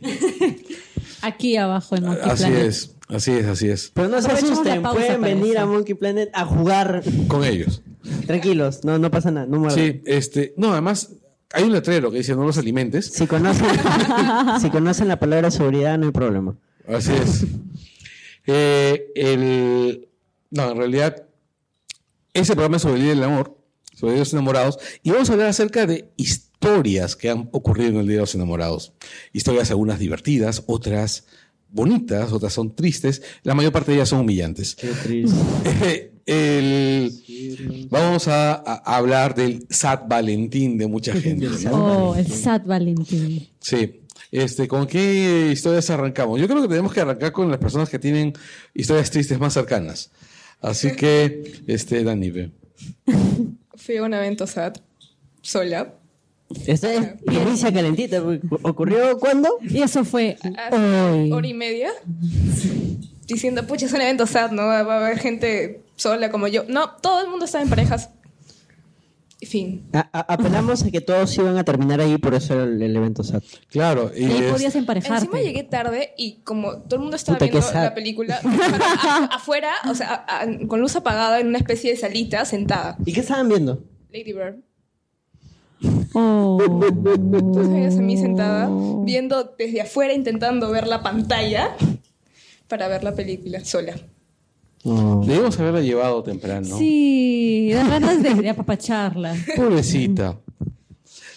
Aquí abajo en Ah, Así Multiplanet. es, así es, así es. Pero no se Aprovechemos la asusten, pausa pueden para venir eso. a Monkey Planet a jugar. Con ellos. Tranquilos, no, no pasa nada, no muerdan. Sí, este... No, además, hay un letrero que dice no los alimentes. Si *laughs* conocen, si conocen la palabra seguridad, no hay problema. Así es. Eh, el... No, en realidad, ese programa es sobre el Día del amor, sobre los enamorados, y vamos a hablar acerca de historias que han ocurrido en el Día de los Enamorados. Historias algunas divertidas, otras bonitas, otras son tristes, la mayor parte de ellas son humillantes. *laughs* Qué triste. El- vamos a, a hablar del Sad Valentín de mucha gente. ¿no? Oh, el Sad Valentín. Sí. Este, ¿Con qué historias arrancamos? Yo creo que tenemos que arrancar con las personas que tienen historias tristes más cercanas. Así que, este, Dani, ve. Fui a un evento SAT sola. Esta es *laughs* inicia calentita. porque ¿Ocurrió cuándo? Y eso fue hace hora hoy. y media diciendo, pucha, es un evento sad, ¿no? Va a haber gente sola como yo. No, todo el mundo está en parejas. Fin. A- a- apelamos a que todos iban a terminar ahí, por eso era el, el evento SAT. Claro, y Y ahí es- podías emparejarte. Encima llegué tarde y como todo el mundo estaba Puta, qué viendo sad. la película, a- a- afuera, o sea, a- a- con luz apagada en una especie de salita, sentada. ¿Y qué estaban viendo? Lady Bird. Oh. Tú sabías a mí sentada, Oh. viendo desde afuera, intentando ver la pantalla para ver la película sola. debemos haberla llevado temprano. Sí, da ganas de, de apapacharla. Pobrecita.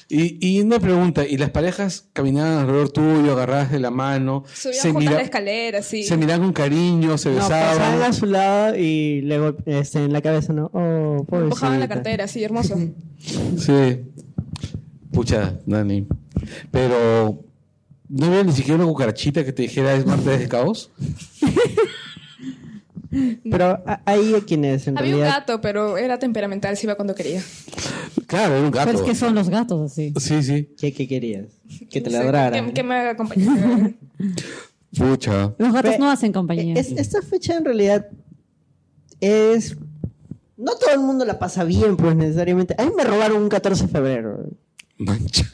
Y, y una pregunta, ¿y las parejas caminaban alrededor tuyo, agarradas de la mano? Subían se, juntas mira- la escalera, sí. se miraban con cariño, se No, pasaban a besaban. su lado y le gol- este, en la cabeza, ¿no? Oh, Empujaban la pobrecita. cartera, sí, hermoso. *laughs* Sí. Pucha, Dani. Pero, ¿no había ni siquiera una cucarachita que te dijera es martes de caos? Pero a- hay a quienes en Había un realidad. gato, pero era temperamental, se iba cuando quería. Claro, era un gato. Pero es que son los gatos así. Sí, sí. ¿Qué, qué querías? *laughs* Que te No sé, ladraran. Que, que me *laughs* haga compañía. Pucha. Los gatos Fe- no hacen compañía. Eh, Es- esta fecha en realidad es. No todo el mundo la pasa bien, pues necesariamente. A mí me robaron un 14 de febrero. *laughs* Mancha.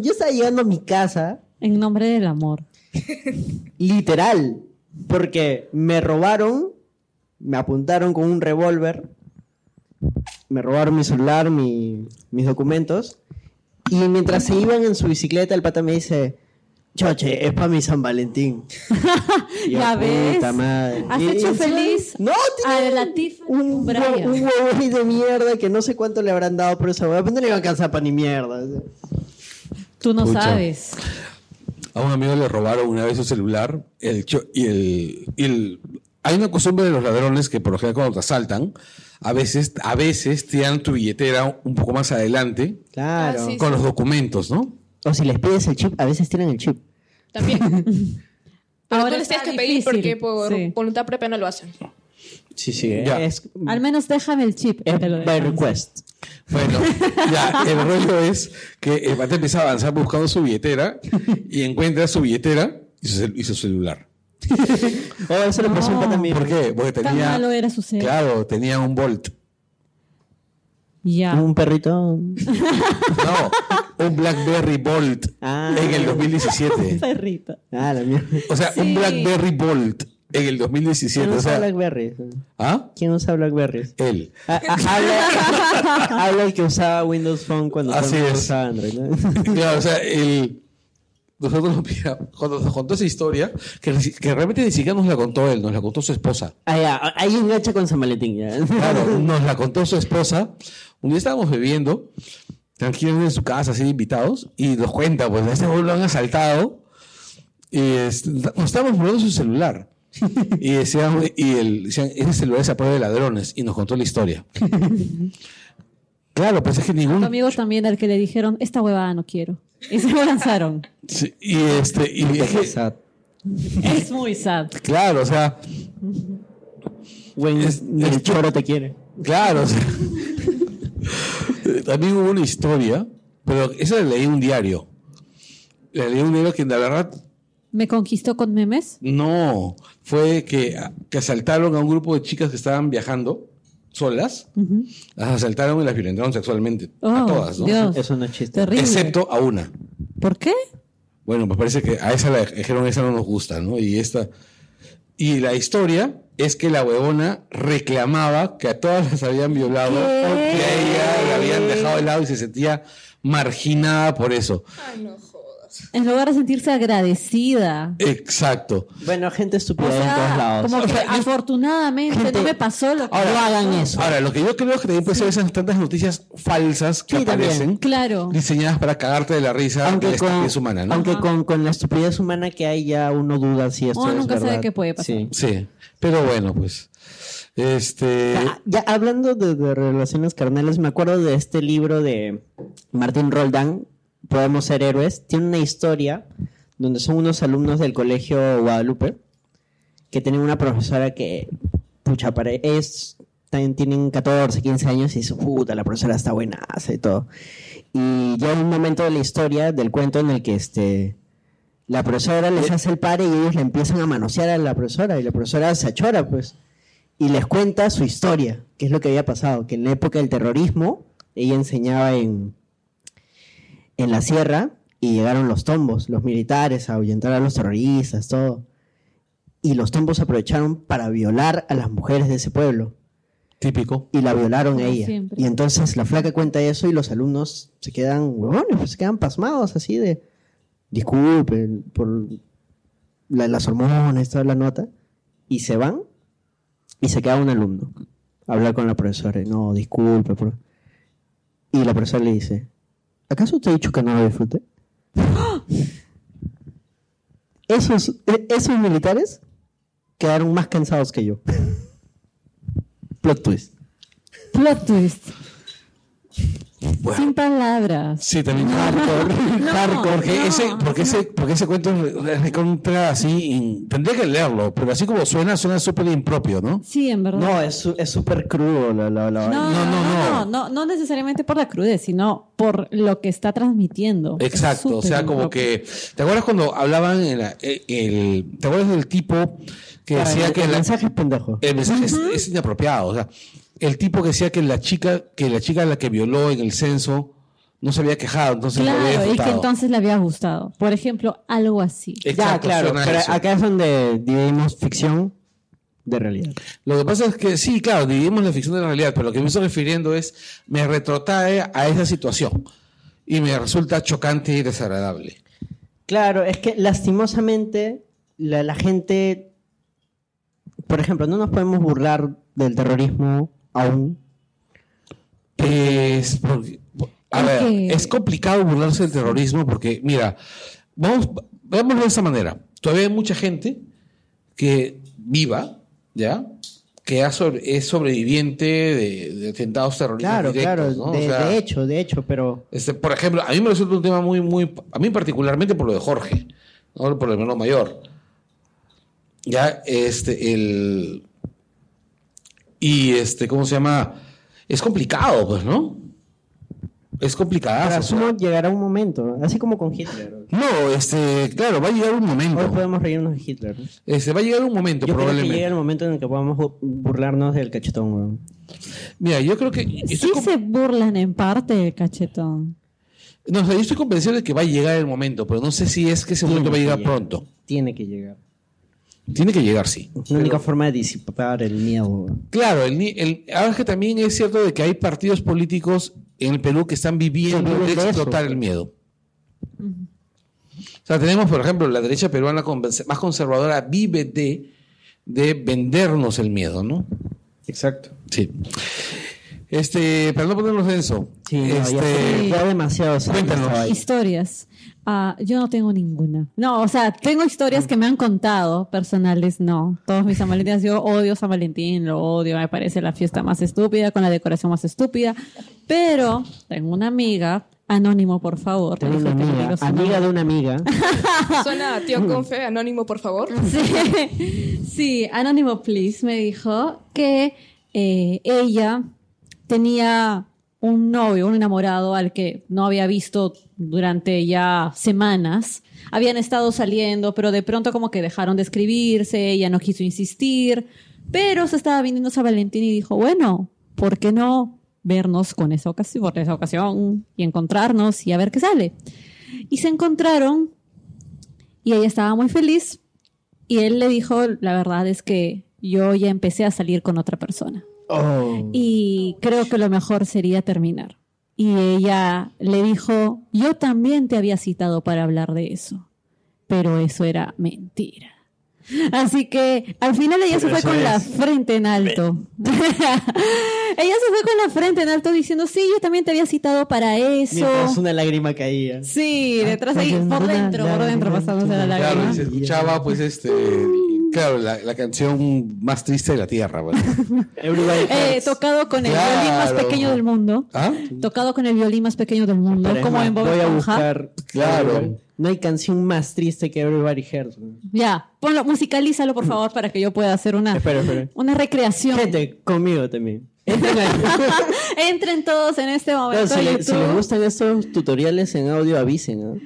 Yo estaba llegando a mi casa, En nombre del amor. literal, porque me robaron, me apuntaron con un revólver, me robaron mi celular, mi- mis documentos, y mientras se iban en su bicicleta, el pata me dice. Choche, es para mi San *laughs* Valentín. Y yo, ¿Ya ves? "Puta madre". ¿Has Y- hecho y- feliz No, a tiene- la Tiff un, Brian? hue- un huevo ahí de mierda que no sé cuánto le habrán dado por esa hueá, pero no le iba a alcanzar para ni mierda. Tú no Pucha. sabes. A un amigo le robaron una vez su celular el cho- y, el, y el- Hay una costumbre de los ladrones que por lo general cuando te asaltan, a veces, a veces tiran tu billetera un poco más adelante Claro. Ah, sí. con los documentos, ¿no? O si les pides el chip, a veces tienen el chip. También. Pero Ahora tú les está tienes que pedir difícil, porque por sí. voluntad propia no lo *laughs* hacen. Sí, sí. Ya. Es, Al menos déjame el chip. es Te lo by dejan. request. *laughs* Bueno, ya, el rollo es que el pata empieza a avanzar buscando su billetera y encuentra su billetera y su, cel- y su celular. Oh, eso le pasó a un pata mío. ¿Por qué? Porque Tan tenía... malo era su ser. Claro, tenía un Volt. Ya. Un perrito. No, un BlackBerry Volt Ah. en el 2017. Perrito. Ah, la mierda. O sea, Sí. un BlackBerry Bolt en el ¿Quién 2017. O usa sea, Blackberry? ¿Ah? ¿Quién usa Blackberry? Él. *laughs* Ah, ah, Habla, *laughs* habla el que usaba Windows Phone cuando todo el Así mundo es. usaba Android. ¿no? Claro, o sea, el- Nosotros lo pillamos. cuando nos contó esa historia, que, ni si- que realmente ni siquiera nos la contó él, nos la contó su esposa. Ah, ya, ahí engancha con San Valentín. ya. Claro, nos la contó su esposa. Un día estábamos bebiendo, tranquilos en su casa, así de invitados, y nos cuenta, pues, a este güey lo han asaltado y este, nos estábamos volviendo su celular. Y decían, y el, decían, ese celular es a prueba de ladrones, y nos contó la historia. Claro, pues es que Tu ningún amigo también al que le dijeron, esta huevada no quiero. Y se *laughs* lo lanzaron. Sí, y este, y es que- Sad. es muy sad. claro, o sea, Buen- Es- el choro te quiere. claro. o sea, *laughs* también hubo una historia, pero esa la leí en un diario. La leí en un diario que la verdad ¿Me conquistó con memes? no. Fue que, que asaltaron a un grupo de chicas que estaban viajando solas. Ujú. Las asaltaron y las violentaron sexualmente. a Oh, todas, ¿no? Dios. Eso no es chiste. Terrible. Excepto a una. ¿Por qué? Bueno, pues parece que a esa la dijeron, esa no nos gusta, ¿no? Y esta. Y la historia es que la huevona reclamaba que a todas las habían violado porque a ella la habían dejado de lado y se sentía marginada por eso. Ay, no jodas. En lugar de sentirse agradecida. Exacto. Bueno, gente estúpida O en todos sea, lados. como que afortunadamente Gente- no me pasó lo que... no hagan eso. Ahora, lo que yo creo que también puede ser esas tantas noticias falsas que Sí, también. aparecen, Claro. diseñadas para cagarte de la risa de la Aunque, con, estupidez humana, ¿no? aunque con, con la estupidez humana que hay ya uno duda si esto Uno es nunca sabe verdad. qué puede pasar. Sí. Sí. Pero bueno, pues. Este. Ya, ya hablando de, de relaciones carnales, me acuerdo de este libro de Martín Roldán, Podemos ser héroes. Tiene una historia donde son unos alumnos del colegio Guadalupe que tienen una profesora que puta, pucha, para ellos también tienen 14, 15 años y su puta, la profesora está buena, hace todo. Y ya hay un momento de la historia, del cuento, en el que este, la profesora les hace el pare y ellos le empiezan a manosear a la profesora y la profesora se achora, pues. Y les cuenta su historia, que es lo que había pasado, que en la época del terrorismo ella enseñaba en, en la sierra y llegaron los tombos, los militares a ahuyentar a los terroristas, todo. Y los tombos aprovecharon para violar a las mujeres de ese pueblo Típico. y la violaron a Como ella. siempre. Y entonces la flaca cuenta eso y los alumnos se quedan huevones, pues, se quedan pasmados así de disculpe por la- las hormonas, toda la nota. Y se van y se queda un alumno a hablar con la profesora. y, No, disculpe. por-". Y la profesora le dice, ¿acaso te he dicho que no lo disfrute? *gasps* Esos, e- esos militares quedaron más cansados que yo. *laughs* Plot twist. Plot twist. Sin palabras. Sí, también hardcore. hardcore. Porque, *laughs* no, ese, porque, ese, porque ese cuento es re- es recontra así. in- tendría que leerlo, pero así como suena, suena súper impropio, ¿no? Sí, en verdad. No, es su- es súper crudo la, la, la- No, no, no, no, no, no necesariamente por la crudez, sino por lo que está transmitiendo. Exacto, o sea, como que. ¿Te acuerdas cuando hablaban? En la- eh, el, ¿Te acuerdas del tipo que Claro, decía el, que el la- Eh, mensaje es pendejo. el mensaje es- es, inapropiado? O sea, el tipo que decía que la chica, que la chica a la que violó en el censo no se había quejado, entonces lo había Claro, y que disfrutado. entonces le había gustado. Por ejemplo, algo así. Eh, ya, claro, suena pero eso. acá es donde dividimos ficción de realidad. Lo que pasa es que sí, claro, dividimos la ficción de la realidad, pero lo que me estoy refiriendo es, me retrotrae a esa situación y me resulta chocante y desagradable. Claro, es que lastimosamente la, la gente, por ejemplo, no nos podemos burlar del terrorismo aún. Es porque- a Es ver, que- es complicado burlarse del terrorismo porque, mira, vamos, veámoslo de esa manera. Todavía hay mucha gente que viva, ¿ya? Que ha sobre- es sobreviviente de, de atentados terroristas. Claro, directos, claro, ¿no? O de, sea, de hecho, de hecho, pero Este, por ejemplo, a mí me resulta un tema muy, muy. A mí particularmente por lo de Jorge, ¿no? por el hermano mayor. Ya, este, el. Y este, ¿cómo se llama? Es complicado, pues, ¿no? Es pero complicado. asumo llegará un momento, así como con Hitler. No, este, claro, va a llegar un Hoy momento. podemos reírnos de Hitler. Este, va a llegar un momento, Yo creo que probablemente. llega el momento en el que podamos bu- burlarnos del cachetón. weón. Mira, yo creo que. estoy Sí con- se burlan en parte del cachetón. No, o sea, yo estoy convencido de que va a llegar el momento, pero no sé si es que ese momento va a que llegar llegar. pronto. Tiene que llegar. Tiene que llegar, sí. Es la única forma de disipar el miedo. weón. Claro, el, ni- el, ahora es que también es cierto de que hay partidos políticos en el Perú que están viviendo Que viven de de eso, explotar pues. el miedo. O sea, tenemos, por ejemplo, la derecha peruana conven- más conservadora vive de, de vendernos el miedo, ¿no? Exacto. Sí. Este, para no ponernos denso, Sí, no, ya este, fue- ya, demasiado serio cuéntanos. estaba ahí. Historias. Ah, yo no tengo ninguna. No, o sea, tengo historias que me han contado, personales no. Todos mis San Valentín, yo odio San Valentín, lo odio, me parece la fiesta más estúpida, con la decoración más estúpida. Pero tengo una amiga, anónimo, por favor. Tengo una Te dije que amiga, digas su amiga nombre. de una amiga. Suena a tío Confe, anónimo, por favor. Sí, sí, Anónimo Please me dijo que eh, ella tenía un novio, un enamorado al que no había visto durante ya semanas. Habían estado saliendo, pero de pronto como que dejaron de escribirse, ella no quiso insistir, pero se estaba viniendo San Valentín y dijo, bueno, ¿por qué no vernos con esa ocasión, por esa ocasión y encontrarnos y a ver qué sale? Y se encontraron y ella estaba muy feliz y él le dijo, la verdad es que yo ya empecé a salir con otra persona. Y creo que lo mejor sería terminar. Y ella le dijo, yo también te había citado para hablar de eso, pero eso era mentira. Así que al final ella se fue con la frente en alto. ella se fue con la frente en alto diciendo, sí, yo también te había citado para eso. Mientras una lágrima caía. Sí, detrás ahí, por dentro, por dentro pasándose la claro, lágrima. y se escuchaba pues este Claro, la, la canción más triste de la tierra. *laughs* bueno. Everybody Eh, hurts. tocado con el violín más Claro. pequeño del mundo. ¿Ah? Tocado con el violín más pequeño del mundo. Pero es como más, en Bob voy a Esponja. buscar. Claro. No hay canción más triste que Everybody Hurts. Ya, ponlo, musicalízalo por favor para que yo pueda hacer una, Espera, espera. una recreación. *laughs* Gente, conmigo también. Entren ahí. Entren todos en este No, momento. si, a le- si les YouTube. gustan estos tutoriales en audio, avisen. ¿no?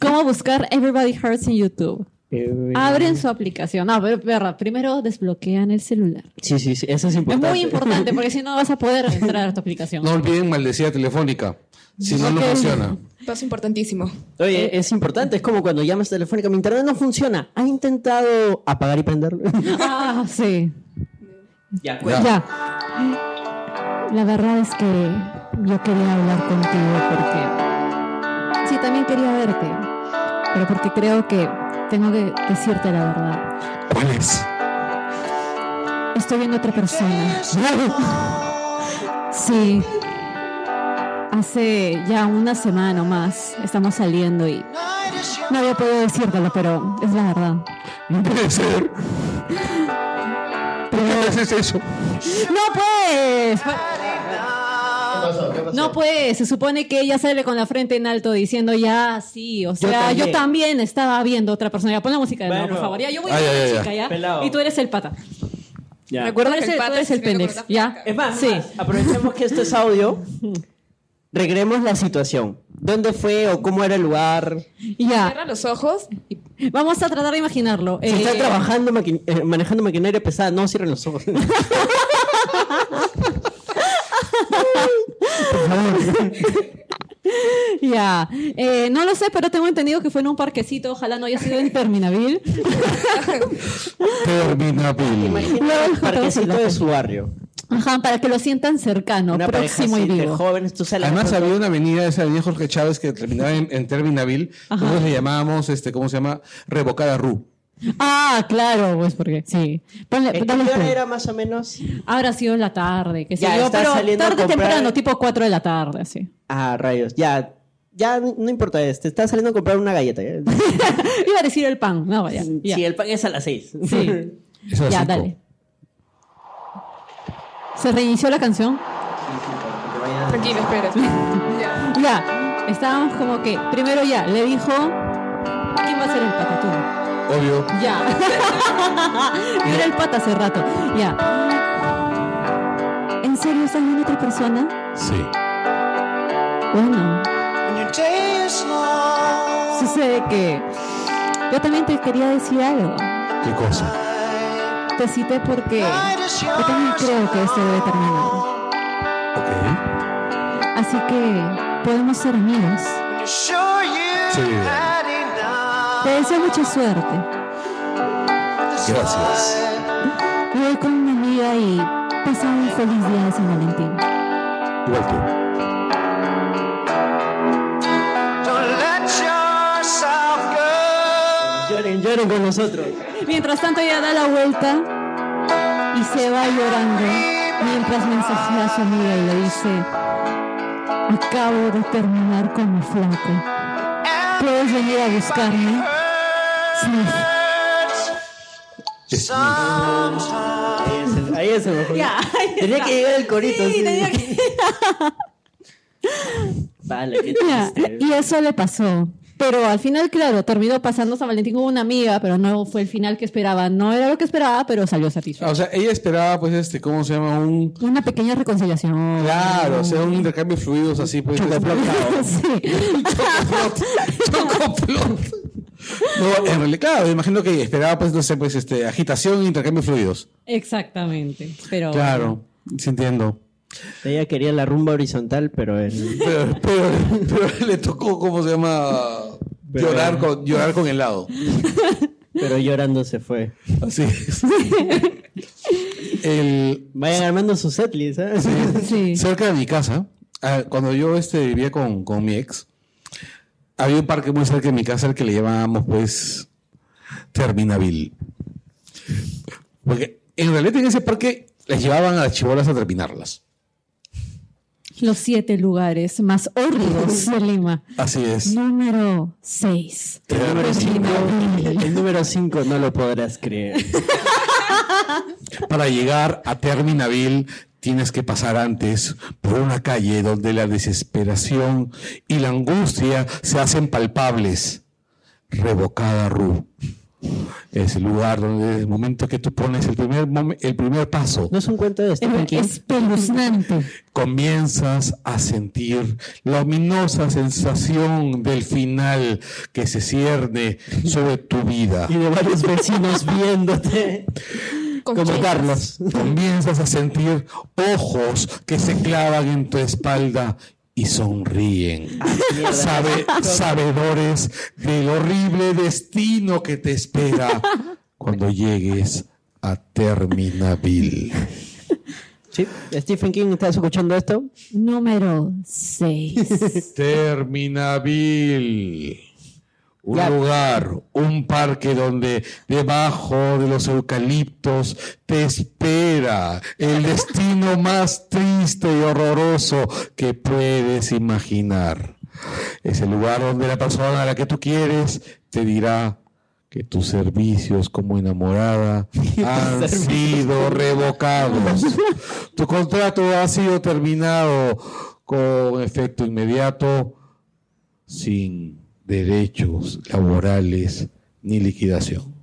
¿Cómo buscar Everybody Hurts en YouTube? Eh, Abren su aplicación. No, pero perra, primero desbloquean el celular. Eh, Sí, sí, sí, eso es Es importante. muy importante porque si no vas a poder entrar a tu *laughs* aplicación. No olviden maldecida telefónica. Si no, no Ok. funciona. Paso importantísimo. Oye, es importante, es como cuando llamas telefónica, mi internet no funciona. ¿Ha intentado apagar y prenderlo? Ah, sí. ya, Ya. Ya. Pues La verdad es que yo quería hablar contigo porque... Sí, también quería verte, pero porque creo que tengo que decirte la verdad. ¿Cuál es? Estoy viendo otra persona. *laughs* Sí. Hace ya una semana o más estamos saliendo y no había podido decírtelo, pero es la verdad. No puede ser. ¿Por qué me haces eso? No pues. No pues, se supone que ella sale con la frente en alto diciendo ya sí, o sea, yo también, también. estaba viendo otra persona. Ya pon la música de nuevo, Bueno. por favor. Ya yo voy Ay, con la ay, ay, chica, ya. Pelado. Y tú eres el pata. Recuerda Tú que eres el tú pata eres es el que pendex, corta ya. flaca. Es más, sí. más, aprovechemos que esto es audio. Regremos la situación. ¿Dónde fue o cómo era el lugar? Ya. Cierra los ojos y Vamos a tratar de imaginarlo. Si está Eh, trabajando, maqui- eh, manejando maquinaria pesada, no cierren los ojos. Ya, Eh, no lo sé, pero tengo entendido que fue en un parquecito, ojalá no haya sido en Terminaville. Termina Bill. Imagina el Luego, parquecito luego. de su barrio. Ajá, para que lo sientan cercano, Una pareja próximo y así de vivo. jóvenes, tú sales. Además había una avenida esa de Jorge Chávez que terminaba en, en Terminaville. Ajá. Nosotros le llamábamos, este, ¿cómo se llama? Revocada Ru. Ah, claro, pues porque sí. Ponle, ¿En dale qué hora play. era más o menos? Habrá sido en la tarde, que sé Ya, yo, estás pero saliendo a tarde comprar- temprano, tipo 4 de la tarde, así. Ah, rayos, ya. Ya no importa, te está saliendo a comprar una galleta. ¿eh? Iba a decir el pan, no, vaya. ya. Si el pan es a las seis. Sí. *laughs* Eso era Ya, cinco. dale. Se reinició la canción. tranquilo, espera. espera. Ya. Ya, estábamos como que, primero ya, le dijo, ¿quién va a ser el patatú? Obvio. Ya. *laughs* Era el pata hace rato. Ya. ¿En serio estás viendo otra persona? Sí. Bueno, sucede que yo también te quería decir algo. ¿Qué cosa? Te cité porque yo también creo que esto debe terminar. Ok. Así que podemos ser amigos. Sí. Te deseo mucha suerte. Gracias. Me voy con una amiga y pasa un feliz día de San Valentín. Igual tú. Lloren, lloren con nosotros. Mientras tanto ella da la vuelta y se va llorando mientras mensajea a su amiga y le dice, acabo de terminar con mi flaco. ¿Puedes venir a buscarme? Sí. Ahí es el, ahí es el *laughs* mejor. Tenía que llegar el corito. Sí, así. tenía que- Vale, qué Ya, Este, triste. Y eso le pasó. Pero al final, claro, terminó pasando San Valentín con una amiga, pero no fue el final que esperaba. No era lo que esperaba, pero salió Ah, satisfecho. o sea, ella esperaba, pues, este, ¿cómo se llama? Un. Una pequeña reconciliación. Claro, o sea, un intercambio de fluidos así, pues. *laughs* *laughs* Sí. Chocoplot. No, en realidad, claro, me imagino que esperaba, pues, no sé, pues, este, agitación e intercambio de fluidos. Exactamente. Pero Claro, sí entiendo. Ella quería la rumba horizontal, pero él. Pero, pero, pero le tocó, ¿cómo se llama? Pero- Llorar con, llorar con helado. Pero llorando se fue. Así es. El, Vayan armando su setlist, ¿eh? ¿sabes? Sí. Cerca de mi casa, ah, cuando yo este, vivía con, con mi ex, había un parque muy cerca de mi casa al que le llamábamos, pues, Terminaville. Porque en realidad en ese parque las llevaban a las chibolas a terminarlas. Los siete lugares más horribles de Lima. Así es. Número 6. El número 5 el número cinco no lo podrás creer. Para llegar a Terminaville tienes que pasar antes por una calle donde la desesperación y la angustia se hacen palpables. Revocada Rue. Es el lugar donde desde el momento que tú pones el primer, mom- el primer paso, No es un cuento de Stephen King. Espeluznante. comienzas a sentir la ominosa sensación del final que se cierne sobre tu vida. Y de varios vecinos viéndote. Con como chicas. Carlos. Comienzas a sentir ojos que se clavan en tu espalda y sonríen. mierda. Sabe- sabedores del horrible destino que te espera cuando llegues a Terminaville. Sí, Stephen King, ¿estás escuchando esto? Número *laughs* 6. Terminaville. Un Ya. lugar, un parque donde debajo de los eucaliptos te espera el destino más triste y horroroso que puedes imaginar. Es el lugar donde la persona a la que tú quieres te dirá que tus servicios como enamorada han sido revocados. *laughs* Tu contrato ha sido terminado con efecto inmediato, sin derechos laborales ni liquidación.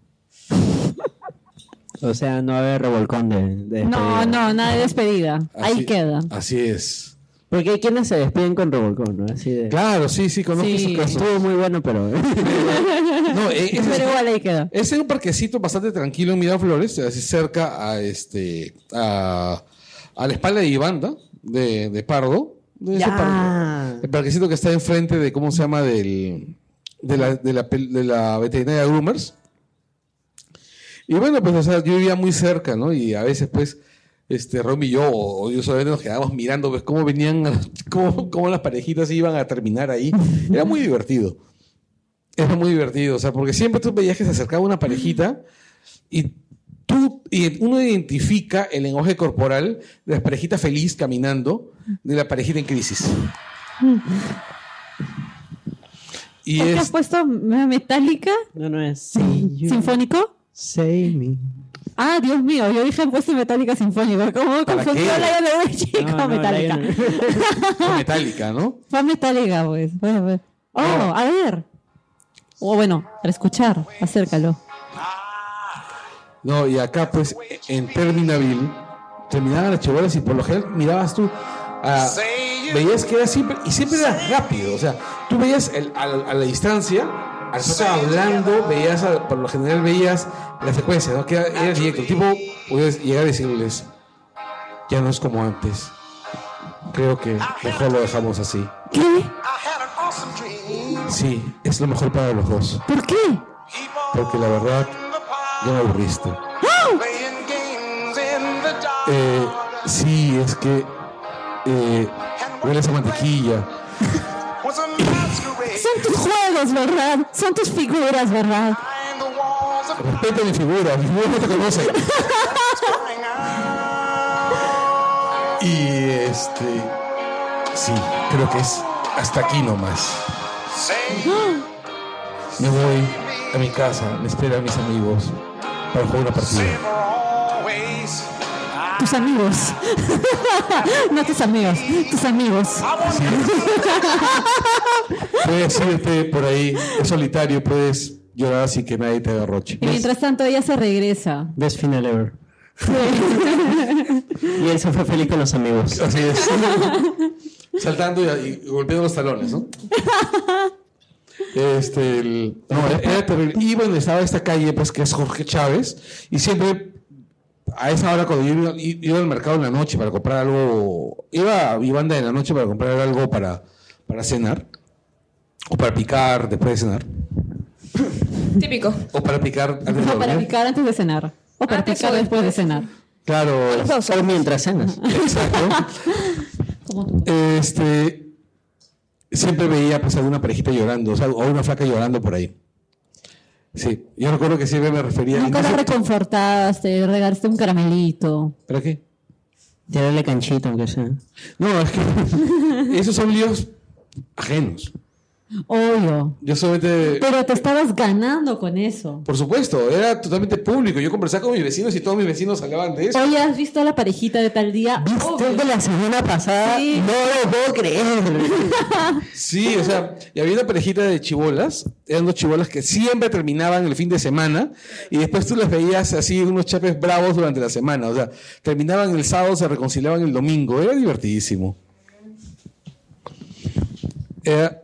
O sea, no va a haber revolcón de, de No, despedida. no, nada de despedida. Así- Ahí queda. Así es. Porque hay quienes se despiden con revolcón, ¿no? Así de... Claro, sí, sí, conozco Sí. esos *laughs* casos. Estuvo muy bueno, pero... No, eh, ese es- Pero igual ahí queda. Ese es un parquecito bastante tranquilo en Miraflores, así cerca a este a, a la espalda de Ivanda, de, de Pardo. de ese Ya. parque. el parquecito que está enfrente de, ¿cómo se llama? Del, de, la, de, la, pel- de la veterinaria Groomers. Y bueno, pues, o sea, yo vivía muy cerca, ¿no? Y a veces, pues, este, Romy y yo, o o yo solamente nos quedábamos mirando, pues, cómo venían, *laughs* a- cómo, cómo las parejitas iban a terminar ahí. Era muy divertido. Era muy divertido, o sea, porque siempre tú veías que se acercaba una parejita y tú, y uno identifica el lenguaje corporal de la parejita feliz caminando de la parejita en crisis. Y ¿Por qué has es, puesto me- metálica? No, no es... See you, ¿Sinfónico? Say me. Ah, Dios mío, yo dije he puesto metálica sinfónico. *laughs* ¿Cómo confundió qué? la de un chico No, no, metálica? Lionel. o metálica, ¿no? Fue metálica, pues. Bueno, pues. Oh, a ver. O bueno, para escuchar, acércalo. No, y acá pues en Terminaville terminaban las chibolas y por lo general mirabas tú, ah, veías que era siempre, y siempre era rápido, o sea, tú veías el- a, la- a la distancia, al que estaba hablando, veías, al- por lo general veías la secuencia, ¿no? Que era, era directo, el tipo podías llegar a decirles, ya no es como antes, creo que mejor lo dejamos así. ¿Qué? Sí, es lo mejor para los dos, ¿Por qué? porque la verdad, ya me aburriste. Eh, sí, es que eh, hueles a mantequilla. Son tus juegos, ¿verdad? Son tus figuras, ¿verdad? Respeta mi figura, mi figura no te conoce. Y este. Sí, creo que es hasta aquí nomás. Me voy a mi casa, me esperan mis amigos para jugar una partida. Tus amigos. *laughs* no tus amigos, tus amigos. Puedes irte por ahí, es solitario, puedes llorar así que nadie te agarroche. Y mientras tanto ella se regresa. Best final *laughs* ever. y él se fue feliz con los amigos. Así es. *laughs* Saltando y, y golpeando los talones, ¿no? Este, el- no, era terrible. Y bueno, estaba esta calle, pues, que es Jorge Chávez, y siempre a esa hora cuando yo iba, i- iba al mercado en la noche para comprar algo, iba a mi banda en la noche para comprar algo para, para cenar, o para picar después de cenar, Típico. o para picar antes de O *laughs* para dormir. picar antes de cenar. O para Antes picar o después de después. cenar. Claro, es- Solo mientras cenas. *laughs* exacto. Como tú. Este, siempre veía pues alguna parejita llorando, o, sea, o una flaca llorando por ahí. Sí, yo recuerdo que siempre me refería. Nunca la incluso- reconfortaste, regalaste un caramelito. ¿Para qué? Tirarle canchita, aunque sea. No, es que *laughs* esos son líos ajenos. Obvio. Yo solamente... Pero te estabas ganando con eso. Por supuesto, era totalmente público. Yo conversaba con mis vecinos y todos mis vecinos hablaban de eso. Hoy has visto a la parejita de tal día. ¿Viste Obvio. el de la semana pasada? Sí. No lo puedo creer. Sí, o sea, y había una parejita de chibolas, eran dos chibolas que siempre terminaban el fin de semana y después tú las veías así unos chapes bravos durante la semana, o sea, terminaban el sábado, se reconciliaban el domingo, era divertidísimo. Era-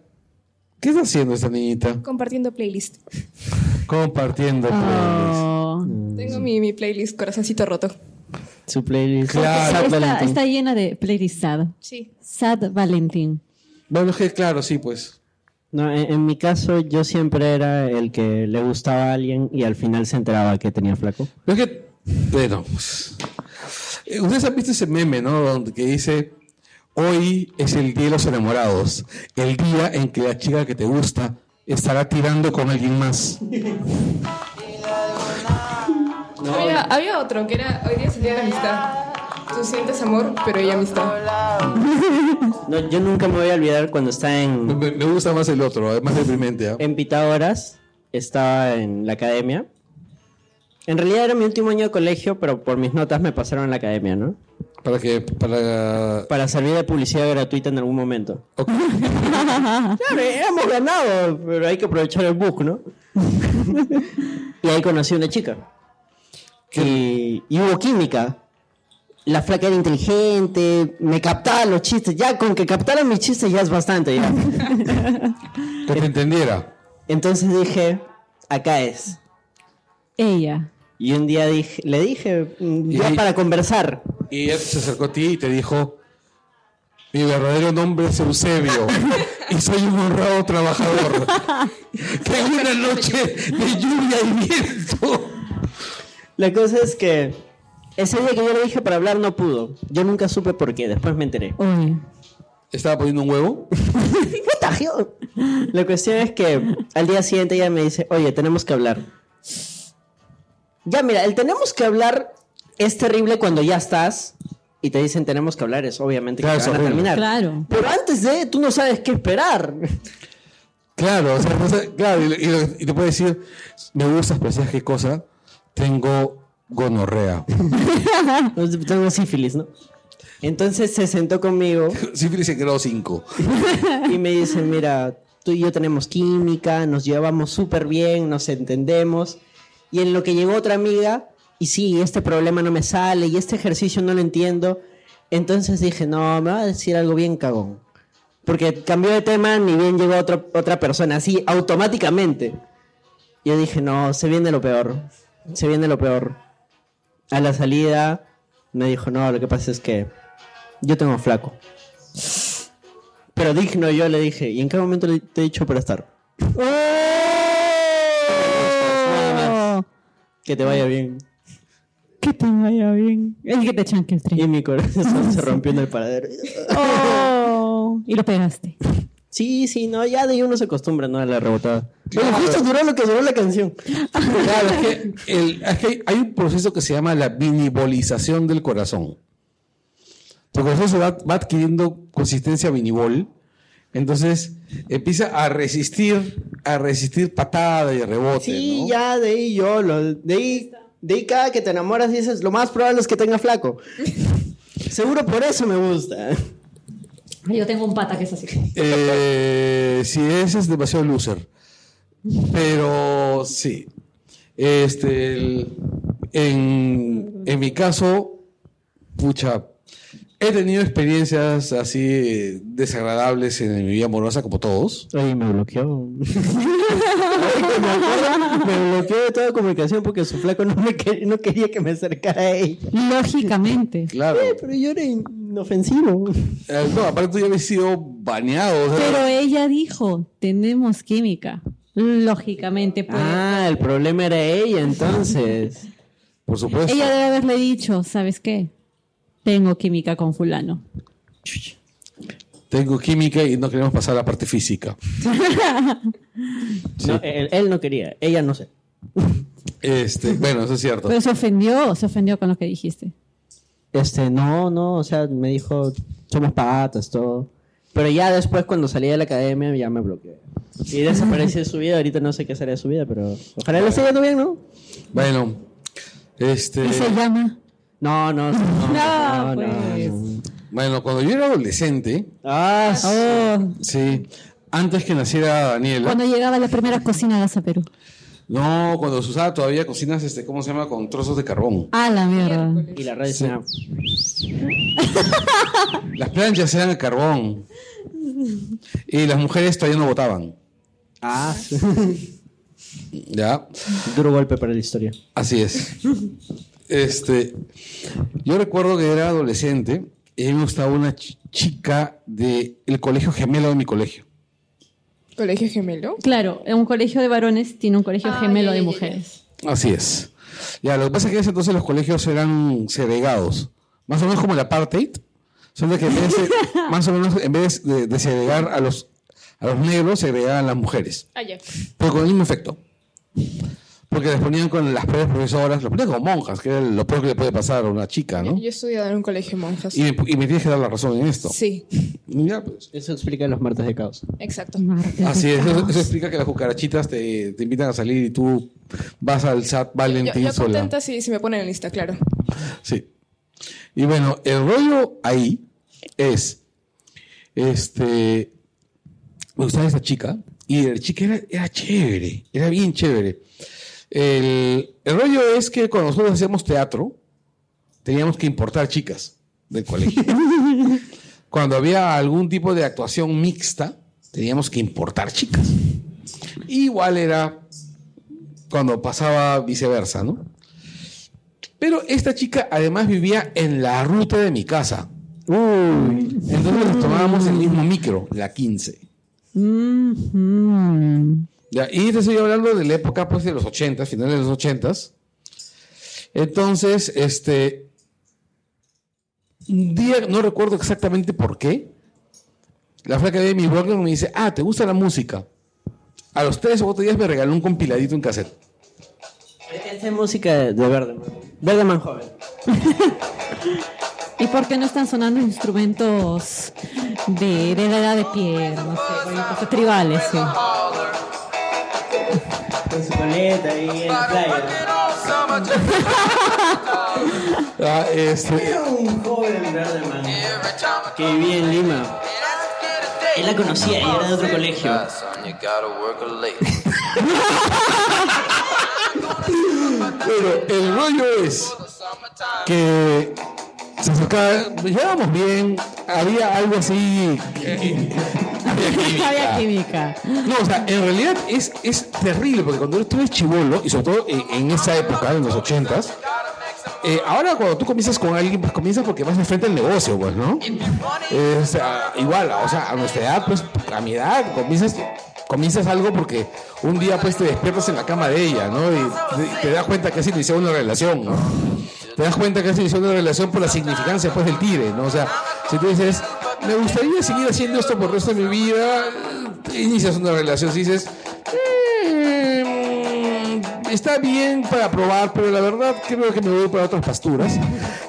¿Qué está haciendo esta niñita? Compartiendo playlist. Compartiendo. playlist. Oh. Tengo mi, mi playlist Corazoncito Roto. Su playlist. Claro. Sad Está, Valentín. está llena de playlist sad. Sí. Sad Valentín. Bueno, es que claro, sí, pues. No, en, en mi caso, yo siempre era el que le gustaba a alguien y al final se enteraba que tenía flaco. Pero es que, bueno, pues, eh, ustedes han visto ese meme, ¿no? Donde que dice, hoy es el día de los enamorados, el día en que la chica que te gusta estará tirando con alguien más. había, había otro que era hoy día es el día de la amistad. Tú sientes amor, pero hay amistad. No, yo nunca me voy a olvidar cuando estaba en, Me, me gusta más el otro, además deprimente. ¿ah? en Pitágoras, estaba en la academia. En realidad era mi último año de colegio, pero por mis notas me pasaron a la academia, ¿no? Para que, para... Para servir de publicidad gratuita en algún momento. ok. Claro, eh, hemos ganado, pero hay que aprovechar el book, ¿no? *laughs* y ahí conocí a una chica. Y, y hubo química. La flaca era inteligente, me captaba los chistes. Ya con que captara mis chistes ya es bastante. ya. Que te entendiera. Entonces dije, acá es. Ella. Y un día dije, le dije, mm, ya Y- para conversar. Y ella se acercó a ti y te dijo, mi verdadero nombre es Eusebio y soy un honrado trabajador. Que en una noche de lluvia y viento. La cosa es que ese día que yo le dije para hablar no pudo. Yo nunca supe por qué, después me enteré. Obvio. ¿Estaba poniendo un huevo? contagio. La cuestión es que al día siguiente ella me dice, oye, tenemos que hablar. Ya, mira, el tenemos que hablar es terrible cuando ya estás y te dicen tenemos que hablar, es obviamente Claro, que es te van a horrible. terminar. Claro. Pero antes de, tú no sabes qué esperar. Claro, o sea, no sé, claro, y, y lo- y te puede decir, me gustas, pero ¿sabes qué cosa? Tengo *laughs* gonorrea. Tengo sífilis, ¿no? Entonces se sentó conmigo Sífilis en grado 5. y me dice, mira, tú y yo tenemos química, nos llevamos súper bien, nos entendemos. Y en lo que llegó otra amiga, y sí, este problema no me sale, y este ejercicio no lo entiendo. Entonces dije, no, me va a decir algo bien cagón. Porque cambió de tema, ni bien llegó otra, otra persona, así, automáticamente. Yo dije, no, se viene lo peor, se viene lo peor. A la salida me dijo, no, lo que pasa es que yo tengo flaco. Pero digno yo le dije, ¿y en qué momento le- te he dicho para estar? Nada más. Que te vaya bien. Oh, Que te vaya bien. El que te chanque el Y *laughs* tren. mi corazón *laughs* se rompió en el paradero. Oh, y lo pegaste. Sí, sí, no, ya de ahí uno se acostumbra, ¿no? A la rebotada. Bueno, justo duró lo que duró la canción. *laughs* Claro, es que, el- es que hay un proceso que se llama la vinibolización del corazón. Tu corazón se va, va adquiriendo consistencia vinibol, entonces empieza a resistir, a resistir patada y rebote. Sí, ¿no? ya de ahí yo, lo, de ahí, de ahí cada que te enamoras dices, lo más probable es que tenga flaco. Seguro por eso me gusta. Yo tengo un pata que es así. Eh, sí, ese es demasiado loser. Pero sí. Este, el- en, en mi caso, pucha, he tenido experiencias así eh, desagradables en mi vida amorosa, como todos. Oye, me bloqueó. *laughs* me bloqueó de toda comunicación porque su flaco no, me quer- no quería que me acercara a ella. Lógicamente. Claro. Eh, pero yo era inofensivo. Eh, no, aparte tú ya habías sido baneado. o sea, Pero ella dijo, tenemos química. Lógicamente, pues. Ah, el problema era ella entonces. por supuesto. Ella debe haberle dicho, ¿sabes qué? Tengo química con fulano. Tengo química y no queremos pasar a la parte física. No, él, él no quería, ella no sé. Este, bueno, eso es cierto. Pero se ofendió, se ofendió con lo que dijiste. Este, no, no, o sea, me dijo, somos patas, todo. Pero ya después, cuando salí de la academia, ya me bloqueé. Y desapareció de su vida, ahorita no sé qué será de su vida, pero ojalá lo esté yendo bien, ¿no? Bueno, este. ¿Qué se llama? No, no, no. No, no, *laughs* No, pues. no. Bueno, cuando yo era adolescente, Ah, sí. sí, antes que naciera Daniela. oh, Cuando llegaba la primera cocina a Perú. No, cuando se usaba todavía cocinas, este, ¿cómo se llama? Con trozos de carbón. A la mierda. Y la radio se llama- Las planchas eran de carbón. Y las mujeres todavía no votaban. Ah, sí. Ya, Duro golpe para la historia. así es. Este, yo recuerdo que era adolescente y me gustaba una ch- chica del colegio gemelo de mi colegio. ¿Colegio gemelo? Claro, un colegio de varones tiene un colegio Ah, gemelo ya, de ya, ya, mujeres. Así es. Ya, lo que pasa es que en ese entonces los colegios eran segregados. Más o menos como el apartheid. Solo que en vez de, *laughs* más o menos en vez de, de segregar a los, a los negros, segregaban a las mujeres. Ah, ya. Pero con el mismo efecto. Porque las ponían con las peores profesoras, las ponían como monjas, que era lo peor que le puede pasar a una chica, ¿no? Yo he estudiado en un colegio de monjas. Y, y me tienes que dar la razón en esto. Sí, Ya, pues. Eso explica los martes de caos. exacto. Marte. Así es, eso, *laughs* eso explica que las cucarachitas te, te invitan a salir y tú vas al SAT Yo, Valentín yo sola. contenta si, si me ponen en lista, claro. Sí. Y bueno, el rollo ahí es, este, me gustaba esa chica y la chica era, era chévere, era bien chévere. El, el rollo es que cuando nosotros hacíamos teatro, teníamos que importar chicas del colegio. cuando había algún tipo de actuación mixta, teníamos que importar chicas. Igual era cuando pasaba viceversa, ¿no? Pero esta chica además vivía en la ruta de mi casa. Entonces nos tomábamos el mismo micro, la 15. Mm. Ya, y te estoy hablando de la época pues, de los 80, finales de los 80. Entonces, este. Un día, no recuerdo exactamente por qué, la flaca de mi blog me dice: Ah, ¿te gusta la música? A los tres o cuatro días me regaló un compiladito en cassette. Esta es música de Verdeman. Verdeman joven. ¿Y por qué no están sonando instrumentos de, de la edad de piedra? No sé, cualquier cosa, tribales. sí. Con su coleta ahí en la playa. Ah, este, Era un joven Verdeman que vivía en Lima. *laughs* Él la conocía y era de otro *laughs* colegio. Pero el rollo es que se acercaba, llevábamos bien, había algo así. eh, había química. Había química. No, o sea, en realidad es, es terrible, porque cuando tú eres chivolo, y sobre todo en, en esa época, en los ochentas, eh, ahora cuando tú comienzas con alguien, pues comienzas porque vas de frente al negocio, pues, ¿no? Es, ah, igual, o sea, a nuestra edad, pues, a mi edad, comienzas, comienzas algo porque un día, pues, te despiertas en la cama de ella, ¿no? Y te, te das cuenta que has iniciado una relación, ¿no? Te das cuenta que has iniciado una relación por la significancia, pues, del tigre, ¿no? O sea, si tú dices, me gustaría seguir haciendo esto por el resto de mi vida, eh, inicias una relación, si dices, "Eh, mm, está bien para probar, pero la verdad creo que me voy para otras pasturas.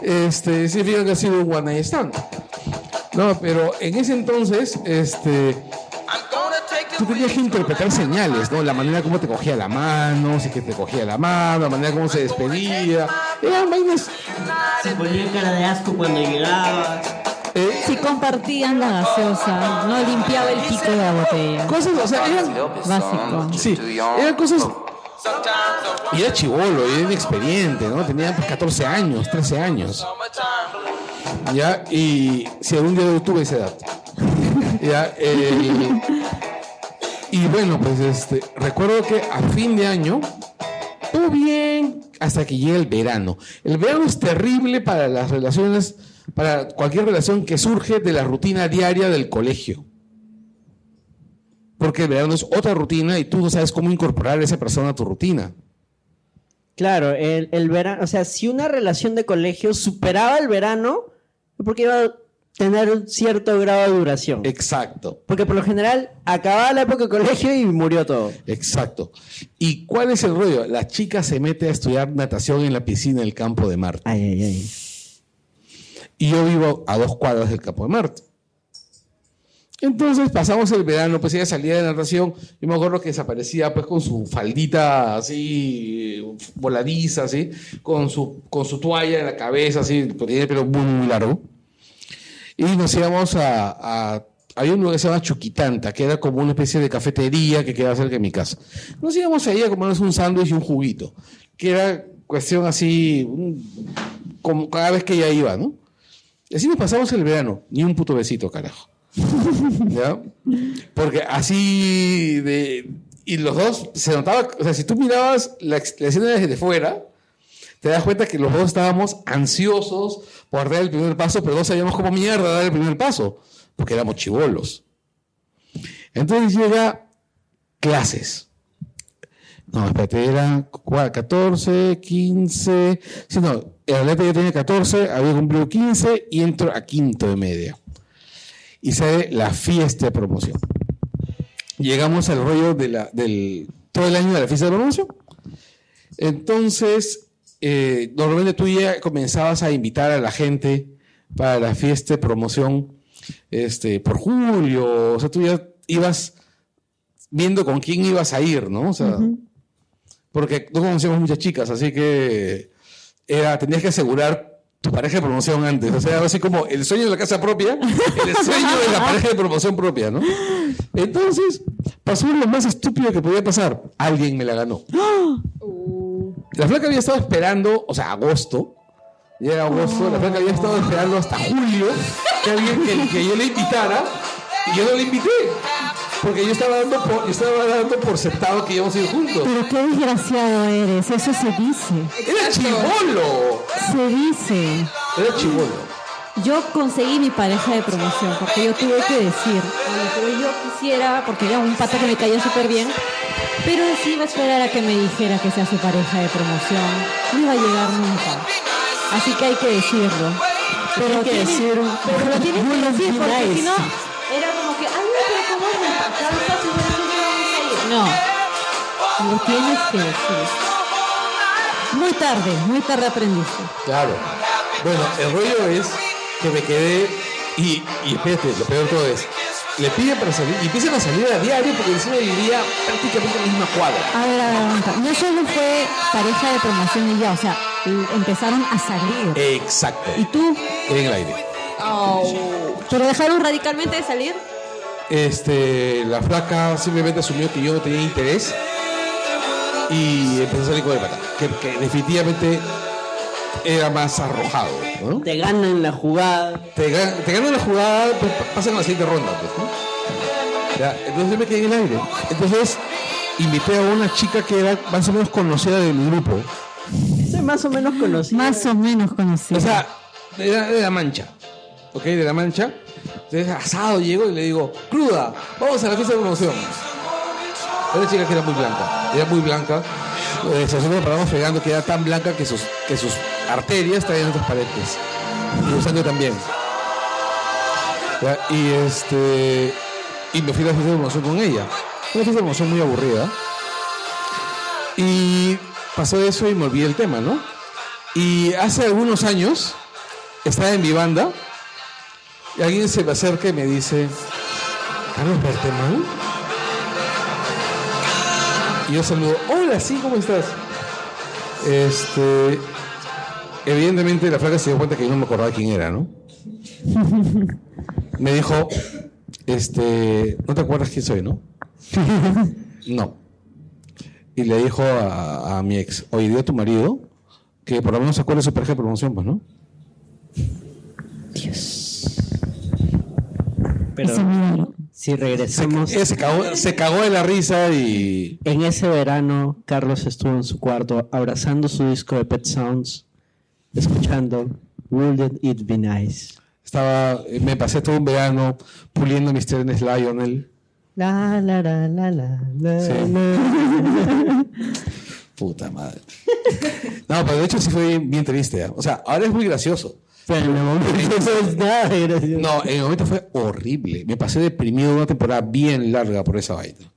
Este, significa que ha sido un one night stand. No, pero en ese entonces, este, tú tenías que interpretar señales, ¿no? La manera como te cogía la mano, si es que te cogía la mano, la manera como se despedía. Eran vainas. Se ponía cara de asco cuando llegaba. eh, Si compartían la gaseosa, no limpiaba el pico de la botella. cosas, o sea, eran. Básico. Sí, eran cosas. Y era chivolo, y era inexperiente, ¿no? Tenía pues, 14 años, 13 años. Ya, y si algún día yo tuve esa edad. *laughs* Ya, eh, y bueno, pues este, recuerdo que a fin de año, todo bien, hasta que llega el verano. El verano es terrible para las relaciones, para cualquier relación que surge de la rutina diaria del colegio. Porque el verano es otra rutina y tú no sabes cómo incorporar a esa persona a tu rutina. Claro, el, el verano, o sea, si una relación de colegio superaba el verano, porque iba a tener un cierto grado de duración. Exacto. Porque por lo general acababa la época de colegio y murió todo. Exacto. ¿Y cuál es el rollo? La chica se mete a estudiar natación en la piscina del campo de Marte. Ay, ay, ay. Y yo vivo a dos cuadras del Campo de Marte. Entonces pasamos el verano, pues ella salía de natación, yo me acuerdo que desaparecía pues con su faldita así, voladiza, así, con su, con su toalla en la cabeza, así, tenía el pelo muy, muy largo. Y nos íbamos a, a- Había un lugar que se llama Chuquitanta, que era como una especie de cafetería que quedaba cerca de mi casa. Nos íbamos ahí a comernos un sándwich y un juguito, que era cuestión así, un- como cada vez que ella iba, ¿no? Y así nos pasamos el verano, ni un puto besito, carajo. ¿ya? Porque así de... Y los dos se notaba, o sea, si tú mirabas la, ex- la escena desde fuera, te das cuenta que los dos estábamos ansiosos por dar el primer paso, pero no sabíamos cómo mierda dar el primer paso, porque éramos chivolos. Entonces llega clases. No, espérate, era cua- 14, 15. Sí, no, en realidad yo tenía 14, había cumplido 15 y entro a quinto de media y sale la fiesta de promoción. Llegamos al rollo de la, del todo el año de la fiesta de promoción. Entonces, eh, normalmente tú ya comenzabas a invitar a la gente para la fiesta de promoción este, por julio. O sea, tú ya ibas viendo con quién ibas a ir, ¿no? O sea, porque no conocíamos muchas chicas, así que era, tenías que asegurar tu pareja de promoción antes. O sea, era así como el sueño de la casa propia, el sueño de la pareja de promoción propia, ¿no? Entonces, pasó lo más estúpido que podía pasar. Alguien me la ganó. La flaca había estado esperando, o sea, agosto. Ya era agosto, la flaca había estado esperando hasta julio que alguien que, que yo le invitara y yo no le invité. Porque yo estaba dando por, yo estaba dando por sentado que íbamos a ir juntos. Pero qué desgraciado eres, eso se dice. Era chivolo. Se dice. Era chivolo. Yo conseguí mi pareja de promoción porque yo tuve que decir a lo que yo quisiera, porque era un pata que me caía súper bien, pero sí iba a esperar a que me dijera que sea su pareja de promoción. No iba a llegar nunca. Así que hay que decirlo. Pero que tiene- decir un- pero lo tienes Muy que decir porque nice. si no, era como que, ay, no, pero ¿cómo es la casa si no no vamos a ir? No. Lo tienes que decir. Muy tarde, muy tarde aprendiste. Claro. Bueno, el rollo es que me quedé y, y espérate, lo peor de todo es, le piden para salir y empiezan a salir a diario porque encima vivía prácticamente en la misma cuadra. A ver, a ver, aguanta. No solo fue pareja de promoción y ya, o sea, l- empezaron a salir. Exacto. ¿Y tú? En el aire. ¿Pero dejaron radicalmente de salir? Este, la flaca simplemente asumió que yo no tenía interés y empezó a salir con el pata, que, que definitivamente era más arrojado, ¿no? Te ganan la jugada. te, gan- te ganan la jugada, pues, pa- pasan a la siguiente ronda. pues, ¿no? Ya, entonces yo me quedé en el aire. Entonces invité a una chica que era más o menos conocida del grupo. Eso es más o menos conocido. Más o menos O conocido. sea, era de la mancha. ¿Ok? De la mancha. Entonces asado llego y le digo, cruda, vamos a la fiesta de promoción. Era Una chica que era muy blanca. Era muy blanca. Eh, nosotros nos paramos fregando que era tan blanca que sus, que sus arterias estaban transparentes. Y su sangre también. Ya, Y este. Y me fui a la fiesta de promoción con ella. Una fiesta de promoción muy aburrida. Y pasó eso y me olvidé el tema, ¿no? Y hace algunos años, estaba en mi banda, y alguien se me acerca y me dice, Carlos Berteman. Y yo saludo, hola, sí, ¿cómo estás? Este, evidentemente la flaca se dio cuenta que yo no me acordaba quién era, ¿no? Me dijo, este, ¿no te acuerdas quién soy, no? no. Y le dijo a, a mi ex, oye, dio a tu marido que por lo menos se acuerde su pareja de promoción, pues, ¿no? Pero Ese miedo. si regresamos. Ella Eh, se cagó, se cagó de la risa y. En ese verano, Carlos estuvo en su cuarto abrazando su disco de Pet Sounds, escuchando Wouldn't It Be Nice. Estaba, me pasé todo un verano puliendo mis trenes Lionel. La, la, la, la, la, la, Sí. la. Puta madre. No, pero de hecho sí fue bien, bien triste. ¿ah? O sea, ahora es muy gracioso. Pero en el momento no es nada de gracioso. No, en el momento fue horrible. Me pasé deprimido una temporada bien larga por esa vaina.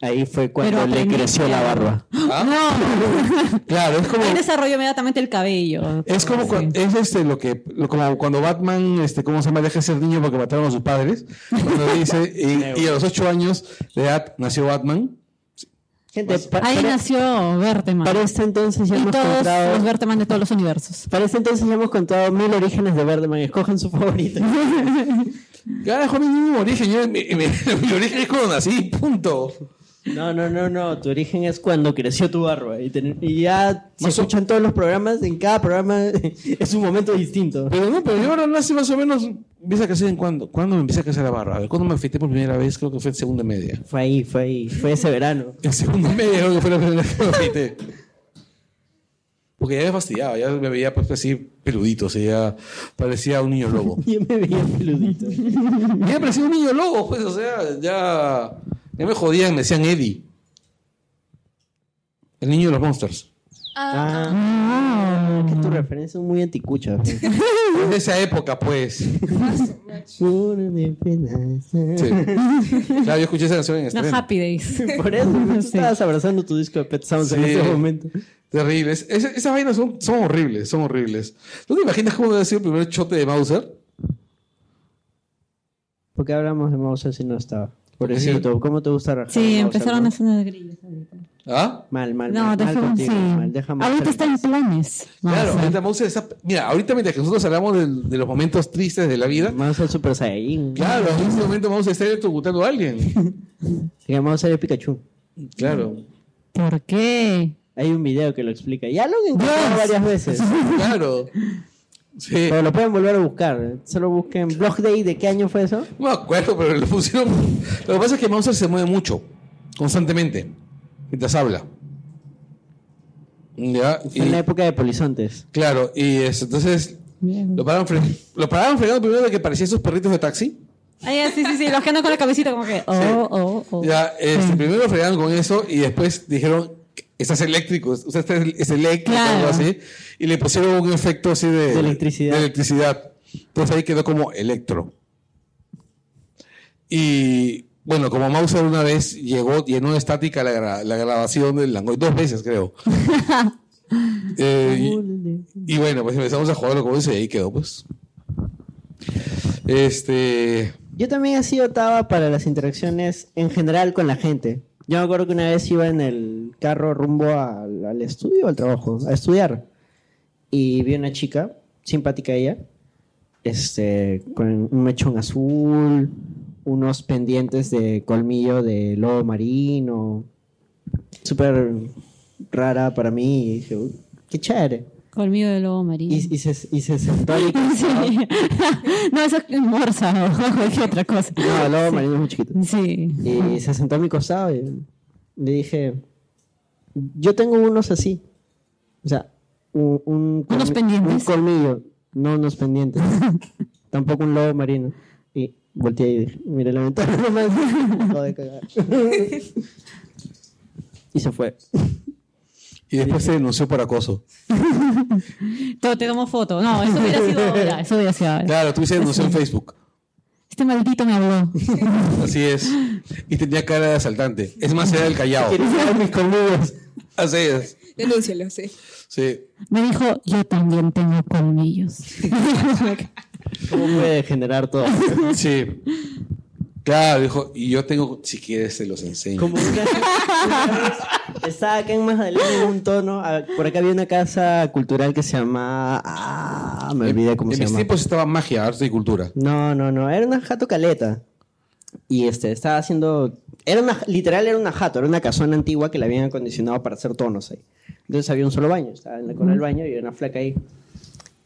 Ahí fue cuando le aprendí. creció la barba. Ah. *laughs* Claro, es como. Ahí desarrolló inmediatamente el cabello. Es como cua- eh, es este lo que lo- como cuando Batman este cómo se llama deja de ser niño porque mataron a sus padres cuando dice *laughs* y, y a los ocho años de edad nació Batman Gente, pa- Ahí para, nació Berteman. para este entonces ya Y hemos todos contado... los Berteman de todos los universos. Para este entonces ya hemos contado mil orígenes de Birdman. Escojan su favorito. carajo mi mismo origen yo- mi, *laughs* mi- mi origen es cuando nací punto No, no, no, no. Tu origen es cuando creció tu barba. Y, ten- y ya se Más o- escuchan todos los programas. En cada programa *laughs* es un momento distinto. pero no pero yo ahora nací más o menos empieza a crecer en cuando cuando me empieza a crecer la barra a ver cuando me afeité por primera vez creo que fue en segunda media Fue ahí, fue ahí. Fue ese verano. *laughs* en segunda media creo que fue la primera vez que me afeité porque ya me fastidiaba ya me veía pues así peludito o sea ya parecía un niño lobo Yo me veía peludito. Me parecía un niño lobo, pues, o sea, ya, ya me jodían, me decían Eddie. El niño de los monsters. Ah, que tus referencias son muy eh. anticuchas. Es de esa época, pues. Sí. Puro de penas. Claro, yo escuché esa canción en No, estreno. Happy Days. Por eso tú Sí. estabas abrazando tu disco de Pet Sounds en Sí. ese momento. Terribles. Es- esas vainas son, son horribles, son horribles. ¿Tú te imaginas cómo debe sido el primer chote de Mauser? Porque hablamos de Mouser si no estaba. Porque sí. Pobrecito, ¿cómo te gusta rajar? Sí, de Mouser, empezaron no? a sonar grillos ahorita. ¿ah? Mal, mal, No, mal. mal dejemos- contigo, sí. mal. Deja Mouser Ahorita en está en paz. planes. Claro, ahorita Mauser está. Mira, ahorita mientras que nosotros hablamos del- de los momentos tristes de la vida, Mouser Super Saiyajin. claro, en este momento Mauser está electrocutando a alguien. Se llama Mouser de Pikachu. Claro. ¿Por qué? Hay un video que lo explica. Ya lo han encontrado varias veces. Claro. Sí. Pero lo pueden volver a buscar. Solo busquen Blog Day. ¿De qué año fue eso? No me acuerdo, pero lo pusieron. Lo que pasa es que Mauser se mueve mucho, constantemente, mientras habla. Ya, y- En la época de Polizontes. claro, y es- entonces lo pararon, fre- lo pararon fregando primero de que parecían esos perritos de taxi. Ah, ya, sí, sí, sí. Los que andan con la cabecita como que... Oh, oh, oh. Ya, este, Mm. primero lo fregaron con eso y después dijeron, estás eléctrico, usted está- es eléctrico, Claro. algo así. Y le pusieron un efecto así de, De electricidad. de electricidad. Entonces ahí quedó como electro. Y bueno, como Mauser una vez llegó, llenó de estática la, gra- la grabación del Langoy, dos veces *laughs* creo. Eh, y, y bueno, pues empezamos a jugarlo con eso y ahí quedó, pues. Este. Yo también he sido taba para las interacciones en general con la gente. Yo me acuerdo que una vez iba en el carro rumbo al, al estudio o al trabajo, a estudiar. Y vi una chica, simpática ella, este, con un mechón azul, unos pendientes de colmillo de lobo marino. Súper rara para mí. Y dije, "Uy, qué chévere. Colmillo de lobo marino. Y, y se, y se sentó ahí. *laughs* Sí. no, eso es morsa *laughs* o cualquier otra cosa. No, lobo marino es muy chiquito. Sí. Y se sentó a mi costado y le dije, yo tengo unos así. O sea, un, un ¿Unos colmi- pendientes? un colmillo, no unos *laughs* pendientes. Tampoco un lobo marino. Y volteé y dije, mire la ventana *laughs* nomás. Acabo de cagar. y se fue. Y después se denunció por acoso. Todo, te tomo foto. No, eso hubiera sido ahora. Eso hubiera sido ahora. Claro, tú se denunció en Facebook. Este maldito me habló. Así es. Y tenía cara de asaltante. Es más, era el callao. ¿Quieres saber mis colmillos? Así es. Denúncialo, sí. Sí. Me dijo, yo también tengo colmillos. ¿Cómo puede generar todo? Sí. Claro, dijo, y yo tengo, si quieres, se los enseño. Como una, una vez estaba acá en más adelante en un tono. a- por acá había una casa cultural que se llamaba. Ah, me olvidé cómo en se mis llama. tiempos estaba magia, arte y cultura. No, no, no. Era una jato caleta. Y este, estaba haciendo. Era una, literal, era una jato, era una casona antigua que la habían acondicionado para hacer tonos ahí. Entonces había un solo baño, estaba en la cola del baño y había una flaca ahí.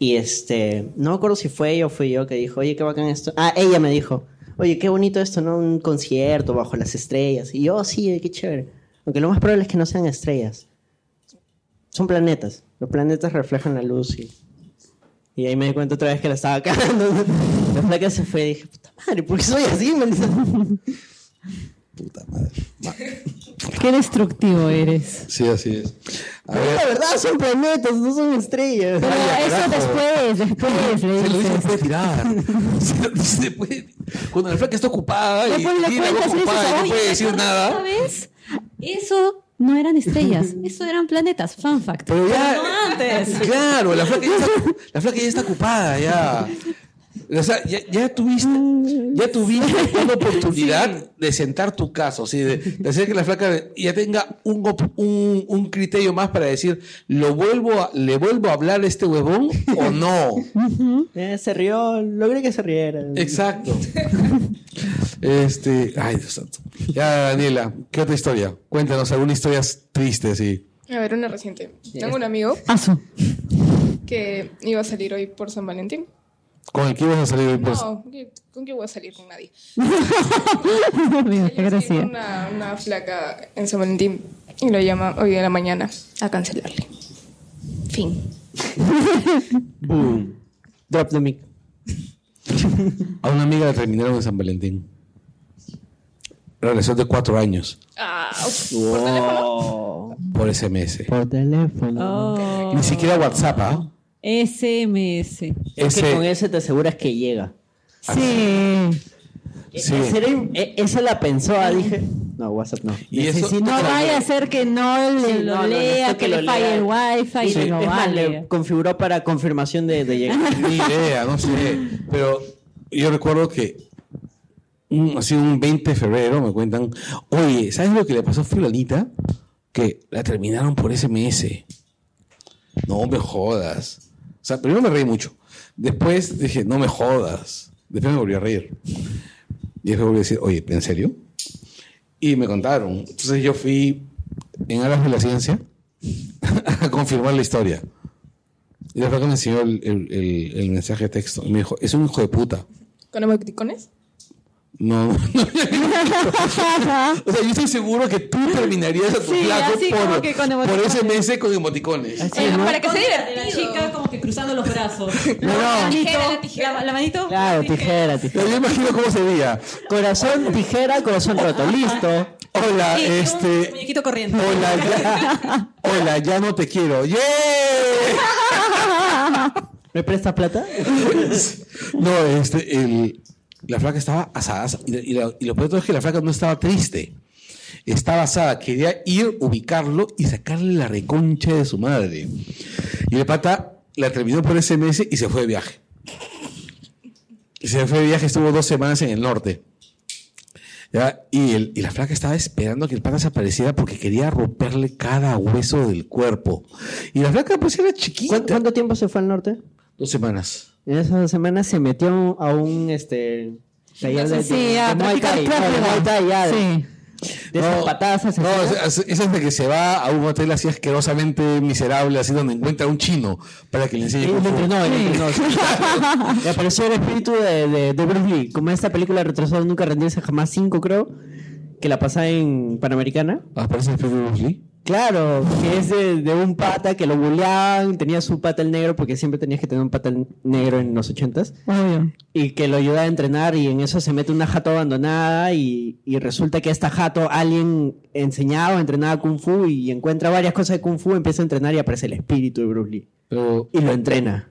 Y este, no me acuerdo si fue ella o fui yo que dijo, oye, qué bacán esto. Ah, ella me dijo, oye, qué bonito esto, ¿no? Un concierto bajo las estrellas. Y yo, "Oh, sí, qué chévere. Aunque lo más probable es que no sean estrellas. Son planetas. Los planetas reflejan la luz y y ahí me di cuenta otra vez que la estaba *laughs* cagando. La placa se fue y dije, puta madre, ¿por qué soy así? maldita?" Qué destructivo eres. Sí, así es. A *laughs* Pero ver, *laughs* la verdad son planetas, no son estrellas. Pero eso después, después le se lo dice dices. después de tirar. Se lo dice después de- Cuando la flaca está ocupada y Después le tiene la voz cuentas y le dices, ocupada y no "Oye, puede ¿te decir acuerdas nada. esa vez? Eso no eran estrellas, eso eran planetas. Fun fact. Pero ya. No antes. *laughs* Claro, la flaca ya está, la flaca ya está ocupada, ya. O sea, ya, ya tuviste, ya *laughs* tuviste una oportunidad de sentar tu caso, o sea, de, de hacer que la flaca ya tenga un, op- un, un criterio más para decir, ¿lo vuelvo a- ¿le vuelvo a hablar a este huevón o *laughs* no? Eh, se rió, logré que se riera. Exacto. Este, ay, Dios santo. Ya, Daniela, ¿qué otra historia? Cuéntanos alguna historia triste, sí. A ver, una reciente. Tengo un amigo Paso. que iba a salir hoy por San Valentín. ¿Con el que ibas a salir hoy? Pues, No, ¿qué- ¿con qué voy a salir con *laughs* nadie? Mira, qué Él tiene gracia. Una, una flaca en San Valentín y lo llama hoy de la mañana a cancelarle. Fin. boom. Drop the mic. *laughs* A una amiga la terminaron en San Valentín. Relación de cuatro años Ah, uf, por SMS. Por teléfono. Oh. Ni siquiera WhatsApp, ¿ah? SMS. Es que con Ese, ese te aseguras que llega. Sí. sí. Ese era- e- Esa la pensó, ah, dije. No, WhatsApp no. Y Ese eso- sí, No vaya a ser que no le Sí, lo no, no, no lea, es que, le lo falle lea. el wifi, Sí, y no es más, vale. le configuró para confirmación de, *laughs* de llegar. Ni idea, no sé. Pero yo recuerdo que un- ha sido un 20 de febrero, me cuentan, oye, ¿sabes lo que le pasó a fulanita? Que la terminaron por SMS. No me jodas. O sea, primero me reí mucho. Después dije, no me jodas. Después me volví a reír. Y después volví a decir, oye, ¿en serio? Y me contaron. Entonces yo fui en aras de la ciencia *laughs* a confirmar la historia. Y la flaca me enseñó el, el- el- el mensaje de texto. Y me dijo, es un hijo de puta. ¿Con emoticones? No, *laughs* no, no. *laughs* o sea, yo estoy seguro que tú terminarías a tu Sí, flaco así como que con por, por emoticones. ese mes con emoticones. Sí, ¿no? Para que se De divertido. la chica como que cruzando los *laughs* brazos. No, no. Tijera, la tijera, la- la manito. Claro, la tijera, tijera. Yo tijera. me imagino cómo sería. Corazón, tijera, corazón roto. Listo. Hola, Y un este. muñequito corriendo. Hola, *laughs* ya. Hola, ya no te quiero. ¡Yeah! ¿Me prestas plata? No, este, el- la flaca estaba asada. asa- Y, la- y la- y lo peor de todo es que la flaca no estaba triste. Estaba asada. Quería ir, ubicarlo y sacarle la reconcha de su madre. Y el pata la terminó por SMS y se fue de viaje. Y se fue de viaje, estuvo dos semanas en el norte. ¿Ya? Y, el- y la flaca estaba esperando que el pata se apareciera porque quería romperle cada hueso del cuerpo. Y la flaca pues era chiquita. ¿Cuánto, cuánto tiempo se fue al norte? Dos semanas. En esa semana se metió a un este taller de, Sí, a practicar tráfico. Sí. De esas patadas No, asesinas. es, es- es de que se va a un hotel así asquerosamente miserable, así donde encuentra un chino para que le enseñe. Sí, kung él fu. entrenó, él entrenó, sí. *laughs* Y apareció el espíritu de, de, de Bruce Lee. Como esta película retrasada nunca rendirse jamás 5, creo. Que la pasa en Panamericana. Aparece el propio Ah, Bruce Lee. Claro, que es de, de un pata que lo bulleaban. Tenía su pata el negro, porque siempre tenías que tener un pata el negro en los ochentas. Obvio. y que lo ayuda a entrenar y en eso se mete una jato abandonada y, y resulta que esta jato alguien enseñaba, entrenaba kung fu y encuentra varias cosas de kung fu, empieza a entrenar y aparece el espíritu de Bruce Lee Pero y lo entrena.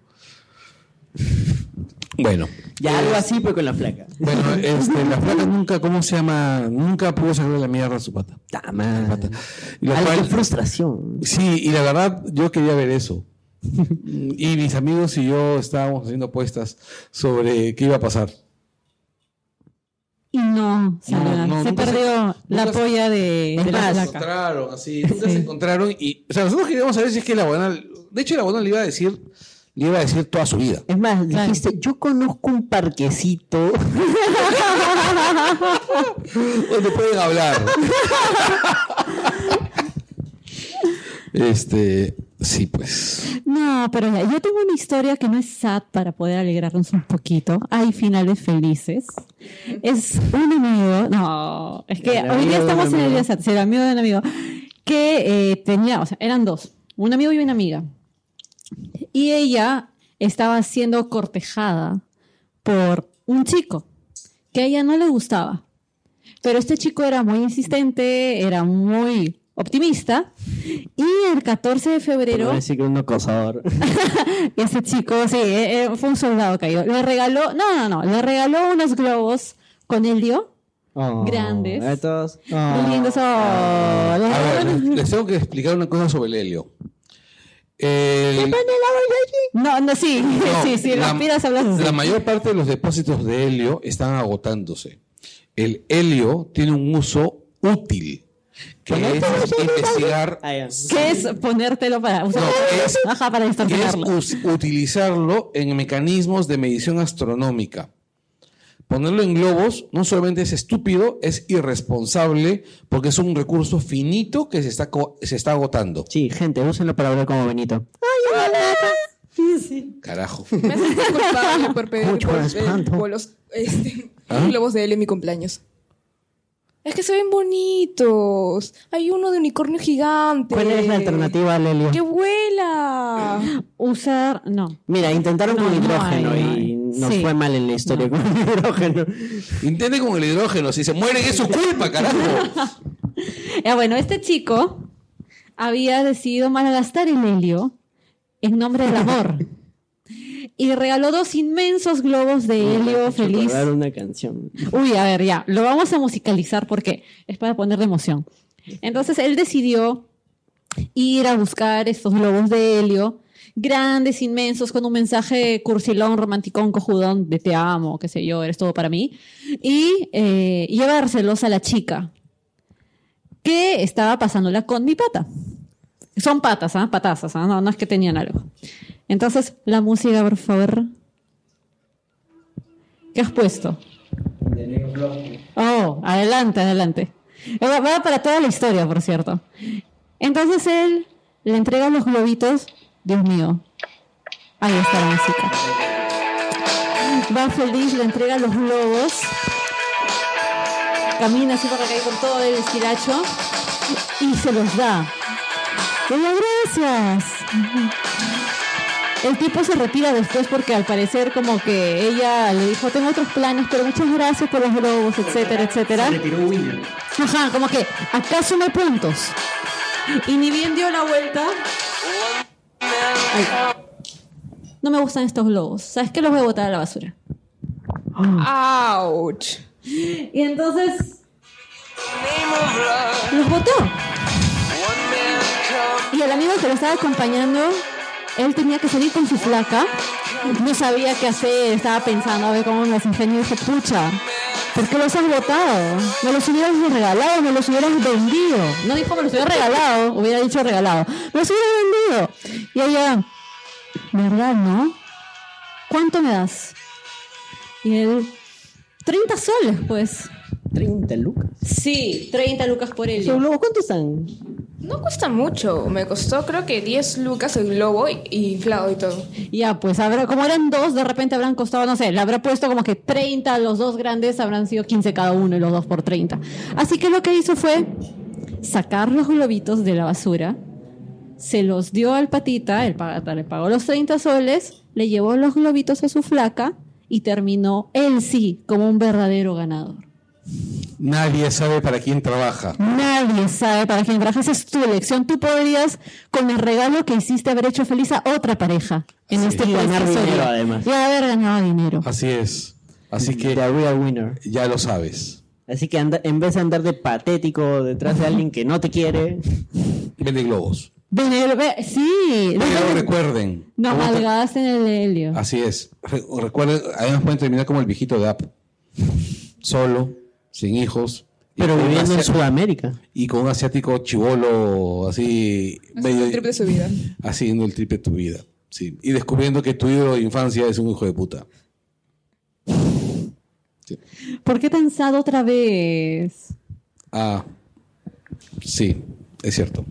bueno, Ya algo así pero con la flaca. *laughs* bueno, este, la flaca nunca, ¿cómo se llama? Nunca pudo sacarle la mierda a su pata. Ta madre. Pata. Y lo Algo de cual- frustración. sí, y la verdad, yo quería ver *laughs* eso. Y mis amigos y yo estábamos haciendo apuestas sobre qué iba a pasar. Y no, salió No, no, se nunca se- perdió la nunca se- polla de, de la Nunca se placa. encontraron, así, nunca se encontraron y, o sea, nosotros queríamos saber si es que la buena, de hecho la buena le iba a decir, le iba a decir toda su *laughs* vida. Es más, Claro. dijiste, yo conozco un parquecito. Donde pueden hablar. este, sí, pues. No, pero ya, yo tengo una historia que no es sad para poder alegrarnos un poquito. Hay finales felices. Es un amigo, no, es que El hoy amigo día de un estamos en el amigo. día sad, sí, el amigo de un amigo, que eh, tenía, o sea, eran dos, un amigo y una amiga. Y ella estaba siendo cortejada por un chico que a ella no le gustaba. Pero este chico era muy insistente, era muy optimista. Y el 14 de febrero... Pero decir que un *laughs* acosador. Y ese chico, sí, eh, eh, fue un soldado caído. Le regaló, no, no, no, le regaló unos globos con helio Oh, Grandes. estos- Lindos. oh, los- Ah. A ver, les tengo que explicar una cosa sobre el helio. El- No, no, sí, *laughs* no, sí, sí, la, respiras, hablas así. la mayor parte de los depósitos de helio están agotándose. El helio tiene un uso útil, que es investigar, Ah, ya. ¿Qué es ponértelo para usar? No, es- Ajá, para que es distorsionarlo. us- utilizarlo en mecanismos de medición astronómica. Ponerlo en globos no solamente es estúpido, es irresponsable porque es un recurso finito que se está, co- se está agotando. Sí, gente, úsenlo para hablar como Benito. *laughs* Carajo. Me sentí *laughs* culpable por pedir Mucho bol- espanto. eh, bolos, este, ¿Ah? globos de él en mi cumpleaños. Es que se ven bonitos. Hay uno de unicornio gigante. ¿Cuál es la alternativa al helio? ¡Que vuela! Usar, no. Mira, intentaron No, con no hidrógeno hay, y no hay. nos Sí. fue mal en la historia con el *laughs* hidrógeno. Intente con el hidrógeno, si se mueren es su culpa, carajo. Ya, bueno, este chico había decidido malgastar el helio en nombre del amor. *laughs* y regaló dos inmensos globos de helio feliz. Recordar una canción. Uy, a ver, ya, lo vamos a musicalizar porque es para ponerle emoción. Entonces él decidió ir a buscar estos globos de helio, grandes, inmensos, con un mensaje cursilón, romanticón, cojudón, de te amo, qué sé yo, eres todo para mí, y eh, llevárselos a la chica que estaba pasándola con mi pata. Son patas, ¿ah? Patazas, ¿ah? No, no es que tenían algo. Entonces, la música, por favor. ¿Qué has puesto? Oh, adelante, adelante. Eh, Va va para toda la historia, por cierto. Entonces él le entrega los globitos. Dios mío. Ahí está la música. Va feliz, le entrega los globos. Camina así para acá y con todo el estiracho. Y se los da. Hola, gracias. El tipo se retira después porque al parecer como que ella le dijo, tengo otros planes, pero muchas gracias por los globos, etcétera, etcétera. Ajá, como que acá sumé puntos. Y ni bien dio la vuelta. Ay. No me gustan estos globos. ¿Sabes qué? Los voy a botar a la basura. ¡Auch! Y entonces. Los botó. Y el amigo que lo estaba acompañando, él tenía que salir con su flaca. No sabía qué hacer, estaba pensando a ver cómo me las ingenio. Y dije, pucha, ¿por qué los has botado? Me los hubieras regalado, me los hubieras vendido. No dijo me los hubiera regalado, hubiera dicho regalado. Me los hubiera vendido. Y ella, ¿verdad, no? ¿Cuánto me das? Y él, 30 soles, pues. 30 lucas. Sí, 30 lucas por ¿Esos ello. globos cuántos están? No cuesta mucho. Me costó creo que 10 lucas el globo y, y inflado y todo. Ya, pues habrá, como eran dos, de repente habrán costado, no sé, le habrá puesto como que 30, los dos grandes habrán sido 15 cada uno y los dos por 30. Así que lo que hizo fue sacar los globitos de la basura, se los dio al patita, el patita le pagó los 30 soles, le llevó los globitos a su flaca y terminó él sí como un verdadero ganador. Nadie sabe para quién trabaja. Nadie sabe para quién trabaja. Esa es tu elección. Tú podrías, con el regalo que hiciste, haber hecho feliz a otra pareja. En este Y ganar país, dinero, Sonia. además. Y haber ganado dinero. Así es. Así que The real winner. ya lo sabes. Así que anda- en vez de andar de patético detrás de alguien que no te quiere, Vende globos. Vender- ve- sí. Pero No, recuerden. no como- malgasten el helio. Así es. Re- Recuerden, además pueden terminar como el viejito de App. Solo, sin hijos. y pero con un viviendo en asi- Sudamérica. Y con un asiático chivolo así. medio- El triple de su vida. haciendo el triple de tu vida. Sí. Y descubriendo que tu ídolo de infancia es un hijo de puta. ¿Por qué tan sad otra vez? Ah, sí, es cierto.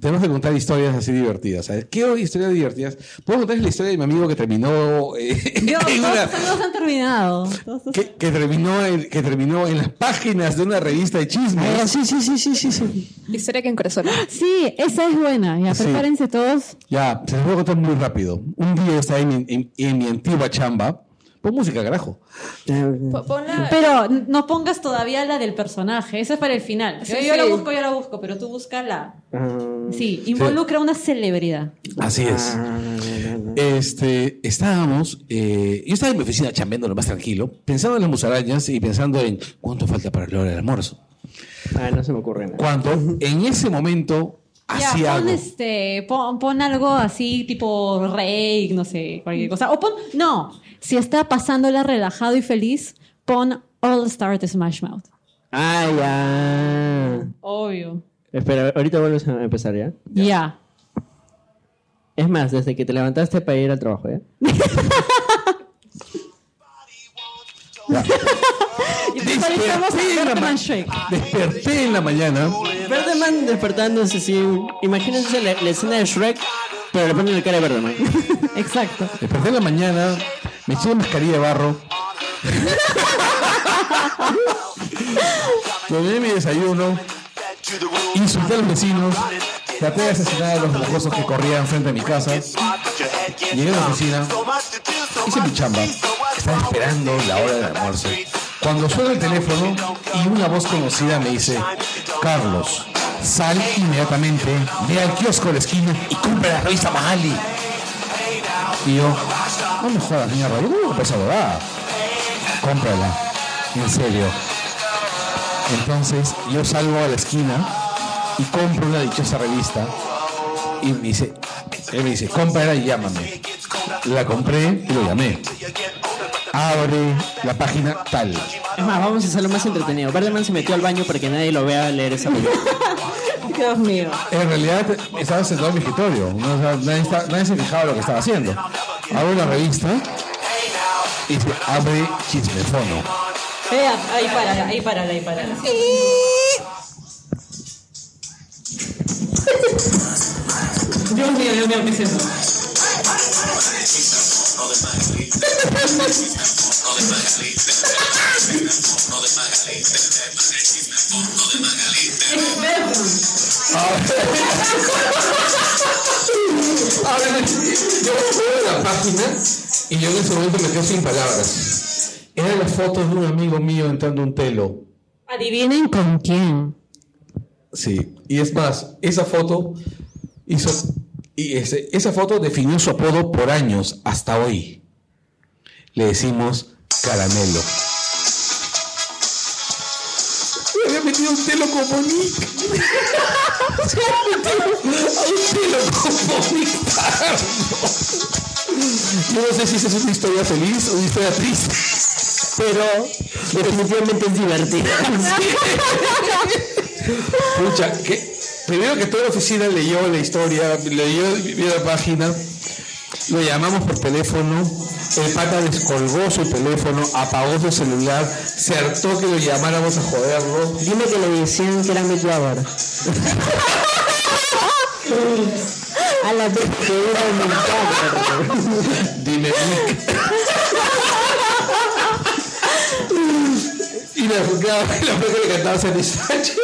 Tenemos que contar historias así divertidas. ¿sabes? ¿Qué historias divertidas? Puedo contarles la historia de mi amigo que terminó. eh, *laughs* Dios, en todos una- tus amigos han terminado. Todos tus- que, que terminó en, que terminó en las páginas de una revista de chismes. sí, sí, sí, sí, sí, sí. Historia que encorazona. Sí, esa es buena. Ya, Sí. prepárense todos. Ya, se los voy a contar muy rápido. Un día yo estaba en, mi- en- en mi antigua chamba. Pon música, carajo. Mm. Po- Ponla. Pero n- no pongas todavía la del personaje, esa es para el final. Yo, Sí, yo la sí. busco, yo la busco, pero tú busca la. Ah. Sí, involucra una celebridad. Así es. Este, estábamos, eh, yo estaba en mi oficina chambeando lo más tranquilo, pensando en las musarañas y pensando en cuánto falta para la hora del almuerzo. Ah, no se me ocurre nada. Cuando en ese momento Ya, hacía pon, algo. este, pon, pon algo así tipo rey, no sé, cualquier cosa. O pon, no, si está pasándola relajado y feliz, pon All Star de Smash Mouth. Ah, ya. Obvio. Espera, ahorita vuelves a empezar ya. Ya. Es más, desde que te levantaste para ir al trabajo, ¿ya? Parecemos a Bergman Shake. Desperté en la mañana. Birdman despertándose, sí. Imagínense la, la escena de Shrek, pero le ponen la cara de Birdman. Exacto. Desperté en la mañana, me eché una mascarilla de barro. Tomé mi desayuno, insulté a los vecinos, traté de asesinar a los mocosos que corrían frente a mi casa. Llegué a la oficina, hice mi chamba, estaba esperando la hora del almuerzo. Cuando suena el teléfono y una voz conocida me dice, Carlos, sal inmediatamente, ve al kiosco de la esquina y compra la revista Mahali. Y yo, no me jodas, mierda, yo no voy a esa huevada. Cómprala, en serio. Entonces yo salgo a la esquina y compro una dichosa revista y me dice, él me dice, cómprala y llámame. La compré y lo llamé. Abre la página tal. Es más, vamos a hacerlo más entretenido. Birdman se metió al baño para que nadie lo vea leer esa película. Dios mío. En realidad estaba sentado en mi escritorio, no, o sea, nadie, está- nadie se fijaba lo que estaba haciendo. Abro la revista y dice, abre chismefono. Eh, ahí párala, ahí párala, ahí párala. Dios mío, Dios mío, ¿qué es eso? Ábreme. Yo veo la página y yo en ese momento me quedo sin palabras. Era la foto de un amigo mío entrando a un telo. Adivinen con quién. Sí. Y es más, esa foto hizo. Y ese- esa foto definió su apodo por años hasta hoy. Le decimos caramelo. Me había metido un telo con Monique. *laughs* Se había metido un telo con Monique Pardo. Yo no sé si esa es una historia feliz o una historia triste. Pero definitivamente es divertida. Pucha, que primero que toda la oficina leyó la historia, leyó vio la página, lo llamamos por teléfono, el pata descolgó su teléfono, apagó su celular, se hartó que lo llamáramos a joderlo. Dime que le decían que era mi ahora. A la vez que era mi Dime. y la jugaba y la mujer le cantaba Sandy Sánchez.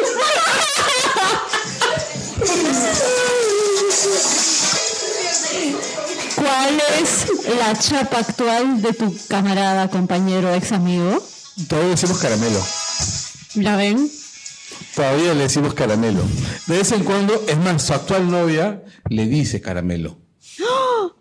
¿Cuál es la chapa actual de tu camarada, compañero, ex amigo? Todavía decimos caramelo. ¿Ya ven? Todavía le decimos caramelo. De vez en cuando, es más, su actual novia le dice caramelo.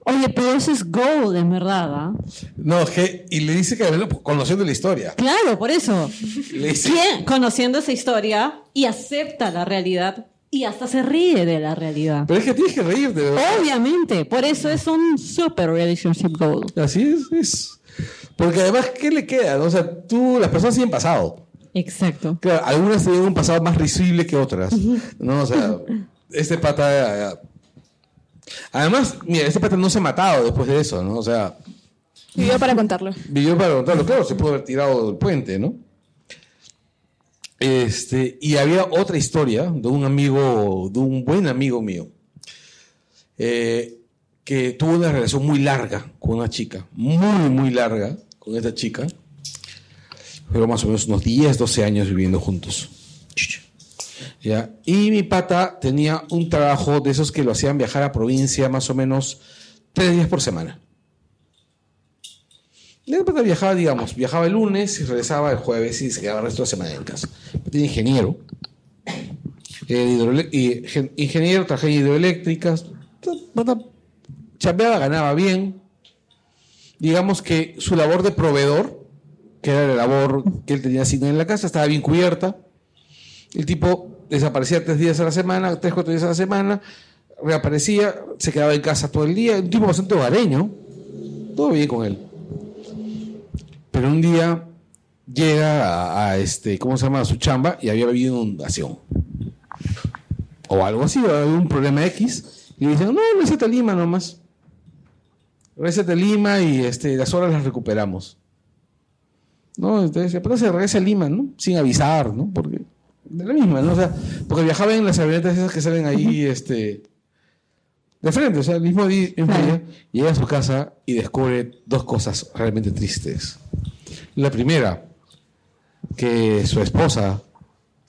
Oye, pero eso es gold, en verdad. ¿ah? No, es que, y le dice caramelo pues, conociendo la historia. Claro, por eso. Le dice, ¿Quién? Conociendo esa historia y acepta la realidad y hasta se ríe de la realidad. Pero es que tienes que reírte, ¿verdad? Obviamente, por eso es un super relationship goal. Así es, es. Porque además, ¿qué le queda? no? O sea, tú, las personas tienen pasado. Exacto. Claro, algunas tienen un pasado más risible que otras. ¿No? O sea, este pata. eh, Además, mira, este pata no se ha matado después de eso, ¿no? O sea, Vivió para contarlo. vivió para contarlo. Claro, se pudo haber tirado del puente, ¿no? Este, y había otra historia de un amigo, de un buen amigo mío, eh, que tuvo una relación muy larga con una chica, muy, muy larga con esta chica, pero más o menos unos 10, 12 años viviendo juntos. ¿Ya? Y mi pata tenía un trabajo de esos que lo hacían viajar a provincia más o menos tres días por semana. Y el pata viajaba, digamos, viajaba el lunes y regresaba el jueves y se quedaba el resto de la semana en casa. Tiene ingeniero. eh, hidroele- y gen- ingeniero, traje hidroeléctricas. ta- pata chambeaba, ganaba bien. Digamos que su labor de proveedor, que era la labor que él tenía asignada en la casa, estaba bien cubierta. El tipo desaparecía tres días a la semana, tres, cuatro días a la semana, reaparecía, se quedaba en casa todo el día. Un tipo bastante hogareño. Todo bien con él. Pero un día llega a, a este, ¿cómo se llama? A su chamba y había habido inundación. O algo así, o había un problema X. Y le dicen, no, receta Lima nomás. Receta Lima y este, las horas las recuperamos. No, entonces, pero se regresa a Lima, ¿no? Sin avisar, ¿no? Porque de la misma, ¿no? O sea, porque viajaba en las avionetas esas que salen ahí, este, de frente, o sea, el mismo día, mismo día, llega a su casa y descubre dos cosas realmente tristes. La primera, que su esposa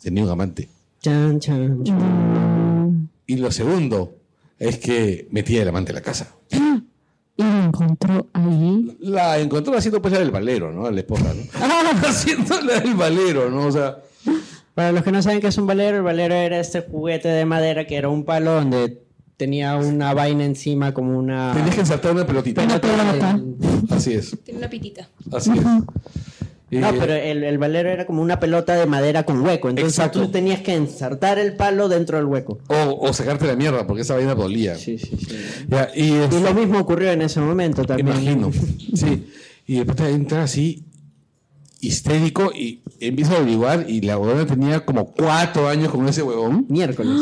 tenía un amante. Chan, chan, chan. Y lo segundo es que metía el amante en la casa. Y lo encontró ahí. La encontró haciendo pues la del valero, ¿no? La esposa, *laughs* ¿no? Ah, *laughs* haciendo la del valero, ¿no? O sea, *laughs* Para los que no saben qué es un valero, el valero era este juguete de madera que era un palo donde tenía una vaina encima como una... tenías que ensartar una pelotita. pelota pelota. de- Así es, Tiene una pitita. así es. Y- No, pero el, el valero era como una pelota de madera con hueco. Entonces Exacto. tú tenías que ensartar el palo dentro del hueco. o, o sacarte la mierda, porque esa vaina dolía. Sí, sí, sí. Ya, y, Y este, lo mismo ocurrió en ese momento también. Imagino. Sí. Y de repente entra así, histérico, y empieza a averiguar, y la huevona tenía como cuatro años con ese huevón. *gasps* Miércoles.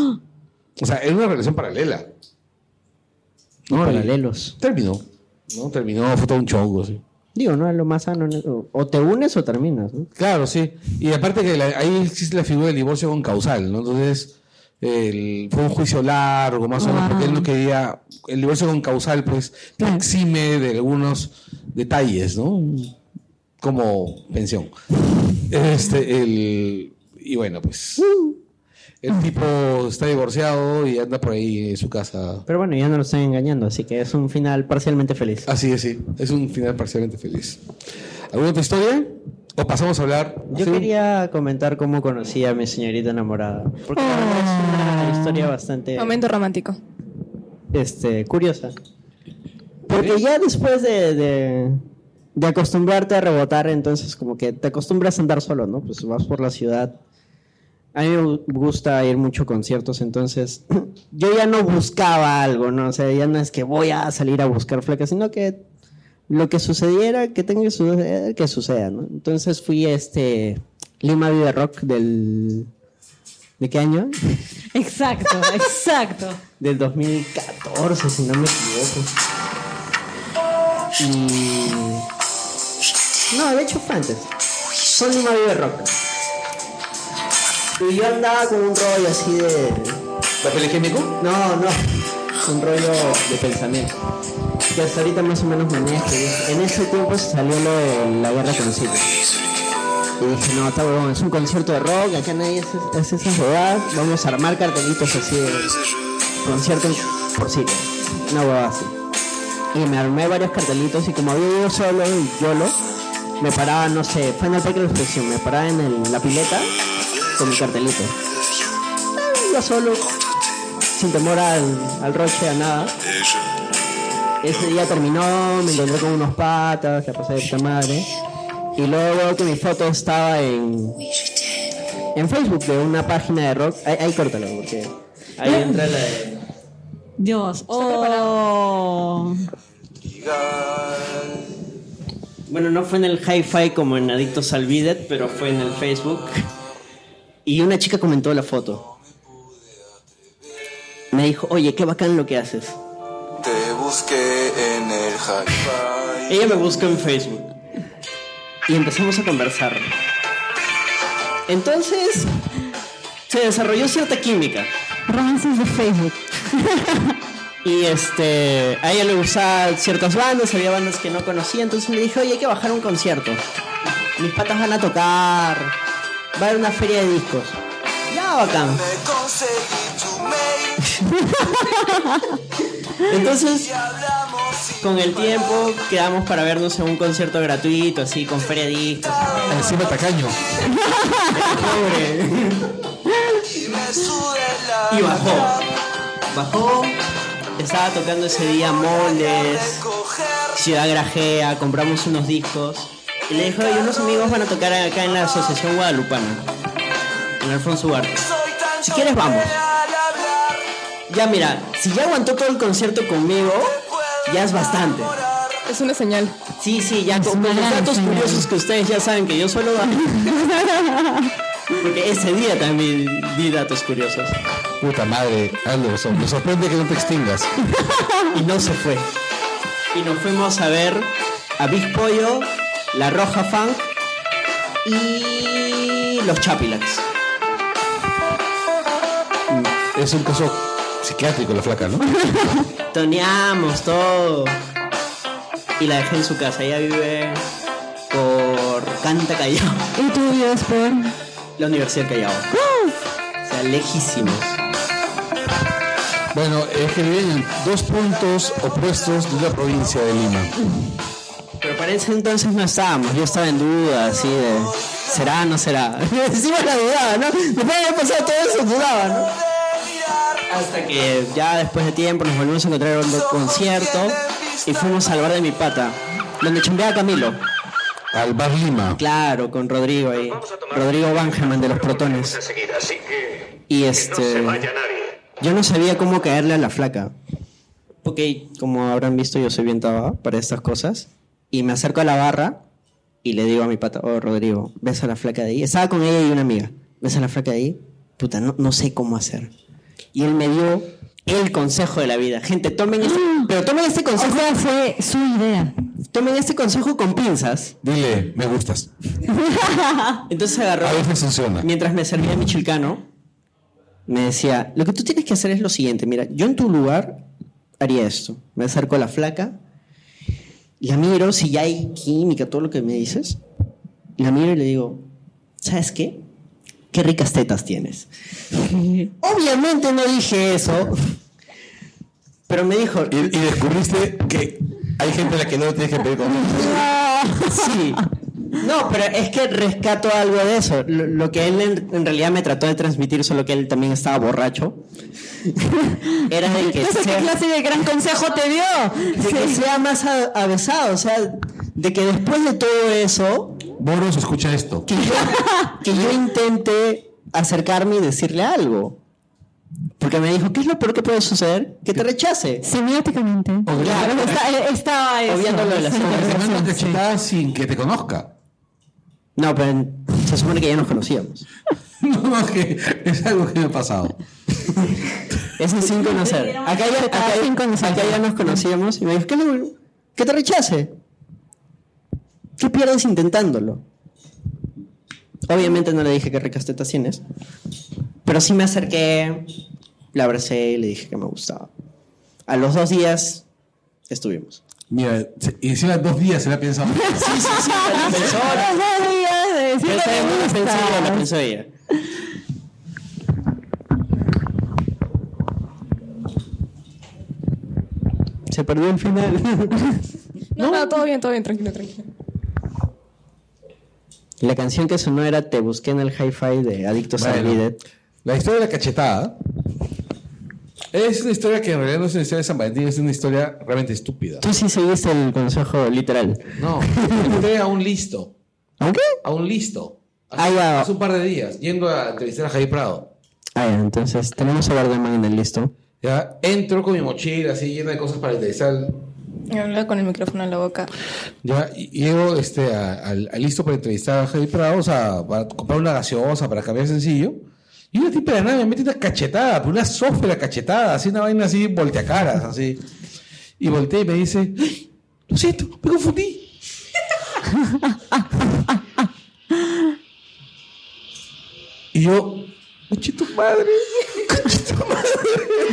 O sea, era una relación paralela. No, y Paralelos. Terminó. ¿no? Terminó, fue todo un chongo, sí. Digo, no es lo más sano. ¿no? O te unes o terminas. ¿no? Claro, sí. Y aparte que la- ahí existe la figura del divorcio con causal, ¿no? Entonces, el- fue un juicio largo, más o menos, Wow. porque él no quería... El divorcio con causal, pues, te Claro. exime de algunos detalles, ¿no? Como pensión. Este, el... Y bueno, pues... Uh. El tipo está divorciado y anda por ahí en su casa. Pero bueno, ya no lo están engañando, así que es un final parcialmente feliz. Así es, sí. Es un final parcialmente feliz. ¿Alguna otra historia? ¿O pasamos a hablar? Yo Sí. quería comentar cómo conocí a mi señorita enamorada. Porque la verdad es una historia bastante Momento romántico. este, curiosa. Porque ya después de, de, de acostumbrarte a rebotar, entonces como que te acostumbras a andar solo, ¿no? Pues vas por la ciudad. A mí me gu- gusta ir mucho a conciertos, entonces *clears throat* yo ya no buscaba algo, ¿no? O sea, ya no es que voy a salir a buscar flacas, sino que lo que sucediera, que tenga que suceder, que suceda, ¿no? Entonces fui a este Lima Vive Rock del... ¿De qué año? *laughs* Exacto, exacto. del 2014, si no me equivoco. Y... No, de hecho fue antes. Son una vive rock. Y yo andaba con un rollo así de... ¿Papel higiénico? No, no. Un rollo de pensamiento. Que hasta ahorita más o menos manejo. En ese tiempo se salió lo de la guerra con Cita. Y dije, no, está huevón, es un concierto de rock, acá nadie hace, hace esas huevadas. Vamos a armar cartelitos así de concierto por Cita. Una huevada así. Y me armé varios cartelitos y como había ido solo y YOLO, me paraba, no sé, fue en el parque de la expresión, me paraba en el- la pileta con mi cartelito. Eh, Iba solo, sin temor al, al roche, a nada. Ese día terminó, me encontré con unos patas, la pasé de puta madre. Y luego veo que mi foto estaba en, en Facebook de una página de rock. Ahí, ahí córtalo, porque ahí entra la de... Dios. Oh. Bueno, no fue en el hi-fi como en Adictos al Bidet, pero fue en el Facebook. Y una chica comentó la foto. Me dijo, oye, qué bacán lo que haces. Te busqué en el hi-fi. Ella me buscó en Facebook. Y empezamos a conversar. Entonces, se desarrolló cierta química. Romances de Facebook. Y este, a ella le gustaban ciertas bandas, había bandas que no conocía, entonces me dije, oye, hay que bajar un concierto. Mis patas van a tocar, va a haber una feria de discos. Ya, bacán. Me conseguí tu mail Entonces, y hablamos sin con el tiempo quedamos para vernos en un concierto gratuito, así, con feria de discos. Encima *laughs* tacaño. y me sudé la Y bajó. Bajó, Estaba tocando ese día moldes, Ciudad Grajea, compramos unos discos. Y le dijo, oye, unos amigos van a tocar acá en la Asociación Guadalupana, en Alfonso Ugarte. Si quieres, vamos. Ya mira, si ya aguantó todo el concierto conmigo, ya es bastante. Es una señal. Sí, sí, ya Es con, una con los gran datos señal. curiosos que ustedes ya saben que yo suelo dar. *laughs* Porque ese día también di datos curiosos. Puta madre, Aldo, so- me sorprende que no te extingas. Y no se fue. Y nos fuimos a ver a Big Pollo, La Roja Funk y los Chapilax. Es un caso psiquiátrico la flaca, ¿no? Toneamos todo. Y la dejé en su casa. Ella vive por Canta Callao, ¿Y tú vives por? la Universidad del Callao. O sea, lejísimos. Bueno, es que viven en dos puntos opuestos de la provincia de Lima. Pero para ese entonces no estábamos, yo estaba en duda, así de, ¿será no será? *laughs* Encima la dudaba, ¿no? Después de haber pasado todo eso, dudaba, ¿no? Hasta que ya después de tiempo nos volvimos a encontrar en otro concierto y fuimos al bar de mi pata, donde chambeaba Camilo. Al Bar Lima. Claro, con Rodrigo ahí. Rodrigo Bangerman de los Protones. Y este. Yo no sabía cómo caerle a la flaca. Porque, como habrán visto, yo soy bien tabado para estas cosas. Y me acerco a la barra y le digo a mi pata, oh Rodrigo, ves a la flaca de ahí. Estaba con ella y una amiga. Ves a la flaca de ahí. Puta, no, no sé cómo hacer. Y él me dio el consejo de la vida. Gente, tomen este, pero tomen este O consejo. sea, fue su idea. Tomen este consejo con pinzas. Dile, me gustas. Entonces agarró. A veces funciona. mientras me servía mi chilcano, me decía, lo que tú tienes que hacer es lo siguiente, mira, yo en tu lugar haría esto, me acerco a la flaca, la miro, si ya hay química, todo lo que me dices, la miro y le digo, ¿sabes qué? Qué ricas *laughs* tetas tienes. Obviamente no dije eso, pero me dijo, Y, y descubriste que hay gente a la que no le tienes que pedir consejos. Sí. No, pero es que rescato algo de eso. Lo, lo que él en, en realidad me trató de transmitir, solo que él también estaba borracho, *laughs* era de que, No sé qué sea, clase de gran consejo te dio. de que sea más a- avesado, o sea, de que después de todo eso, Boros, escucha esto. que yo, que yo intente acercarme y decirle algo. Porque me dijo, ¿qué es lo peor que puede suceder? Que te rechace. Semióticamente. Claro, Está- eh, estaba eso. Obviando lo *laughs* de las- Sí. Porque te mandan cachetada sin que te conozca. *laughs* No, pero se supone que ya nos conocíamos. No, es que es algo que me ha pasado. Eso es sin conocer. dieron Acá ya, acá, sin conocer. acá ya nos conocíamos y me dijo, ¿qué le- que te rechace. ¿Qué pierdes intentándolo? Obviamente no le dije qué ricas tetas tienes, pero sí me acerqué, la abracé y le dije que me gustaba. A los dos días estuvimos. Mira, se- y encima dos días se la ha pensado. Sí, sí, sí, la pensó, Los dos días de decirle la me pensó, la pensó, la gusta. pensó ella. Se perdió el final. No, no, todo bien, todo bien, tranquilo, tranquilo. La canción que sonó era Te busqué en el hi-fi de Adictos a Bueno, la Vida. La historia de la cachetada es una historia que en realidad no es una historia de San Valentín, es una historia realmente estúpida. Tú sí seguiste el consejo literal. No, encontré a un listo, ¿Aunque? a un listo, Ah, hace, ya. hace un par de días, yendo a entrevistar a Javier Prado. Ah, ya, entonces tenemos a Bardeman en el listo. Ya, entro con mi mochila así llena de cosas para entrevistar. Y hablaba con el micrófono en la boca. Ya, y y llego este, a- al- al listo para entrevistar a Javier Prado, o sea, para comprar una gaseosa, para cambiar sencillo. Y una tipa de la nada me mete una cachetada, pero una sófera cachetada, así una vaina así, volteacaras, así. Y volteé y me dice, "Ay, lo siento, me confundí. y yo, coche tu madre, coche tu madre. *laughs*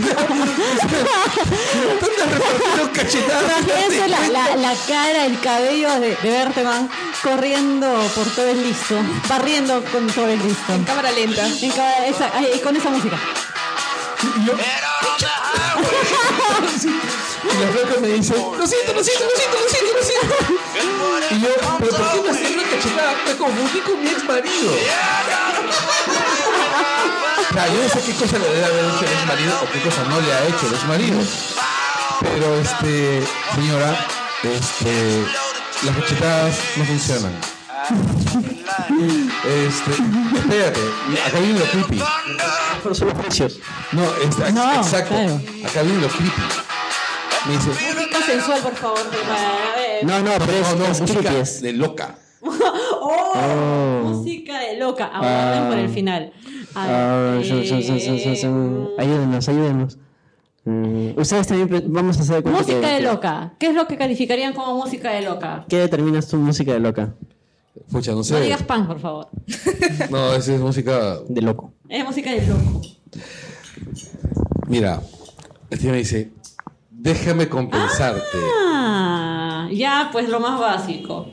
Tantas repartiendo cachetadas. Imagínense la, la, la cara, el cabello de, de Berteman corriendo por todo el listo, barriendo con todo el listo. En cámara lenta. En cada- esa- ay, con esa música. Y la flaca me dice, lo siento, lo siento, lo siento, lo siento, lo siento. Y yo, pero ¿por qué me haces una cachetada? Me confundí con mi ex marido. Claro, yo no sé qué cosa le debe haber hecho el ex marido o qué cosa no le ha hecho el ex marido. Pero este, señora, este, las cachetadas no funcionan. Este, espérate, acá viene lo creepy. Pero son los precios. No, este, ex- No, exacto. claro. Acá viene lo creepy. Me dice, Música sensual, por favor. A ver. No, no, no, pero es, no, es música creepies. de loca. ¡Oh! Ah. Música de loca. Ahora por el final. A Ah, ver, son- son- son- son- son- son- eh, Ayúdenos, ayúdenos. Mm, Ustedes también pre- vamos a hacer de cuenta Música que- de que- loca. ¿Qué es lo que calificarían como música de loca? ¿Qué determinas tu música de loca? Pucha, no sé. No digas pan, por favor. No, esa es música. De loco. Es música de loco. Mira, el tío me dice, déjame compensarte. Ah, ya, pues lo más básico.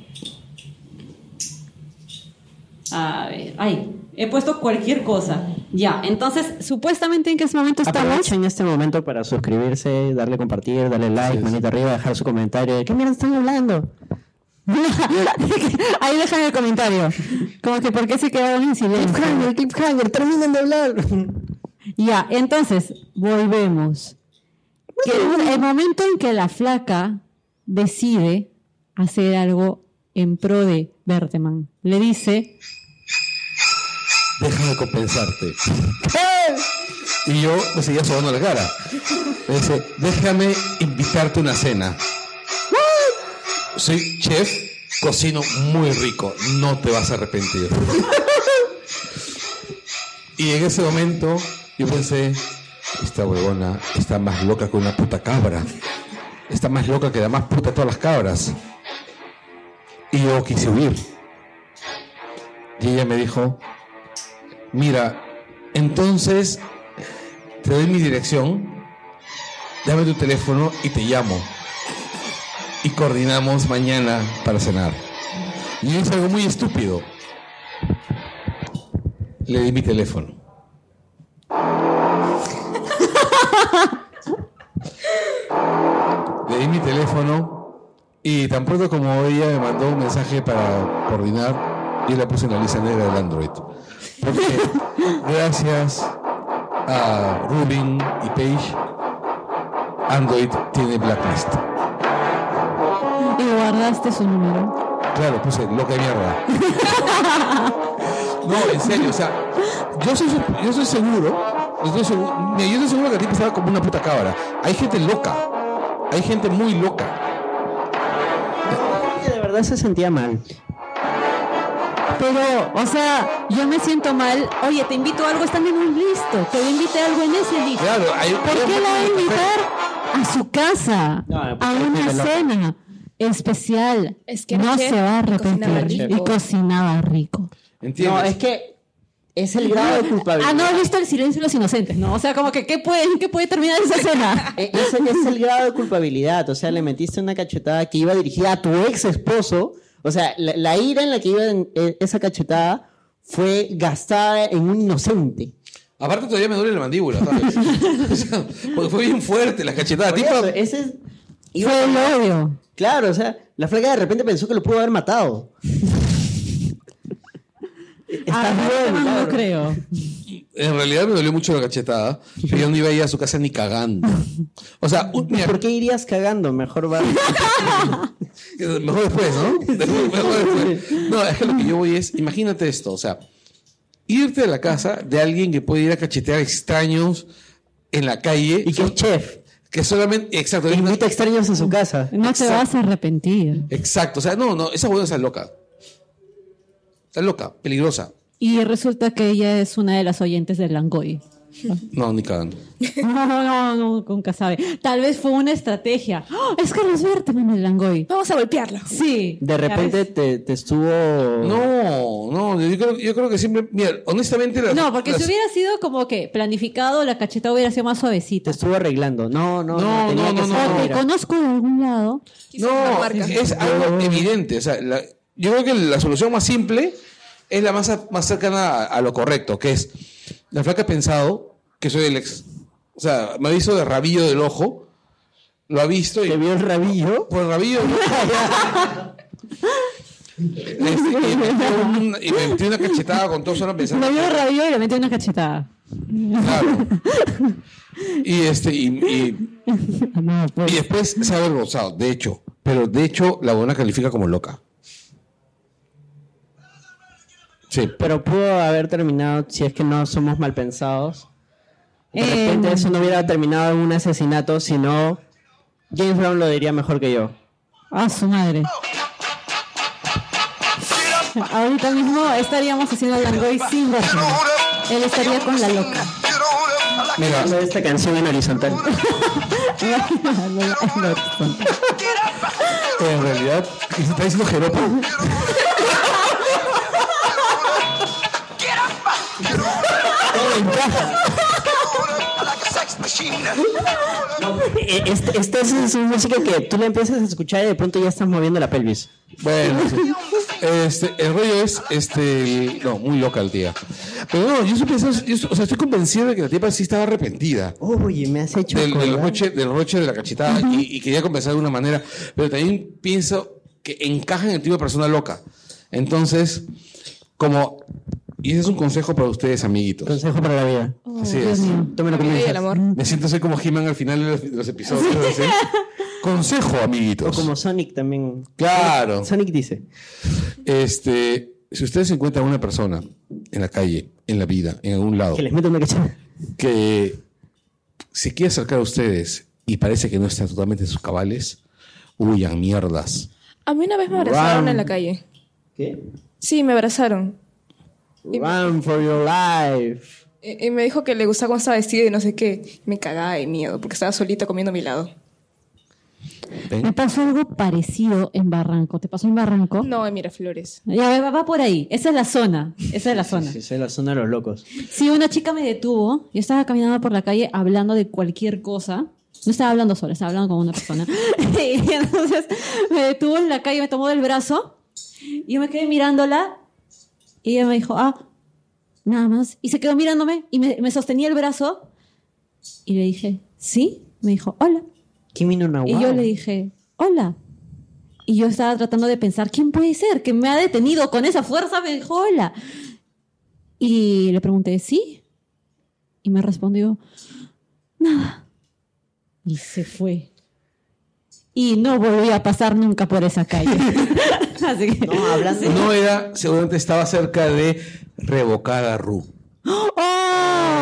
A ver, ay, he puesto cualquier cosa. Ya, entonces, supuestamente en qué momento estamos. Aprovechen este momento para suscribirse, darle compartir, darle like, Así es. manita arriba, dejar su comentario. ¿Qué mierda están hablando? *laughs* Ahí dejan el comentario. Como que por qué se quedaron en silencio. Cliffhanger, cliffhanger, terminen de hablar. *laughs* Ya, entonces, volvemos. Que el- el momento en que la flaca decide hacer algo en pro de Berteman, le dice, Déjame compensarte. Y yo me seguía sobando la cara. Me dice, déjame invitarte a una cena. Soy chef, cocino muy rico, no te vas a arrepentir. Y en ese momento yo pensé, esta huevona está más loca que una puta cabra. Está más loca que la más puta de todas las cabras. Y yo quise huir. Y ella me dijo, mira, entonces te doy mi dirección, dame tu teléfono y te llamo. Y coordinamos mañana para cenar. Y es algo muy estúpido. Le di mi teléfono. Le di mi teléfono y tan pronto como ella me mandó un mensaje para coordinar, yo la puse en la lista negra del Android. Porque gracias a Rubin y Page, Android tiene blacklist. y "Eh, guardaste su número. Claro, puse loca de mierda. no, en serio, o sea, yo soy, yo soy seguro, yo estoy seguro, mira, yo estoy seguro que a ti te estaba como una puta cabra. Hay gente loca, hay gente muy loca. Ella de verdad se sentía mal. Pero, o sea, yo me siento mal. Oye, te invito a algo, están en un listo. Te invité a algo en ese listo. Claro, hay, ¿Por qué la va a invitar a su casa? No, a porque una es muy loca. cena especial. Es que era no chef se va a y cocinaba arrepentir. Y rico. cocinaba rico. ¿Entiendes? No, es que es el grado de culpabilidad. Ah, no, he visto el silencio de los inocentes, ¿no? O sea, como que, ¿qué puede, qué puede terminar esa *laughs* cena? E- Ese es el grado de culpabilidad. O sea, le metiste una cachetada que iba dirigida a tu ex esposo. O sea, la, la ira en la que iba en- eh, esa cachetada fue gastada en un inocente. Aparte todavía me duele la mandíbula, ¿sabes? *laughs* O sea, porque fue bien fuerte la cachetada. Por tipo, eso, ese es- iba- Fue el odio. Claro, o sea, la flaca de repente pensó que lo pudo haber matado. Ah, Está no, bien, no claro. creo. En realidad me dolió mucho la *laughs* cachetada, pero yo no iba a ir a su casa ni cagando. O sea, un- mira, ¿Por qué irías cagando? Mejor va. Mejor después, ¿no? *laughs* Mejor, después. No, es que lo que yo voy es, imagínate esto, o sea, irte a la casa de alguien que puede ir a cachetear extraños en la calle. Y que es chef. Que solamente, exacto, que hay una- Invita a extraños en su casa. No te Exacto. vas a arrepentir. exacto, o sea, no, no, esa huevona está loca. Está loca, peligrosa. Y resulta que ella es una de las oyentes del *laughs* Langoy. No, ni cagando. No, no, no, no, nunca sabe. Tal vez fue una estrategia. ¡Oh! Es Carlos Berteman el Langoy. Vamos a golpearlo. Sí. De repente te, te estuvo. Oh. No, no, yo creo, yo creo que siempre, mira, honestamente... las- *laughs* No, porque las- si hubiera sido como que planificado, la cacheta hubiera sido más Te suavecita. estuvo arreglando. No, no, No, no. tenía no, que no, ser no, una no. Te ira. conozco de algún lado. Quizás una No, marca. es ah, algo evidente. O sea, la- yo creo que la solución más simple es la más, a- más cercana a, a lo correcto, que es la flaca ha pensado que soy el ex. O sea, me ha visto de rabillo del ojo, lo ha visto y Te vio el rabillo. por el rabillo del ojo. *laughs* Este, y, me metió una, y me metió una cachetada con todo solo pensando. Lo vio rabio y le metió una cachetada. Claro. Y este, y, y- *laughs* No, pues. y después se ha avergonzado, de hecho. Pero de hecho, la buena califica como loca. Sí. Pero pudo haber terminado, si es que no somos mal pensados. De Em. Eh, repente eso no hubiera terminado en un asesinato, sino James Brown lo diría mejor que yo. A Ah, su madre. Ahorita mismo estaríamos haciendo Langoy sin razón. Él estaría con la *laughs* loca. Mira, Hablo de esta canción en *laughs* horizontal. en realidad, está diciendo Jeropa. Eh, este- Esta es una música que tú la empiezas a escuchar y de pronto ya estás moviendo la pelvis. Bueno, sí. este, el rollo es, este, no, muy loca el tía. Pero no, yo estoy pensando, yo- o sea, estoy convencido de que la tipa sí estaba arrepentida Oye, me has hecho del, del acordar. roche, del roche de la cachetada y, y quería compensar de una manera, pero también pienso que encaja en el tipo de persona loca. Entonces, como, y ese es un consejo para ustedes, amiguitos. Consejo para la vida. Así es. Tómelo como Ay, hijas. el amor. Me siento así como He-Man al final de los, de los episodios. así. Consejo, O amiguitos. como Sonic también. Claro. Sonic dice. Este, si ustedes encuentran a una persona en la calle, en la vida, en algún lado, Que les meto una cachada. que se quiere acercar a ustedes y parece que no está totalmente en sus cabales, huyan mierdas. A mí una vez me abrazaron Ram. en la calle. ¿Qué? Sí, me abrazaron. Run for your life. Y, y me dijo que le gustaba cómo estaba vestida y no sé qué. Me cagaba de miedo porque estaba solita comiendo a mi lado. ¿Ven? Me pasó algo parecido en Barranco. ¿Te pasó en Barranco? No, en Miraflores. Ya va, va por ahí. Esa es la zona. Esa es la zona. Sí, esa es la zona de los locos. Sí, una chica me detuvo. Yo estaba caminando por la calle hablando de cualquier cosa. No estaba hablando sola, estaba hablando con una persona. *laughs* y entonces me detuvo en la calle, me tomó del brazo. Y yo me quedé mirándola. Y ella me dijo, ah, nada más. Y se quedó mirándome y me, me sostenía el brazo. Y le dije, ¿sí? Me dijo, hola. Kimi no na Oh, Y wa. yo le dije, hola. Y yo estaba tratando de pensar, ¿quién puede ser que me ha detenido con esa fuerza? Me dijo, hola. Y le pregunté, ¿sí? Y me respondió, nada. Y se fue. Y no volví a pasar nunca por *laughs* esa calle. *laughs* Así que... No, hablando. No era, seguramente estaba cerca de revocada Ru.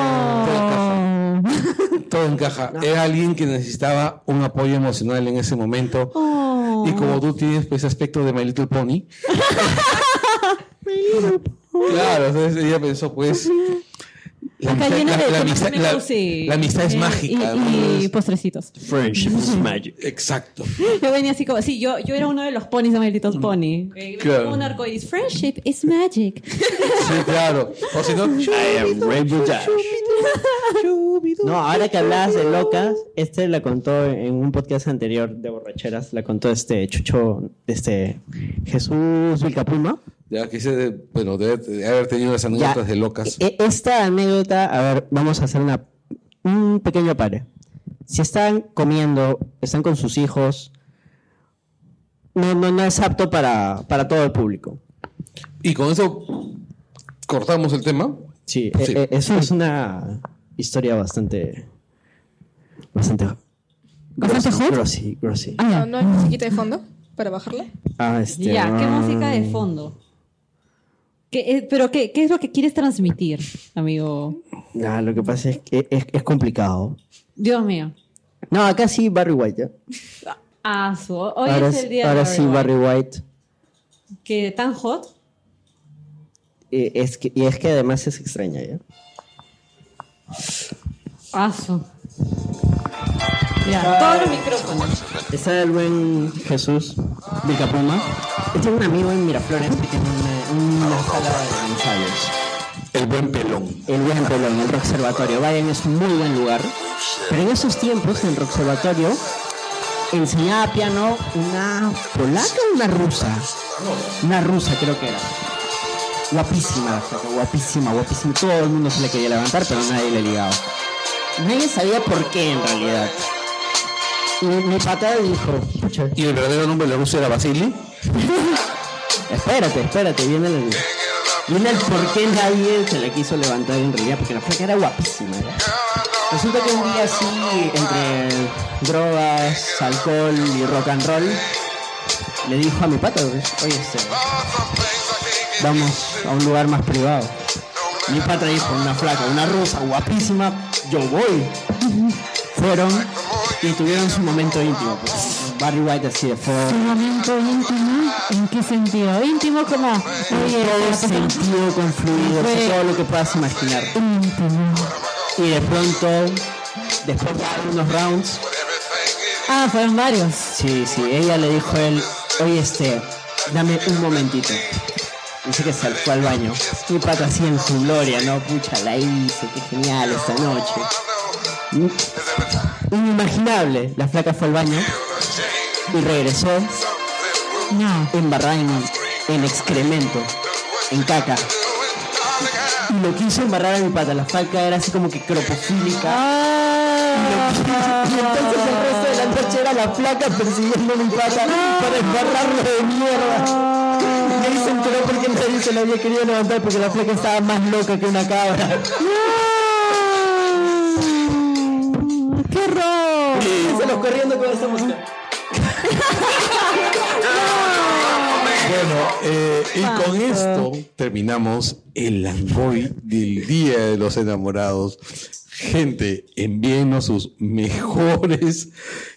¡Oh! Todo encaja. Era alguien que necesitaba un apoyo emocional en ese momento. Oh. Y como tú tienes pues, ese aspecto de My Little *laughs* Pony. Claro, entonces ella pensó, pues. La Acá amistad, llena la- de la tomates amistad- la- Menguzi. la amistad es Eh, mágica. y- y entonces- postrecitos. Friendship is magic. Exacto. *laughs* Yo venía así como, sí, yo, yo era uno de los ponis de My Mm. Little Pony. Eh, venía Claro. como un arcoíris. Friendship *laughs* is magic. Sí, claro. O si no, I am Rainbow Dash. No, ahora que hablabas de locas, este la contó en un podcast anterior de borracheras, la contó este Chucho, este Jesús Vilcapuma. ya que se, bueno, debe de haber tenido las Ya. anécdotas de locas. E- Esta anécdota, a ver, vamos a hacer una, un pequeño pare. Si están comiendo, están con sus hijos, no, no, no es apto para, para todo el público. Y con eso cortamos el tema. Sí, Sí. e- e- eso es una historia bastante. Bastante. ¿Bastante grosi- hot? grosi- grosi. Ah, No, ya. no hay musiquita de fondo para bajarla. Ah, este, Ya, ¿qué ah, música de fondo? ¿Qué, eh, pero qué, ¿qué es lo que quieres transmitir, amigo? nah, ah, lo que pasa es que es, es complicado. Dios mío. No, acá sí Barry White. ¿ya? Ah, su- hoy ahora es sí- el día ahora de sí Barry Barry White. White. Que tan hot. eh, es que, y es que además es extraña. ¿ya? Ah, su. Ah. Ya, todos los micrófonos. Está el buen Jesús Vilcapuma. Ah, Tengo un amigo en Miraflores que tiene una, una sala de ensayos. El buen pelón. El buen Pelón, el Rockservatorio. Vayan, es un muy buen lugar. Pero en esos tiempos, en el Rockservatorio, enseñaba piano una polaca o una rusa. Una rusa, creo que era. Guapísima, la flaca, guapísima, guapísima. Todo el mundo se le quería levantar, pero nadie le ligaba. Nadie sabía por qué, en realidad. Y mi patada dijo, "Pucha, Y *laughs* el verdadero nombre de la rusa era Basili. espérate, espérate, viene la Mira el por qué nadie se la quiso levantar en realidad, porque la flaca era guapísima. ¿ya? Resulta que un día así, entre drogas, alcohol y rock and roll, le dijo a mi pata, pues, oye, este, vamos a un lugar más privado. Mi pata dijo, una flaca, una rusa, guapísima, yo voy. Fueron y tuvieron su momento íntimo. pues. Barry White así de fuego. ¿Un momento íntimo? ¿En qué sentido? Íntimo como... eh, Oye, todo la persona- sentido con fluido, Fue- todo lo que puedas imaginar. íntimo. Y de pronto, después de algunos rounds, Ah, fueron varios. sí, sí, ella le dijo a él, oye este, dame un momentito. Dice que se fue al baño. Mi pata así en su gloria, ¿no? Pucha, la hice, qué genial esta noche. Inimaginable. La flaca fue al baño y regresó No. embarrada en, en excremento, en caca. Y lo quiso embarrar a mi pata. La flaca era así como que cropofílica. Y entonces el resto de la noche era la flaca persiguiendo a mi pata para embarrarlo de mierda. Y ahí se enteró porque nadie se lo había querido levantar porque la flaca estaba más loca que una cabra. ¡Qué horror! Y se los corriendo con esa música. Bueno, eh, y con esto terminamos el Langoy del Día de los Enamorados. Gente, envíenos sus mejores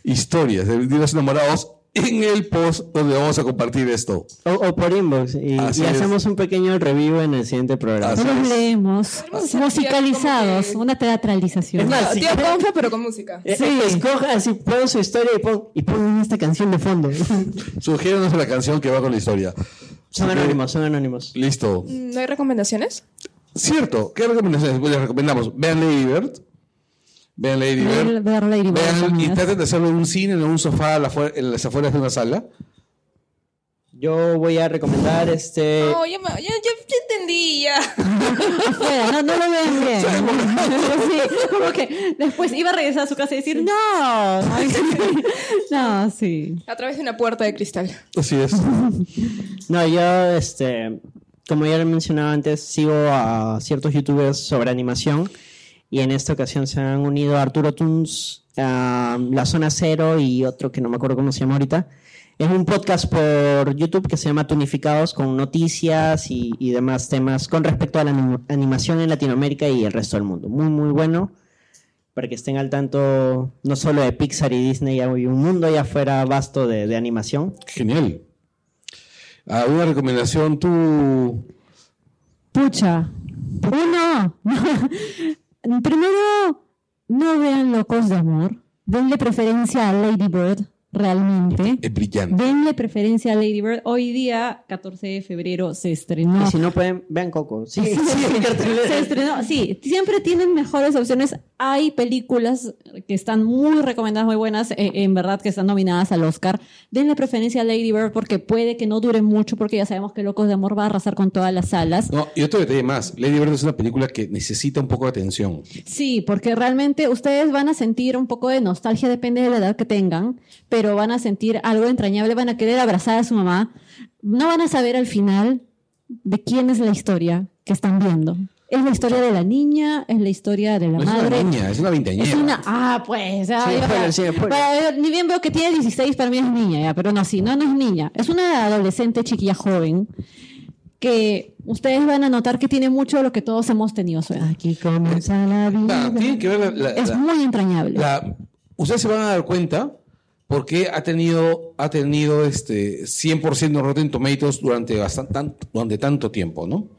historias del Día de los Enamorados en el post donde vamos a compartir esto. O, o por inbox. Y, y Así es. hacemos un pequeño review en el siguiente programa. Así No los es. leemos. hacer Musicalizados. como que- Una teatralización. Es más, Ah, si Tío quieren- Ponfa, pero con música. Eh, eh, Escoja así, pon su historia y pon, y pon esta canción de fondo. Sugiéranos la canción que va con la historia. son anónimos, son anónimos. Listo. ¿No hay recomendaciones? Cierto, ¿qué recomendaciones Pues les recomendamos? Vean Lady Bird. Vean Lady Ver- Bird. ver Lady Bird Vean, y también. *laughs* traten de hacerlo en un cine, en un sofá, a la fuer- en las afueras de una sala. Yo voy a recomendar este. No, ya, me- ya, ya- ya entendí, ya. Fuera, no, no lo *laughs* vean bien. *laughs* sí, como que después iba a regresar a su casa y decir, no. *laughs* no, sí. A través de una puerta de cristal. Así es. No, yo, este. Como ya lo mencionaba antes, sigo a ciertos youtubers sobre animación. Y en esta ocasión se han unido Arturo Tunes, ah, La Zona Cero y otro que no me acuerdo cómo se llama ahorita. Es un podcast por YouTube que se llama Tunificados con noticias y, y demás temas con respecto a la anim- animación en Latinoamérica y el resto del mundo. Muy, muy bueno. para que estén al tanto no solo de Pixar y Disney, hay un mundo allá afuera vasto de, de animación. *laughs* Genial. ¿Alguna recomendación tú? Pucha. Uno. *laughs* Primero, no vean Locos de Amor. Denle preferencia a Lady Bird, realmente. Es eh, brillante. Denle preferencia a Lady Bird. Hoy día, 14 de febrero, se estrenó. Y si no pueden, vean Coco. Sí, *laughs* sí, Se estrenó, sí, siempre tienen mejores opciones. Hay películas que están muy recomendadas, muy buenas, eh, en verdad que están nominadas al Oscar. Denle preferencia a Lady Bird porque puede que no dure mucho porque ya sabemos que Locos de Amor va a arrasar con todas las salas. No, y otro detalle más. Lady Bird es una película que necesita un poco de atención. Sí, porque realmente ustedes van a sentir un poco de nostalgia, depende de la edad que tengan, pero van a sentir algo entrañable, van a querer abrazar a su mamá. No van a saber al final de quién es la historia que están viendo. Es la historia de la niña, es la historia de la No es madre. una niña, es una veinteañera. Es una. Ah, pues. ah, Sí, ya, spoiler, para- sí, spoiler. para ver, ni bien veo que tiene 16, para mí es niña, ya, pero no, sí, no, no es niña. Es una adolescente chiquilla joven que ustedes van a notar que tiene mucho de lo que todos hemos tenido. a su edad. Aquí comienza la vida. Ah, tienen que ver la- la- Es la- muy entrañable. la- ustedes se van a dar cuenta porque ha tenido, ha tenido este 100% Rotten Tomatoes durante, bastante, durante tanto tiempo, ¿no?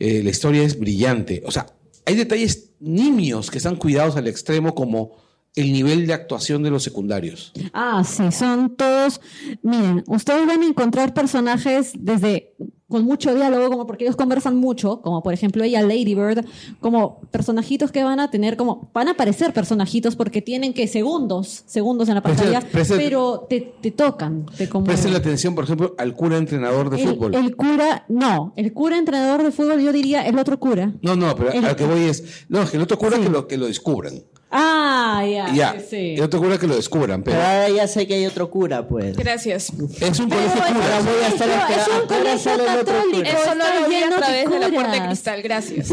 Eh, la historia es brillante. O sea, hay detalles nimios que están cuidados al extremo como el nivel de actuación de los secundarios. Ah, sí, son todos. Miren, ustedes van a encontrar personajes desde con mucho diálogo, como porque ellos conversan mucho, como por ejemplo ella, Lady Bird, como personajitos que van a tener, como van a aparecer personajitos porque tienen que segundos, segundos en la Presten- pantalla, presten- pero te, te tocan, te Presten conmueven. atención, por ejemplo, al cura entrenador de fútbol. El, el cura, no, el cura entrenador de fútbol, yo diría el otro cura. No, no, pero El- a lo que voy es. No, es que el otro cura que, lo, que lo descubran. Ah, ya. Ya. sí, sí. Yo te acuerdo que lo descubran, pero. Pero ahora Ah, ya sé que hay otro cura, pues. Gracias. Es un colegio Ahora cura. voy a estar No, es esperando. un Ahora sale el otro colegio cura. católico. Eso no está lo vi a lleno de través de la puerta de curas. cristal, gracias.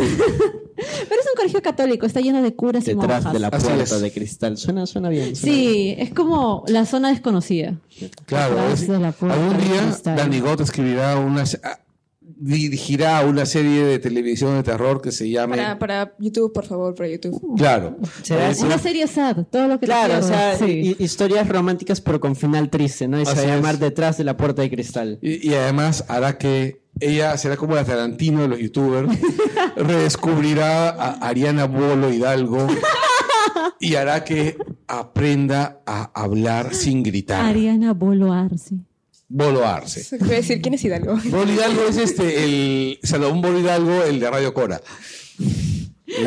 Pero es un colegio católico, está lleno de curas y Detrás monjas. de la Así puerta es. de cristal. Suena, suena bien. suena bien. Sí, es como la zona desconocida. Claro. Atrás es- de la puerta algún de día cristal. Danny Gott escribirá una. se- ah, dirigirá una serie de televisión de terror que se llame. Para, para YouTube, por favor, para YouTube. Claro. ¿Será así? Una serie sad, todo lo que te Claro, o sea, pierdas, sí. hi- historias románticas pero con final triste, ¿no? Y se Así va a llamar es. Detrás de la puerta de cristal. Y, y además hará que ella será como la Tarantino de los youtubers, redescubrirá a Ariana Bolo Hidalgo y hará que aprenda a hablar sin gritar. Ariana Boloarse. Bolo Arce. Voy a decir, ¿quién es Hidalgo? Bolo Hidalgo es este, el Salomón Bolo Hidalgo, el de Radio Cora.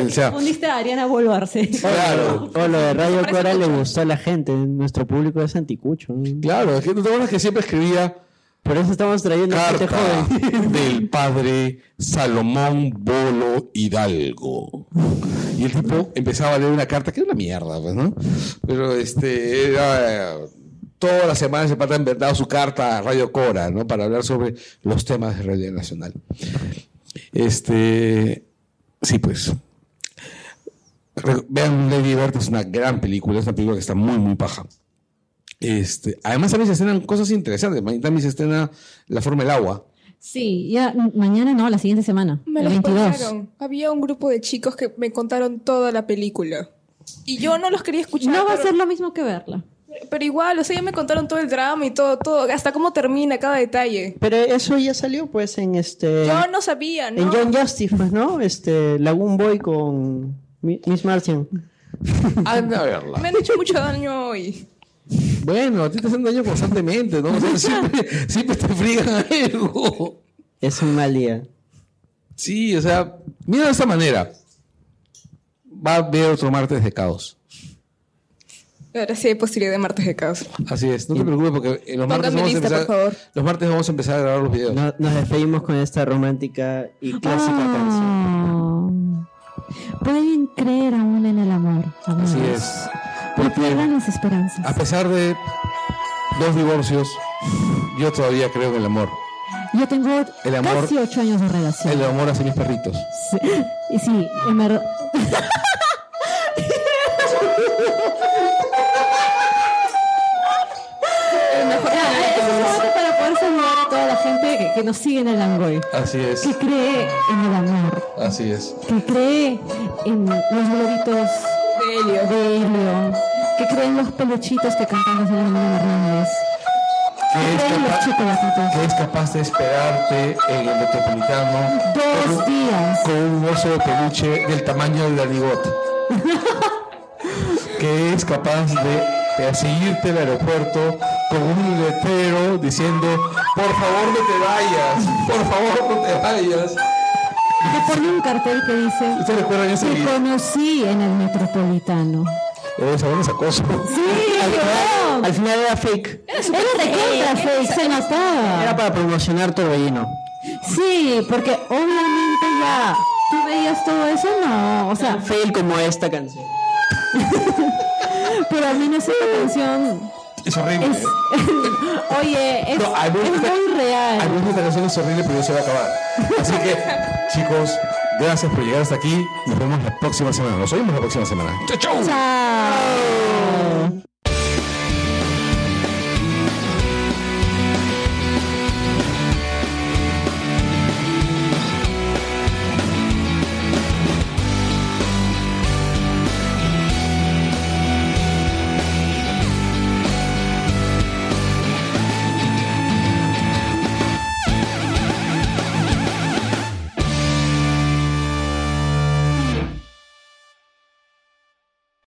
O sea, Uniste a Ariana Boloarse. *laughs* claro. O lo de Radio Cora le gustó a la gente, nuestro público es anticucho. ¿no? Claro, es que no te acuerdas que siempre escribía Por eso estamos trayendo gente carta joven. del padre Salomón Bolo Hidalgo. Y el tipo empezaba a leer una carta que era una mierda, pues, ¿no? Pero este era, eh, todas las semanas se pata inventado su carta a Radio Cora, ¿no? Para hablar sobre los temas de realidad nacional. Este, sí, pues. Re- Vean Lady Bird, es una gran película, es una película que está muy, muy paja. Este, además, a mí se estrenan cosas interesantes. Mañana también se estrena La Forma del Agua. Sí, ya mm, mañana no, la siguiente semana. Me el los 22. contaron. Había un grupo de chicos que me contaron toda la película. Y yo no los quería escuchar. No va a pero- ser lo mismo que verla. Pero igual, o sea, ya me contaron todo el drama y todo, todo, hasta cómo termina cada detalle. Pero eso ya salió pues en Eh, este Yo no sabía, en ¿no? John Justice, pues, ¿no? Este Lagoon Boy con Mi- Miss Martian. Anda a verla. Me han hecho mucho daño hoy. Bueno, a ti te hacen daño constantemente, ¿no? O sea, siempre, siempre te frigan algo. Es un mal día. Sí, o sea, mira de esta manera. Va a haber otro martes de caos. Ahora sí hay posibilidad de martes de caos. Así es, no te preocupes porque en los martes, vamos Póngame a lista, empezar, por favor. los martes vamos a empezar a grabar los videos. No- nos despedimos con esta romántica y clásica canción. Ah. Pueden creer aún en el amor. amigos. Así es. No Porque pierdan las a esperanzas. pesar de dos divorcios, yo todavía creo en el amor. Yo tengo El amor- casi ocho años de relación. El amor hacia mis perritos. Sí. Y sí, en verdad. Ya, Ah, es un momento para poder saludar a toda la gente que, que nos sigue en el Angoy, Así es, que cree en el amor, así es. que cree en los globitos De Helio. de helio, que cree en los peluchitos que cantamos en el mundo de Hernández, Que que es cree en los capaz- que chocolatitos. es capaz de esperarte en el metropolitano Dos días. con un oso de peluche del tamaño de Danigot. que es capaz de perseguirte al aeropuerto con un letrero diciendo, por favor no te vayas, por favor no te vayas. Te pone un cartel que dice: ¿Ustedes recuerdan ese Te video? conocí en el metropolitano. Eh, Sabón es acoso. Sí, weón. Al final era fake. Era recontra fake, se Era notaba. para promocionar Torbellino. Sí, porque obviamente ya tú veías todo eso, no. O sea, Fail como esta canción. *laughs* pero al menos esta canción Es horrible. ¿eh? es. *laughs* Oye, es, No, a mí- es muy A real. mí esta canción es horrible, pero ya se va a acabar. Así que, chicos, gracias por llegar hasta aquí. Nos vemos la próxima semana. Nos oímos la próxima semana. ¡Chau, chau! Chao.